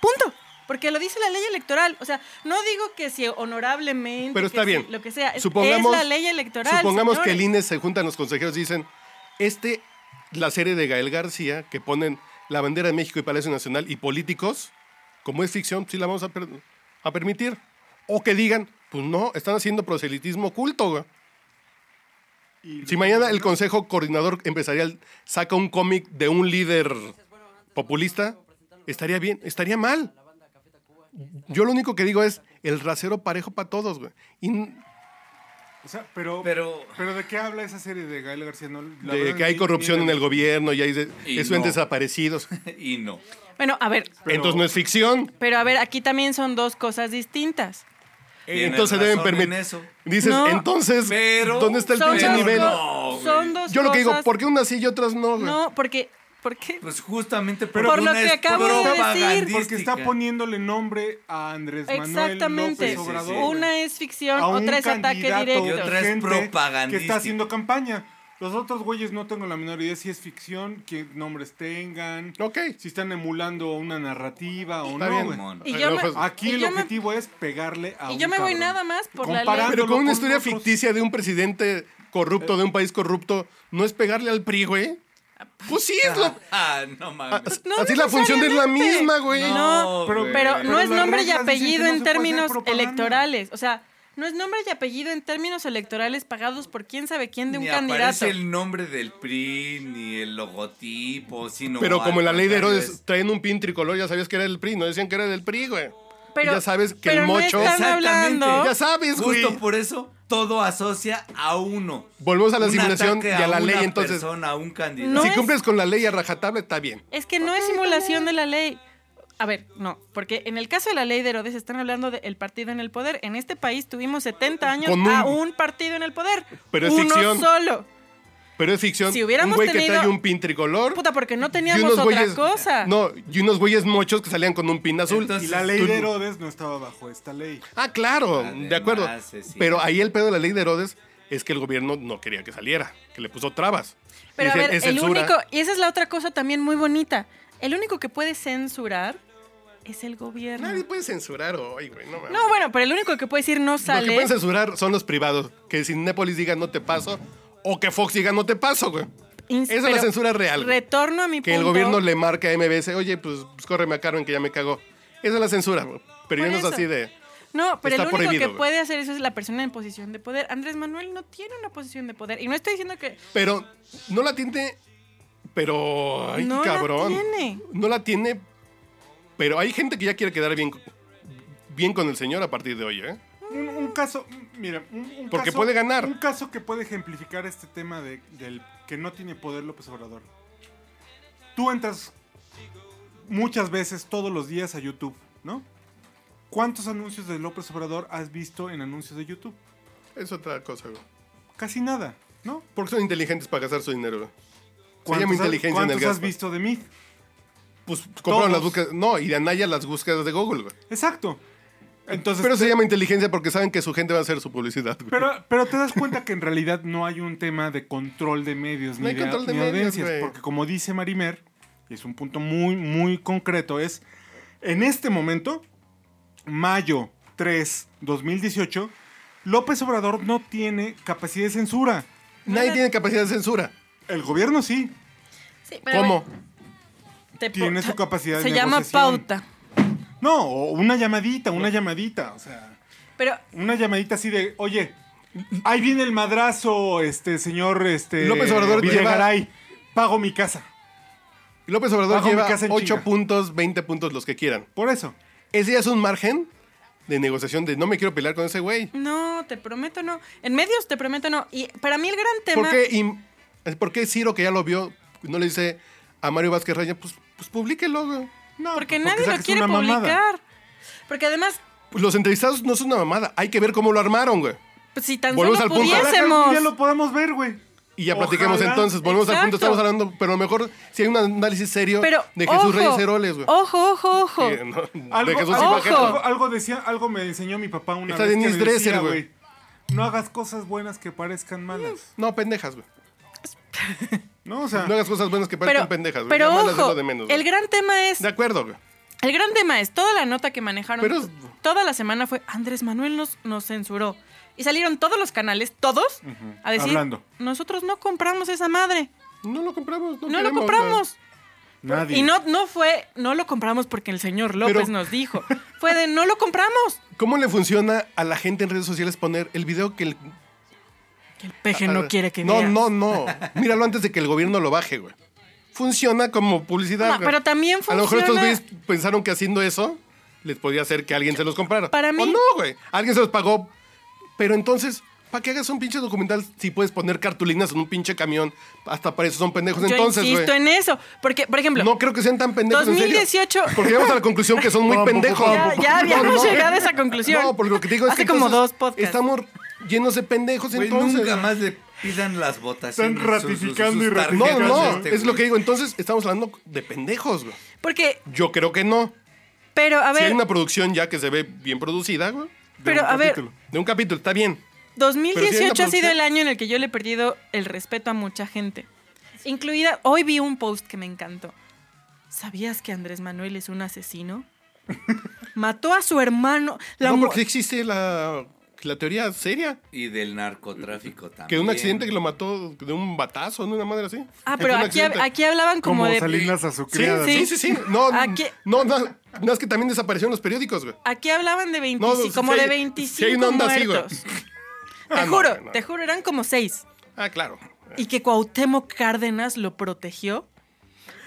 D: Punto. Porque lo dice la ley electoral. O sea, no digo que si honorablemente.
C: Pero
D: que
C: está
D: si
C: bien.
D: Lo que sea. Es,
C: Supongamos-
D: es la ley electoral.
C: Supongamos que el
D: señores.
C: INE se juntan los consejeros y dicen, este, la serie de Gael García, que ponen la bandera de México y Palacio Nacional y políticos, como es ficción, sí la vamos a, per- a permitir. O que digan, pues no, están haciendo proselitismo oculto. güey". Si mañana el Consejo Coordinador Empresarial saca un cómic de un líder populista, estaría bien, estaría mal. Yo lo único que digo es el rasero parejo para todos, güey. Y n-
B: O sea, pero, pero,
E: Pero-
B: ¿de qué habla esa serie de Gael García? No, la
C: de
B: verdad,
C: que hay
B: ni-
C: corrupción
B: ni
C: en
B: la-
C: el gobierno y hay de-
E: Y
C: eso en
E: no.
C: desaparecidos.
E: Y no.
D: Bueno, a ver,
C: Entonces no es ficción.
D: Pero a ver, aquí también son dos cosas distintas.
E: Tienen
C: Eh, entonces deben
E: razón en
C: permitir.
E: eso.
C: Dices,
D: No.
C: entonces,
E: Pero-
C: ¿dónde está el
D: Son
C: pinche
D: dos
C: nivel?
D: co- son dos
C: Yo lo que digo,
D: cosas-
C: ¿por qué unas sí y otras no, güey?
D: No, porque. ¿Por qué?
E: Pues justamente porque
D: Por lo
E: una
D: que
E: es
D: acabo de decir.
E: propagandística.
B: Porque está poniéndole nombre a Andrés Pues Manuel
D: Exactamente.
B: López
E: Sí, sí,
B: Obrador.
E: sí.
B: güey.
D: Una es ficción,
B: A un
D: otra es ataque
B: candidato
D: directo.
E: Y otra es
B: urgente Que
E: propagandístico.
B: está haciendo campaña. Los otros güeyes no tengo la menor idea si es ficción, qué nombres tengan,
C: Ok.
B: si están emulando una narrativa o
C: Está
B: no,
C: bien.
B: güey.
E: Mon.
D: Y yo me-
C: Pues,
B: Aquí
D: y
B: el
D: yo me-
B: objetivo es pegarle a
D: y
B: un
D: yo me voy
B: cabrón.
D: nada más por la
B: Comparando-
D: ley.
C: Pero con
B: con
C: una historia
B: otros.
C: ficticia de un presidente corrupto, de un país corrupto, ¿no es pegarle al PRI, güey? Pues sí, es lo...
E: Ah, no mames.
D: No
C: Así la función es la
D: necesariamente.
C: misma, güey.
D: No,
E: pero-
D: pero,
B: pero
D: no es
B: las
D: nombre y
B: reglas dicen que no se
D: apellido en
B: puede hacer
D: términos
B: propaganda.
D: electorales. O sea, no es nombre y apellido en términos electorales pagados por quién sabe quién de un
E: ni
D: candidato.
E: aparece el nombre del PRI, ni el logotipo, sino...
C: Pero como en la
E: al
C: ley de
E: contrario,
C: Herodes traen un pin tricolor, ya sabías que era del PRI, no decían que era del PRI, güey.
D: Pero,
C: ya sabes que el
D: pero
C: mocho-
D: No están
E: Exactamente.
D: hablando.
C: Ya sabes,
E: Justo
C: güey.
E: por eso todo asocia a uno.
C: Volvemos a la
E: Un
C: simulación
E: ataque
C: y a la ley,
E: una
C: entonces.
E: persona, a un candidato.
D: No
C: si
D: es-
C: cumples con la ley a rajatabla, está bien.
D: Es que no es simulación de la ley. A ver, no, porque en el caso de la ley de Herodes están hablando del partido en el poder. En este país tuvimos 70 años
C: Con un-
D: a un partido en el poder.
C: Pero es
D: Uno
C: ficción.
D: solo.
C: Pero es ficción.
D: Si hubiéramos
C: un güey que
D: tenido-
C: trae un pin tricolor.
D: Puta, porque no
C: y
D: teníamos
C: unos
D: otra
C: güeyes-
D: cosa.
C: No, y unos güeyes mochos que salían con un pin azul.
E: Entonces-
B: Y la ley
C: Tú-
B: de Herodes no estaba bajo esta ley.
C: Ah, claro,
E: Además,
C: de acuerdo.
E: sí, sí.
C: Pero ahí el pedo de la ley de Herodes es que el gobierno no quería que saliera, que le puso trabas.
D: Pero a
C: Dije,
D: ver,
C: es
D: el
C: censura.
D: único, y esa es la otra cosa también muy bonita, el único que puede censurar es el gobierno.
C: Nadie puede censurar hoy, güey. No, mames.
D: No, bueno, pero el único que puede decir no
C: Lo que
D: sale.
C: pueden censurar son los privados. Que si Népolis diga no te paso, o que Fox diga no te paso, güey.
D: ins-
C: Esa es la
D: pero
C: censura real. güey.
D: Retorno a mi
C: que el
D: punto.
C: gobierno le marca a MBS, oye, pues, pues, córreme a Carmen que ya me cagó. Esa es la censura, güey. pero
D: Por
C: ya no es
D: eso.
C: así de...
D: No, pero
C: Está
D: el único
C: prohibido,
D: que
C: güey.
D: puede hacer eso es la persona en posición de poder. Andrés Manuel no tiene una posición de poder. Y no estoy diciendo que.
C: Pero no la tiene, pero... Ay,
D: no
C: cabrón.
D: La tiene.
C: No la tiene, pero hay gente que ya quiere quedar bien, bien con el señor a partir de hoy, ¿eh?
B: Un, un caso, mira, un, un
C: Porque
B: caso-
C: puede ganar.
B: Un caso que puede ejemplificar este tema de, del que no tiene poder López Obrador. Tú entras muchas veces, todos los días a YouTube, ¿no? ¿Cuántos anuncios de López Obrador has visto en anuncios de YouTube?
C: Es otra cosa, güey.
B: Casi nada, ¿no?
C: Porque son inteligentes para gastar su dinero, güey. Se
B: ¿Cuántos,
C: llama
B: has-
C: inteligencia en el
B: cuántos
C: gas.
B: has visto de mí?
C: Pues compraron
B: Todos.
C: las búsquedas. No, y de Anaya las búsquedas de Google, güey.
B: Exacto. Entonces,
C: Pero se llama inteligencia porque saben que su gente va a hacer su publicidad, güey.
B: Pero, pero te das cuenta que en realidad no hay un tema de control de medios
C: No
B: ni
C: hay
B: de,
C: control de
B: ni
C: medios,
B: audiencias.
C: güey.
B: Porque como dice Marimer, y es un punto muy, muy concreto, es en este momento, mayo 3, 2018, López Obrador no tiene capacidad de censura.
C: Nadie tiene capacidad de censura.
B: El gobierno sí
D: Sí, pero
C: ¿Cómo?
D: te-
B: tiene su capacidad
D: Se
B: de
D: llama
B: negociación.
D: pauta.
B: No, o una llamadita, una llamadita, o sea...
D: Pero
B: Una llamadita así de, oye, ahí viene el madrazo, este señor, este...
C: López Obrador
B: Videgaray, pago mi casa.
C: López Obrador
B: Bajo mi
C: lleva
B: casa en
C: 8
B: chinga.
C: puntos, 20 puntos, los que quieran.
B: Por eso.
C: Ese ya es un margen de negociación de no me quiero pelear con ese güey.
D: no, te prometo no. En medios te prometo no. Y para mí el gran tema.
C: ¿Por qué, im- ¿Por qué Ciro, que ya lo vio, no le dice a Mario Vázquez Raya, pues, pues publíquelo, güey?
B: No,
D: porque
B: pues,
D: nadie
B: saques
D: lo quiere
B: una mamada.
D: publicar. Porque además,
C: Pues los entrevistados no son una mamada. Hay que ver cómo lo armaron, güey.
D: pues, si tan
C: Volvemos
D: solo
C: al punto.
B: Ojalá que algún
D: pudiésemos.
B: día lo podamos ver, güey.
C: Y ya platiquemos
B: Ojalá.
C: entonces. Volvemos al punto.
D: Exacto.
C: Estamos hablando, pero a lo mejor si hay un análisis serio
D: Pero,
C: de Jesús
D: ojo,
C: Reyes Heroles, güey.
D: Ojo, ojo, ojo.
C: Eh, no, de
B: Algo,
C: Jesús
B: algo-
D: Ojo.
C: Ibajeto.
B: algo- algo decía, algo me enseñó mi papá una
C: Está
B: vez. que
C: Denise
B: me decía,
C: Dresser, güey.
B: No hagas cosas buenas que parezcan malas.
C: No, pendejas, güey.
B: No, o sea,
C: No hagas cosas buenas que parezcan
D: Pero,
C: pendejas, güey.
D: pero
C: Ya malas es
D: ojo,
C: lo de menos, güey.
D: el gran tema es
C: De acuerdo, güey.
D: El gran tema es toda la nota que manejaron
C: Pero-
D: toda la semana fue Andrés Manuel nos, nos censuró. Y salieron todos los canales, todos, a decir,
B: hablando.
D: nosotros no compramos esa madre,
C: No lo compramos. No,
D: no lo
C: queremos,
D: compramos.
B: nadie.
D: Y no, no fue, no lo compramos porque el señor López
C: Pero-
D: nos dijo. Fue de, no lo compramos.
C: güey. ¿Cómo le funciona a la gente en redes sociales poner el video que el...
D: Que el peje no quiere que
C: Ah, No,
D: veas.
C: no, no. Míralo antes de que el gobierno lo baje, güey. Funciona como publicidad,
D: Ma,
C: güey.
D: pero también
C: A lo mejor estos
D: funciona-
C: güeyes pensaron que haciendo eso les podía hacer que alguien se los comprara.
D: Para
C: O
D: mí-
C: no, güey. Alguien se los pagó. Pero entonces, ¿Para qué hagas un pinche documental si puedes poner cartulinas en un pinche camión? Hasta para eso son pendejos.
D: Yo
C: pues Entonces, güey.
D: insisto en eso. Porque, por ejemplo,
C: No creo que sean tan pendejos. en serio.
D: 2018.
C: porque llegamos a la conclusión que son muy
B: Pam, pam,
C: pendejos.
B: pam,
D: ya, ya habíamos llegado a esa conclusión.
C: No, porque lo que te digo es
D: Hace
C: que
D: como
C: entonces
D: dos podcasts.
C: Estamos llenos de pendejos
E: Güey,
C: pues, entonces.
E: nunca más le pidan las votaciones.
B: Están ratificando y
E: tarjetas
C: No,
B: ratificando.
C: no,
E: a este
C: es lo
E: güey.
C: que digo. Entonces, estamos hablando de pendejos, güey.
D: Porque,
C: Yo creo que no.
D: pero, a
C: si hay
D: ver,
C: una producción ya que se ve bien producida, güey,
D: pero, a ver,
B: capítulo.
C: de un capítulo, está bien. Pero si hay
D: 2018
C: una
D: ha sido
C: producción-
D: el año en el que yo le he perdido el respeto a mucha gente. Incluida, hoy vi un post que me encantó. ¿Sabías que Andrés Manuel es un asesino? Mató a su hermano. La
C: no,
D: mu-
C: porque existe la, la teoría seria.
E: Y del narcotráfico también.
C: Que un accidente que lo mató de un batazo, ¿no? Una madre así.
D: Ah,
C: Que
D: pero
C: fue un
D: aquí,
C: accidente.
D: aquí hablaban como,
B: Como
D: de...
B: Salinas a su
C: Sí,
B: criada.
C: sí,
D: Sí.
C: sí, Ah, sí. No,
D: Aquí-
C: no, no, no, es que también desaparecieron los periódicos, güey.
D: Aquí hablaban de 25,
C: No, si
D: como
C: hay-
D: de
C: si hay
D: 25
C: una onda así, güey.
D: muertos.
C: Ah,
D: te
C: no,
D: juro,
C: no, no.
D: te juro, eran como seis.
C: Ah, claro.
D: Y que Cuauhtémoc Cárdenas lo protegió.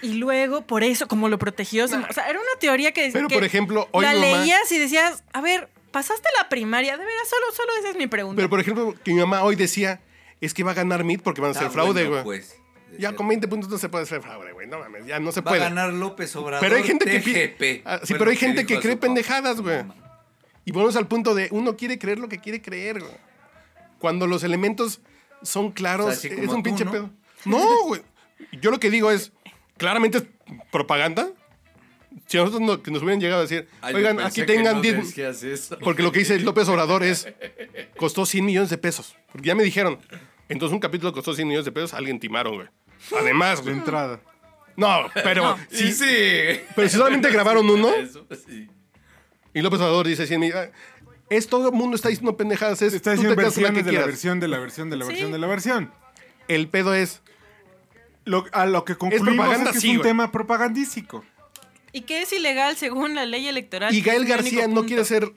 D: Y luego, por eso, como lo protegió. se- O sea, era una teoría que.
C: Pero,
D: que
C: por ejemplo, hoy
D: La
C: mi mamá-
D: leías y decías, a ver, pasaste la primaria. De veras, solo, solo esa es mi pregunta.
C: Pero, pues por ejemplo, que mi mamá hoy decía, es que va a ganar MIT porque van a
E: Está
C: hacer fraude,
E: Ah, bueno,
C: güey.
E: pues, de
C: ya
E: ser-
C: con 20 puntos no se puede hacer fraude, güey. No mames, ya no se
E: Va a
C: puede.
E: ganar López Obrador.
C: Pero hay gente que pi-
E: TGP.
C: Ah, sí,
E: Fue
C: pero hay
E: lo
C: gente
E: dijo
C: que
E: a
C: cree
E: su papá.
C: pendejadas, güey. Y volvemos al punto de uno quiere creer lo que quiere creer, güey. Cuando los elementos son claros,
E: O sea, así
C: es
E: como
C: un
E: tú,
C: pinche
E: ¿no?
C: pedo. No, güey. Yo lo que digo es, claramente es propaganda. Si a nosotros no- que nos hubieran llegado a decir,
E: Ay, yo
C: oigan,
E: pensé
C: aquí
E: que
C: tengan
E: no
C: 10...
E: decías eso.
C: Porque lo que dice López Obrador es, costó 100 millones de pesos. Porque ya me dijeron, entonces un capítulo costó 100 millones de pesos, alguien timaron, güey. Además,
B: De
C: güey.
B: entrada.
C: No, pero
E: Sí,
C: si-
E: sí.
C: Pero si solamente grabaron uno.
E: Eso, sí.
C: Y López Obrador dice 100 millones. Es todo el mundo está diciendo pendejadas. Es,
B: Está
C: tú te
B: diciendo
C: quedas con la
B: versiones
C: que
B: de la
C: quieras.
B: versión, de la versión, de la versión,
D: Sí.
B: de la versión.
C: El pedo es.
B: Lo- a lo que concluimos es,
C: propaganda,
B: que es
C: sí,
B: un
C: güey.
B: tema propagandístico.
D: y que es ilegal según la ley electoral.
C: Y
D: que es
C: Gael
D: el único
C: García no
D: punto.
C: quiere ser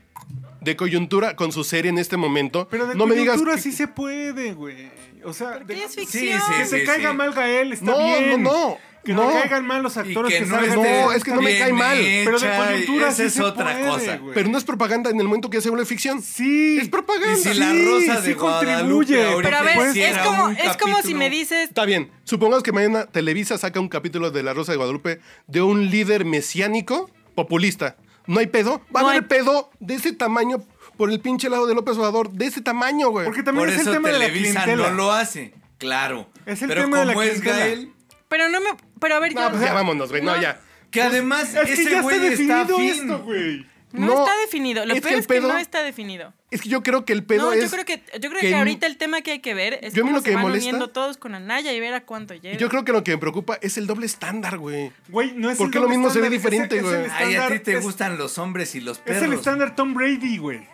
C: de coyuntura con su serie en este momento.
B: Pero de
C: no me digas.
B: coyuntura
C: que-
B: sí se puede, güey. O sea,
D: Porque
B: de-
D: es
E: Sí,
D: ficción.
E: sí,
B: que se
E: sí,
B: caiga
E: sí.
B: mal Gael, está
C: No, no,
B: bien.
C: no,
B: Que
C: no.
B: le caigan mal los actores que,
E: es
B: salgan.
C: esté- No, es que no me
E: bien
C: cae mal.
E: hecha,
B: Pero de coyuntura
E: esa
B: sí
E: es
B: se
E: otra
B: puede,
E: cosa.
B: güey.
C: Pero no es propaganda en el momento que ya se vuelve ficción.
B: Sí.
C: Es propaganda.
E: Y si la
B: Sí,
E: rosa
B: sí
E: de
B: contribuye.
E: Guadalupe ahorita
D: Pero a ver, es
E: hiciera
D: como,
E: un
D: es como si
E: capítulo-
D: me dices.
C: Está bien. Supongamos que mañana Televisa saca un capítulo de La Rosa de Guadalupe de un líder mesiánico populista. ¿No hay pedo? Va
D: No
C: a haber
D: hay-
C: pedo de ese tamaño por el pinche lado de López Obrador. De ese tamaño, güey.
B: Porque también
E: Por
B: es el
E: eso
B: tema de la
E: Televisa
B: clientela.
E: no lo hace. Claro.
B: Es el
E: Pero
B: tema de la
E: como es
B: clientela.
E: Gael,
D: Pero no me. Pero a ver,
C: No,
D: yo-
C: pues ya vámonos, güey. No, ya.
E: que además
B: Es que
E: ese
B: ya está
E: güey está
B: definido
E: afín.
B: esto, güey.
D: No,
C: No,
D: está definido. Lo
C: es que
D: peor
C: el
D: es que
C: pedo-
D: no está definido.
C: Es que yo creo que el pedo
D: no,
C: es.
D: yo creo que, yo creo que,
C: que en-
D: ahorita el tema que hay que ver es
C: Yo a mí
D: cómo
C: lo que
D: se
C: me
D: van
C: molesta-
D: uniendo todos con Anaya y ver a cuánto llega.
C: Yo creo que lo que me preocupa es el doble estándar, güey.
B: Güey, no es
C: ¿Por
B: el
C: qué lo
B: doble
C: mismo se
B: estándar?
C: ve
B: Es el-
C: diferente,
B: es el
C: güey?
E: Ay, a ti
B: estándar-
E: te
B: es-
E: gustan los hombres y los
B: Es el
E: perros.
B: estándar Tom Brady, güey.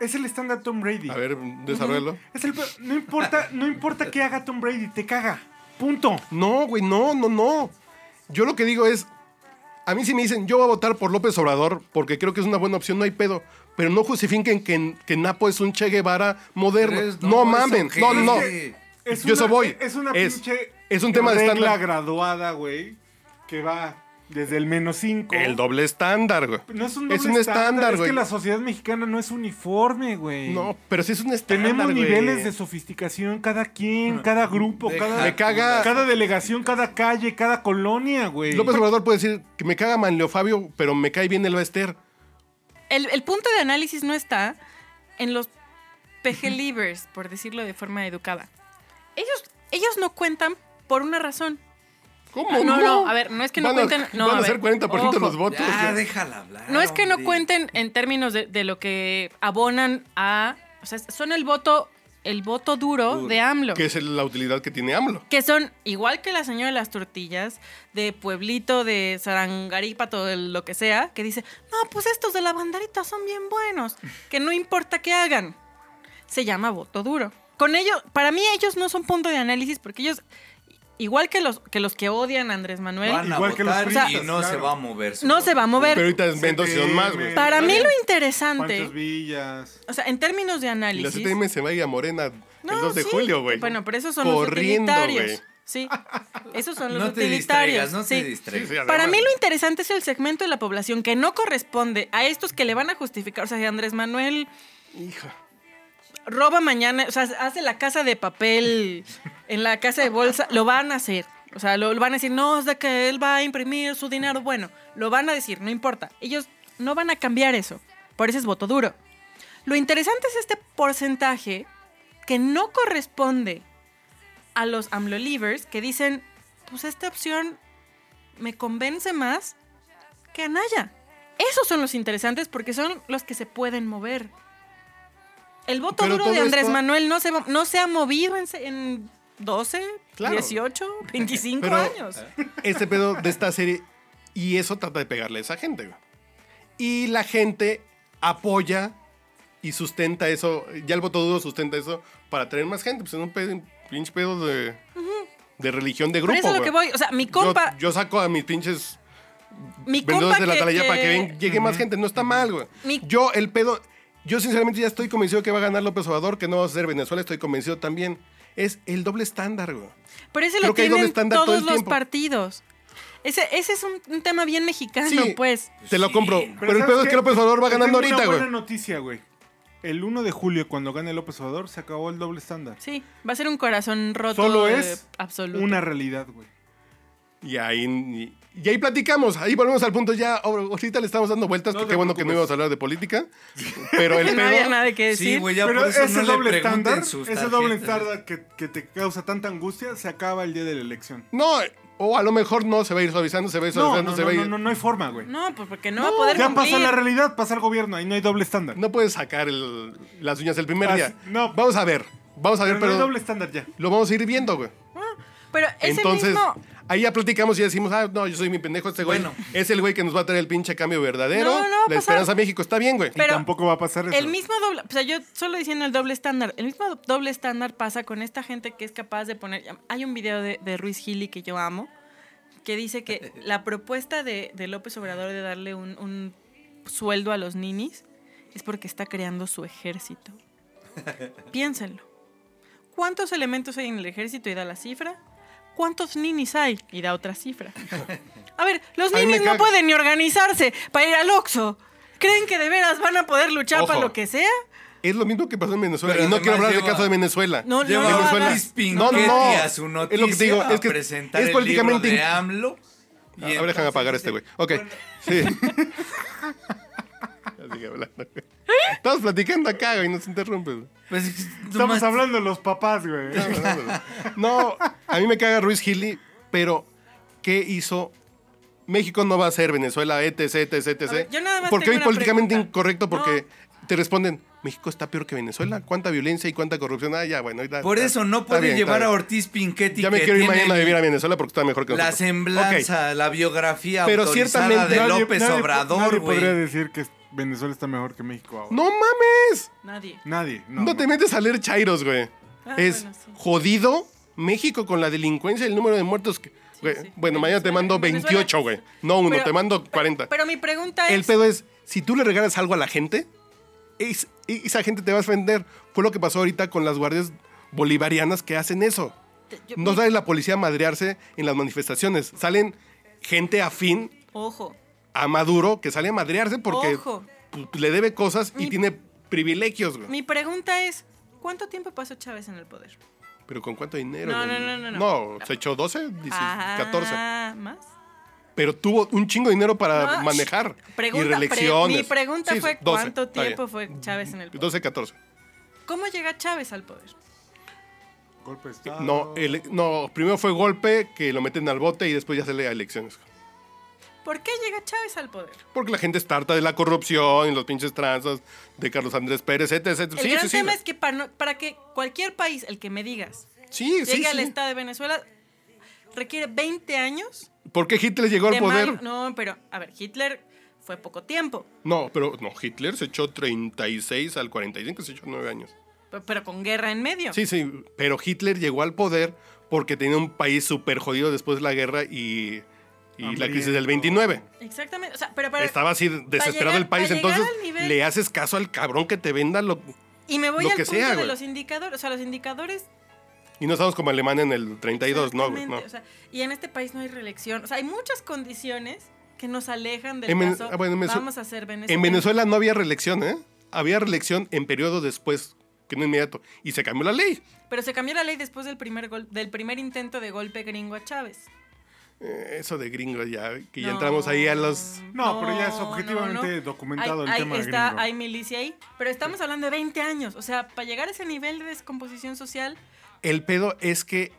B: Es el estándar Tom Brady.
C: A ver, desarrollo.
B: Es el pe- no importa, no importa qué haga Tom Brady, te caga. Punto.
C: No, güey, no, no, no. Yo lo que digo es. A mí si me dicen, yo voy a votar por López Obrador porque creo que es una buena opción, no hay pedo. Pero no justifiquen que, que Napo es un Che Guevara moderno.
E: Pero es-
C: no,
E: no,
C: mamen.
E: eso,
C: No,
E: ¿qué?
C: no.
E: Es
B: Es
C: yo eso
B: una-
C: voy.
B: Es una pinche
C: Es un tema de
B: regla
C: estándar.
B: graduada, güey, que va desde el menos 5.
C: El doble estándar, güey.
B: No es un doble estándar, Es que la sociedad mexicana no es uniforme, güey.
C: No, pero sí es un estándar.
B: Tenemos
C: güey.
B: niveles de sofisticación, cada quien, cada grupo,
E: Ah, Deja
B: cada,
E: Me caga-
B: cada delegación, cada calle, cada colonia, güey.
C: López Obrador puede decir que me caga Manlio Fabio, pero me cae bien el Bester.
D: El, el punto de análisis no está en los pejelivers, por decirlo de forma educada. Ellos, ellos no cuentan por una razón.
C: ¿Cómo?
D: Ah, No, no, a ver, no es que no
C: Van a-
D: cuenten- no,
C: van a,
D: a ver,
C: ser 40% de los
D: ojo. Ah,
C: votos.
E: Ya,
C: güey.
E: déjala hablar.
D: No es que no
E: hombre.
D: cuenten en términos de, de lo que abonan a. O sea, son el voto, el voto duro,
E: Duro.
D: de AMLO.
C: que es el- la utilidad que tiene AMLO.
D: Que son igual que la señora de las tortillas, de Pueblito, de Sarangaripato, de lo que sea, que dice, no, pues estos de la banderita son bien buenos, que no importa qué hagan. Se llama voto duro. Con ellos, para mí ellos no son punto de análisis porque ellos, igual que los que, los que odian a Andrés Manuel,
E: Van a
B: Igual que los
E: votar y
B: priistas,
E: no se
B: claro.
E: va a mover. su
D: no
E: voto.
D: se va a mover.
C: Pero ahorita es Mendoza y son más, güey.
D: para mí lo
B: Panchos
D: interesante,
B: Villas.
D: o sea, en términos de
C: Y la
D: análisis...
C: CTM se va a ir a Morena el 2 de
D: sí.
C: julio, güey.
D: Bueno, pero esos son
C: Corriendo,
D: los
C: güey.
D: utilitarios. Sí, esos son los
E: No te
D: utilitarios.
E: distraigas, no
D: sí.
E: te distraigas.
C: Sí, sí,
D: Para
C: además.
D: mí lo interesante es el segmento de la población que no corresponde a estos que le van a justificar. O sea, Andrés Manuel. roba mañana, o sea, hace la casa de papel en la casa de bolsa, lo van a hacer. O sea, lo, lo van a decir, no, es de que él va a imprimir su dinero. Bueno, lo van a decir, no importa. Ellos no van a cambiar eso. Por eso es voto duro. Lo interesante es este porcentaje que no corresponde a los AMLO leavers que dicen, pues esta opción me convence más que Anaya. Esos son los interesantes porque son los que se pueden mover. El voto
C: Pero
D: duro
C: todo
D: de Andrés
C: esto-
D: Manuel no se, mo- no se ha movido en, se- en 12,
C: Claro.
D: 18, 25
C: Pero-
D: años.
C: este pedo de esta serie. Y eso trata de pegarle a esa gente, güey. Y la gente apoya y sustenta eso. Ya el voto duro sustenta eso para traer más gente. Pues es un pedo- pinche pedo de, de religión de
D: Por
C: grupo,
D: eso es lo
C: güey.
D: que voy. O sea, mi
C: Yo-
D: compa,
C: Yo, saco a mis pinches
D: mi compa
C: vendedores de la
D: que-
C: atalaya para que
D: que-
C: ven- llegue más gente. No está mal, güey.
D: Mi-
C: Yo, el pedo. Yo, sinceramente, ya estoy convencido que va a ganar López Obrador, que no va a ser Venezuela. Estoy convencido también. Es el doble estándar, güey.
D: Pero ese
C: Creo
D: lo
C: que ahí donde
D: tienen
C: están dar
D: todos
C: todo el
D: los
C: tiempo.
D: partidos. Ese, ese es un, un tema bien mexicano,
C: Sí.
D: pues.
C: Te lo compro. Pero, el
B: ¿sabes
C: pedo es
B: qué?
C: que López Obrador va
B: Te
C: ganando
B: tengo
C: ahorita,
B: una
C: güey.
B: buena noticia, güey. El 1 de julio, cuando gane López Obrador, se acabó el doble estándar.
D: Sí, va a ser un corazón roto.
B: Solo
D: eh,
B: es
D: absoluto.
B: una realidad, güey.
C: Y ahí, y, y ahí platicamos, ahí volvemos al punto ya. ahor- Ahorita le estamos dando vueltas,
B: No
C: que
B: te
C: qué bueno que no
B: preocupes.
C: íbamos a hablar de política. Pero el
D: Que no había
C: pedo.
D: nada que decir.
E: Sí, güey, ya
B: Pero
E: por eso
B: ese
E: no le
B: doble
E: pregunten
B: estándar,
E: sus
B: ese doble
E: tarjetas.
B: estándar que, que te causa tanta angustia, se acaba el día de la elección.
C: No, o a lo mejor no, se va a ir suavizando, se va a ir
B: No, no,
C: suavizando,
B: no,
C: se va a ir.
B: no, no, no hay forma, güey.
D: No, pues porque no, va a poder
B: ya
D: cumplir.
B: pasa la realidad, pasa el gobierno, ahí no hay doble estándar.
C: No puedes sacar el- las uñas el primer
B: Ah, sí,
C: día.
B: no.
C: Vamos a ver, vamos a ver,
B: pero,
C: pero,
B: no hay doble estándar ya.
C: lo vamos a ir viendo, güey.
D: Pero ese
C: Entonces,
D: mismo...
C: ahí ya platicamos y decimos, ah, no, yo soy mi pendejo, este güey.
E: Bueno.
C: Es el güey que nos va a traer el pinche cambio verdadero.
D: No, no va a
C: la
D: pasar.
C: esperanza México está bien, güey.
B: Y
D: Pero
B: tampoco va a pasar eso.
D: El mismo doble, o sea, yo solo diciendo el doble estándar, el mismo doble estándar pasa con esta gente que es capaz de poner, hay un video de, de Ruiz Gili que yo amo, que dice
C: Eh,
D: que la propuesta de, de López Obrador de darle un, un sueldo a los ninis es porque está creando su ejército. Piénsenlo. ¿Cuántos elementos hay en el ejército y da la cifra? ¿Cuántos ninis hay? Y da otra cifra. A ver, los
C: A mí me
D: ninis no
C: caga.
D: pueden ni organizarse para ir al Oxxo. ¿Creen que de veras van a poder luchar
C: Ojo.
D: para lo que sea?
C: Es lo mismo que pasó en Venezuela.
E: Pero
C: y no quiero
E: además
C: hablar del
E: lleva-
C: caso de Venezuela.
D: No,
E: Lleva
D: no,
E: a
D: no,
C: Venezuela.
E: Luis
C: No,
E: Pinchetti
C: no.
E: a su noticia
C: Es lo que te digo,
E: a
C: es que
E: presentar
C: es
E: el
C: políticamente
E: libro de
C: in-
E: AMLO. y
C: A ver, déjame
E: entonces
C: apagar a este güey. Ok. Sí.
E: pues,
C: Ya sigue hablando, güey. Estamos platicando acá, güey, no se interrumpes.
E: Pues,
B: Estamos
E: nomás-
B: hablando de los papás, güey.
C: No, a mí me caga Ruiz Gili, pero ¿qué hizo? México no va a ser Venezuela, etc, etc,
D: A ver,
C: etc.
D: yo nada más
C: Porque
D: tengo
C: hoy
D: una
C: políticamente
D: pregunta.
C: incorrecto, porque te responden, México está peor que Venezuela. ¿Cuánta violencia y cuánta corrupción? Ah, ya, bueno.
E: Por eso no puede llevar a
C: ahorita.
E: Ortiz Pinchetti.
C: Ya me
E: que
C: quiero ir
E: tiene
C: mañana a vivir a Venezuela porque está mejor que
E: La
C: nosotros. Ok.
E: semblanza, la biografía
C: Pero
E: autorizada
C: ciertamente
E: de
B: Nadie-
E: López
B: nadie-
E: Obrador,
B: Nadie
E: güey.
B: podría decir que Venezuela está mejor que México ahora.
C: ¡No mames!
D: Nadie.
B: Nadie. No,
C: No, te
B: no.
C: metes a leer chairos, güey.
D: Ah,
C: es
D: bueno, sí.
C: jodido México con la delincuencia y el número de muertos. que- güey,
D: sí.
C: Bueno, mañana te
D: Venezuela-
C: mando
D: Venezuela-
C: 28, güey. No uno,
D: Pero-
C: te mando 40.
D: Pero mi pregunta es...
C: el pedo es, si tú le regalas algo a la gente, es- y esa gente te va a ofender. Fue lo que pasó ahorita con las guardias bolivarianas que hacen eso.
D: yo-
C: no sale la policía a madrearse en las manifestaciones. Salen gente afín
D: Ojo,
C: a Maduro que sale a madrearse porque
D: Ojo.
C: pues, le debe cosas y
D: Mi-
C: tiene privilegios, güey.
D: mi pregunta es, ¿cuánto tiempo pasó Chávez en el poder?
C: Pero ¿con cuánto dinero?
D: No,
C: güey?
D: no, no, no, no.
C: se echó 12, 16, 14.
D: Ah, ¿Más?
C: Pero tuvo un chingo de dinero para
D: No,
C: manejar.
D: Pregunta,
C: y
D: pre-
C: reelecciones.
D: mi pregunta
C: Sí,
D: fue
C: 12,
D: cuánto
C: está bien.
D: tiempo fue Chávez en el poder.
C: 12, 14.
D: ¿Cómo llega Chávez al poder?
B: Golpe de estado.
C: No, ele- no, primero fue golpe que lo meten al bote y después ya se le da elecciones.
D: ¿Por qué llega Chávez al poder?
C: Porque la gente está harta de la corrupción y los pinches tranzas de Carlos Andrés Pérez, etc. etc.
D: El
C: Sí,
D: gran
C: sí, sí,
D: tema
C: güey.
D: es que para, no- para que cualquier país, el que me digas,
C: Sí, sí,
D: llegue al
C: sí.
D: estado de Venezuela, requiere 20 años
C: ¿Por qué Hitler llegó al
D: de mal-
C: poder?
D: No, pero, a ver, Hitler fue poco tiempo,
C: No, pero no, Hitler se echó 36 al 45, se echó 9 años.
D: pe- pero con guerra en medio.
C: Sí, sí, pero Hitler llegó al poder porque tenía un país súper jodido después de la guerra y, y la crisis del
B: Hambriento.
C: 29.
D: Exactamente. O sea, pero para-
C: Estaba así desesperado
D: llegar-
C: el país,
D: para llegar
C: entonces
D: al nivel-
C: le haces caso al cabrón que te venda lo-
D: y me voy
C: lo
D: al
C: que
D: punto
C: sea,
D: de
C: güey.
D: los indicadores. O sea, los indicadores.
C: Y no estamos como Alemania en el 32, no, güey,
D: exactamente,
C: no.
D: o sea, y en este país no hay reelección. O sea, hay muchas condiciones que nos alejan del
C: En Vene-
D: paso.
C: ah, bueno, en Venezue-
D: Vamos a hacer Venezuela.
C: En Venezuela no había reelección, ¿eh? Había reelección en periodos después, que no inmediato. Y se cambió la ley.
D: Pero se cambió la ley después del primer, gol- del primer intento de golpe gringo a Chávez.
C: Eh, Eso de gringo ya, que ya
D: No.
C: entramos ahí a los...
B: No, pero ya es objetivamente documentado
D: Hay-
B: el
D: hay-
B: tema
D: está,
B: gringo.
D: Hay milicia ahí, pero estamos hablando de 20 años. O sea, para llegar a ese nivel de descomposición social,
C: El pedo es que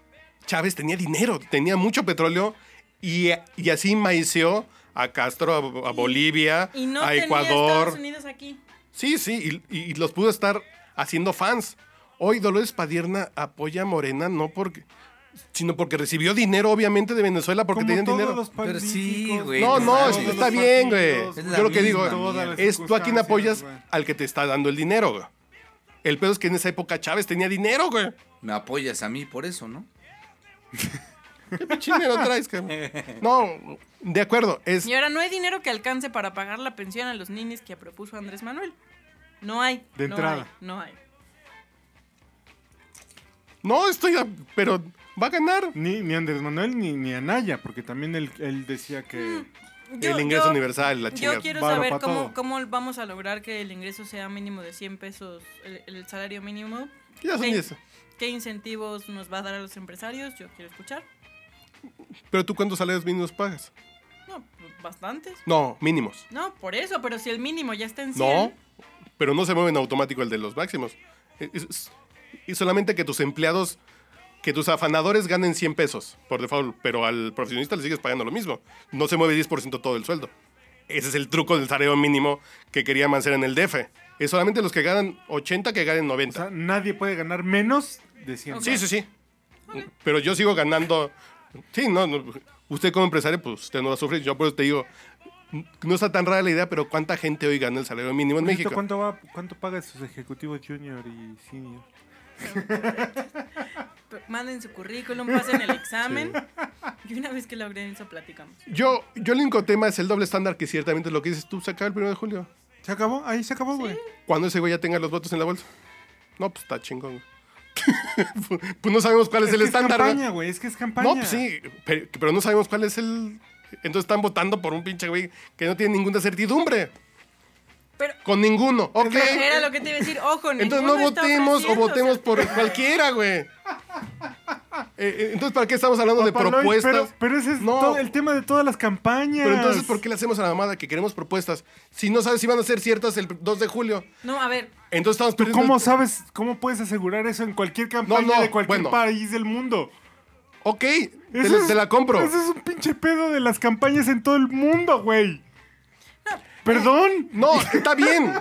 C: Chávez tenía dinero, tenía mucho petróleo y, y así maició a Castro, a, a Bolivia,
D: y no
C: a
D: tenía
C: Ecuador.
D: Estados Unidos aquí.
C: Sí, sí, y, y- y los pudo estar haciendo fans. Hoy Dolores Padierna apoya a Morena no porque, sino porque recibió dinero obviamente de Venezuela porque
B: Como
C: tenían
B: todos
C: dinero.
B: los
E: Pero sí,
B: políticos,
E: güey,
C: No,
E: no
C: no,
E: mames.
B: todos los
C: está bien, güey.
B: partidos,
E: Es
B: güey.
E: la
C: Yo lo que digo,
E: misma mierda.
B: las
C: es tú a quién apoyas
B: circunstancias,
C: al que te está dando el dinero, güey. El pedo es que en esa época Chávez tenía dinero, güey.
E: Me apoyas a mí por eso, ¿no?
C: ¿Qué pinche dinero traes, cabrón? No, de acuerdo, es
D: Y ahora no hay dinero que alcance para pagar la pensión a los ninis que propuso Andrés Manuel. No hay.
B: De
D: no
B: entrada.
D: hay, no hay.
C: no estoy, a- pero va a ganar.
B: Ni, ni Andrés Manuel ni, ni Anaya, porque también él, él decía
D: Mm.
B: que.
D: Yo-
C: el ingreso
D: yo-
C: universal, la chingada.
D: Yo quiero
B: Varo
D: saber
B: pa'
D: cómo,
B: todo.
D: cómo vamos a lograr que el ingreso sea mínimo de 100 pesos, el, el salario mínimo.
C: Ya son
D: ¿Qué-
C: 10.
D: ¿Qué incentivos nos va a dar a los empresarios? Yo quiero escuchar.
C: Pero tú cuántos salarios mínimos pagas?
D: No, pues, bastantes.
C: No, mínimos.
D: No, por eso, pero si el mínimo ya está en 100.
C: No, pero no se mueve en automático el de los máximos. Eh, Es- es- Y solamente que tus empleados, que tus afanadores ganen 100 pesos por default, pero al profesionista le sigues pagando lo mismo. No se mueve 10% todo el sueldo. Ese es el truco del salario mínimo que querían hacer en el DF. Es solamente los que ganan 80 que ganen
B: O
C: 90.
B: sea, nadie puede ganar menos de 100.
C: sí, sí, sí. Pero yo sigo ganando. Sí, no, no, Usted como empresario, pues usted no va a sufrir. Yo por eso te digo, no está tan rara la idea, pero ¿cuánta gente hoy gana el salario mínimo en
B: Por cierto,
C: México?
B: ¿Cuánto, va, ¿Cuánto paga sus ejecutivos junior y senior?
D: P- Manden su currículum, pasen el examen. Y una vez que logren eso, platicamos.
C: Yo, yo el único tema es el doble estándar, que ciertamente es lo que dices tú, se acaba el 1 de julio.
B: ¿Se acabó? Ahí se acabó, güey.
C: Cuando ese güey ya tenga los votos en la bolsa. No, pues está chingón. güey. pues no sabemos cuál es, el
B: que
C: estándar. güey.
B: campaña, güey. Es que es campaña.
C: No, pues sí, pero, pero no sabemos cuál es el... Entonces están votando por un pinche güey que no tiene ninguna certidumbre.
D: Pero-
C: Con ninguno, ok.
D: Era lo que te iba a decir, ojo,
C: Eh, Entonces
D: ninguno
C: no
D: está
C: votemos o
D: ofreciendo,
C: votemos
D: sea,
C: por cualquiera, güey. Eh, eh, entonces, ¿para qué estamos hablando de
B: Papá Lois,
C: propuestas?
B: pero, pero ese es
C: No.
B: todo el tema de todas las campañas.
C: Pero entonces, ¿por qué le hacemos a la mamada que queremos propuestas? Si no sabes si van a ser ciertas el 2 de julio.
D: No, a ver,
C: Entonces estamos
B: ¿Tú
C: perdiendo...
B: cómo sabes, cómo puedes asegurar eso en cualquier campaña
C: no,
B: de cualquier
C: bueno.
B: país del mundo?
C: Ok, te,
B: Eso
C: la-
B: es-
C: te la compro.
B: Ese es un pinche pedo de las campañas en todo el mundo, güey. Perdón.
C: No, está bien.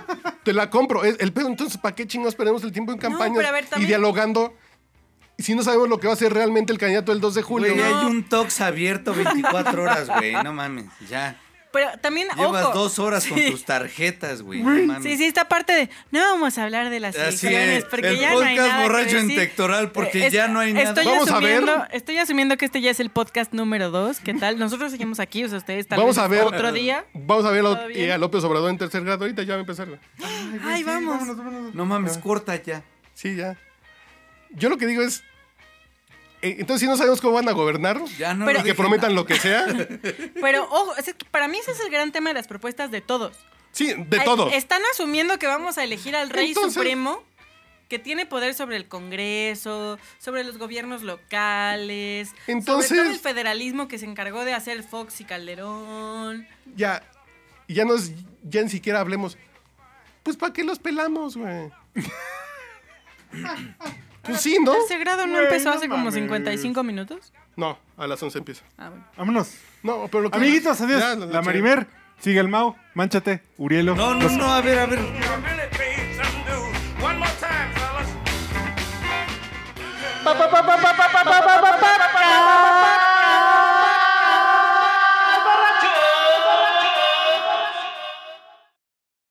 C: te la compro. Es- el pedo, entonces, ¿para qué chingados perdemos el tiempo en campaña
D: pero a ver,
C: y
D: también-
C: dialogando? Si no sabemos lo que va a hacer realmente el candidato el 2 de julio.
E: Güey, hay un tox abierto 24 horas, güey. No mames, ya.
D: pero también,
E: Llevas
D: ojo.
E: dos horas con
D: Sí.
E: tus tarjetas, güey. No mames.
D: Sí, sí, esta parte de no vamos a hablar de las
E: Así
D: elecciones
E: es,
D: porque
E: el
D: ya no hay
E: podcast
D: nada que
E: borracho en
D: decir.
E: Tectoral, porque ya no hay nada.
D: estoy
C: Vamos a ver.
D: asumiendo, Estoy asumiendo que este ya es el podcast número dos. ¿Qué tal? Nosotros seguimos aquí, o sea, ustedes tal
C: Vamos
D: vez
C: a ver.
D: otro día.
C: Vamos a ver
D: ¿Todo
C: a-
D: bien?
C: eh, a López Obrador en tercer grado. Ahorita ya va a empezar. güey.
D: Ay,
B: Sí,
D: vamos.
B: vámonos, vámonos.
E: No mames,
C: Ah.
E: corta ya.
C: Sí, ya. Yo lo que digo es. eh, Entonces, si no sabemos cómo van a gobernar,
E: Ya no
D: Pero-
E: lo
C: que
E: dije
C: prometan
E: nada.
C: lo que sea.
D: Pero ojo, es que para mí ese es el gran tema de las propuestas de todos.
C: Sí, de
D: Ay,
C: todo.
D: Están asumiendo que vamos a elegir al rey
C: Entonces-
D: supremo que tiene poder sobre el Congreso, sobre los gobiernos locales,
C: Entonces-
D: sobre todo el federalismo que se encargó de hacer Fox y Calderón.
C: ya, ya no es- ya ni siquiera hablemos. Pues ¿para qué los pelamos, güey? pues sí, ¿no?
D: ¿Tercer grado no
B: Güey,
D: empezó
B: no
D: hace como
B: mames.
D: 55 minutos?
C: No, a las 11 empieza.
D: Ah, bueno.
B: Vámonos.
C: No, pero lo que-
B: Amiguitos, adiós.
C: Ya,
B: la Marimer, sigue el Mau, manchate, Urielo.
E: No, no,
B: Los-
E: no, a ver, a ver.
J: One more time, fellas.
C: Pa, pa, pa, pa, pa, pa, pa, pa, pa, pa.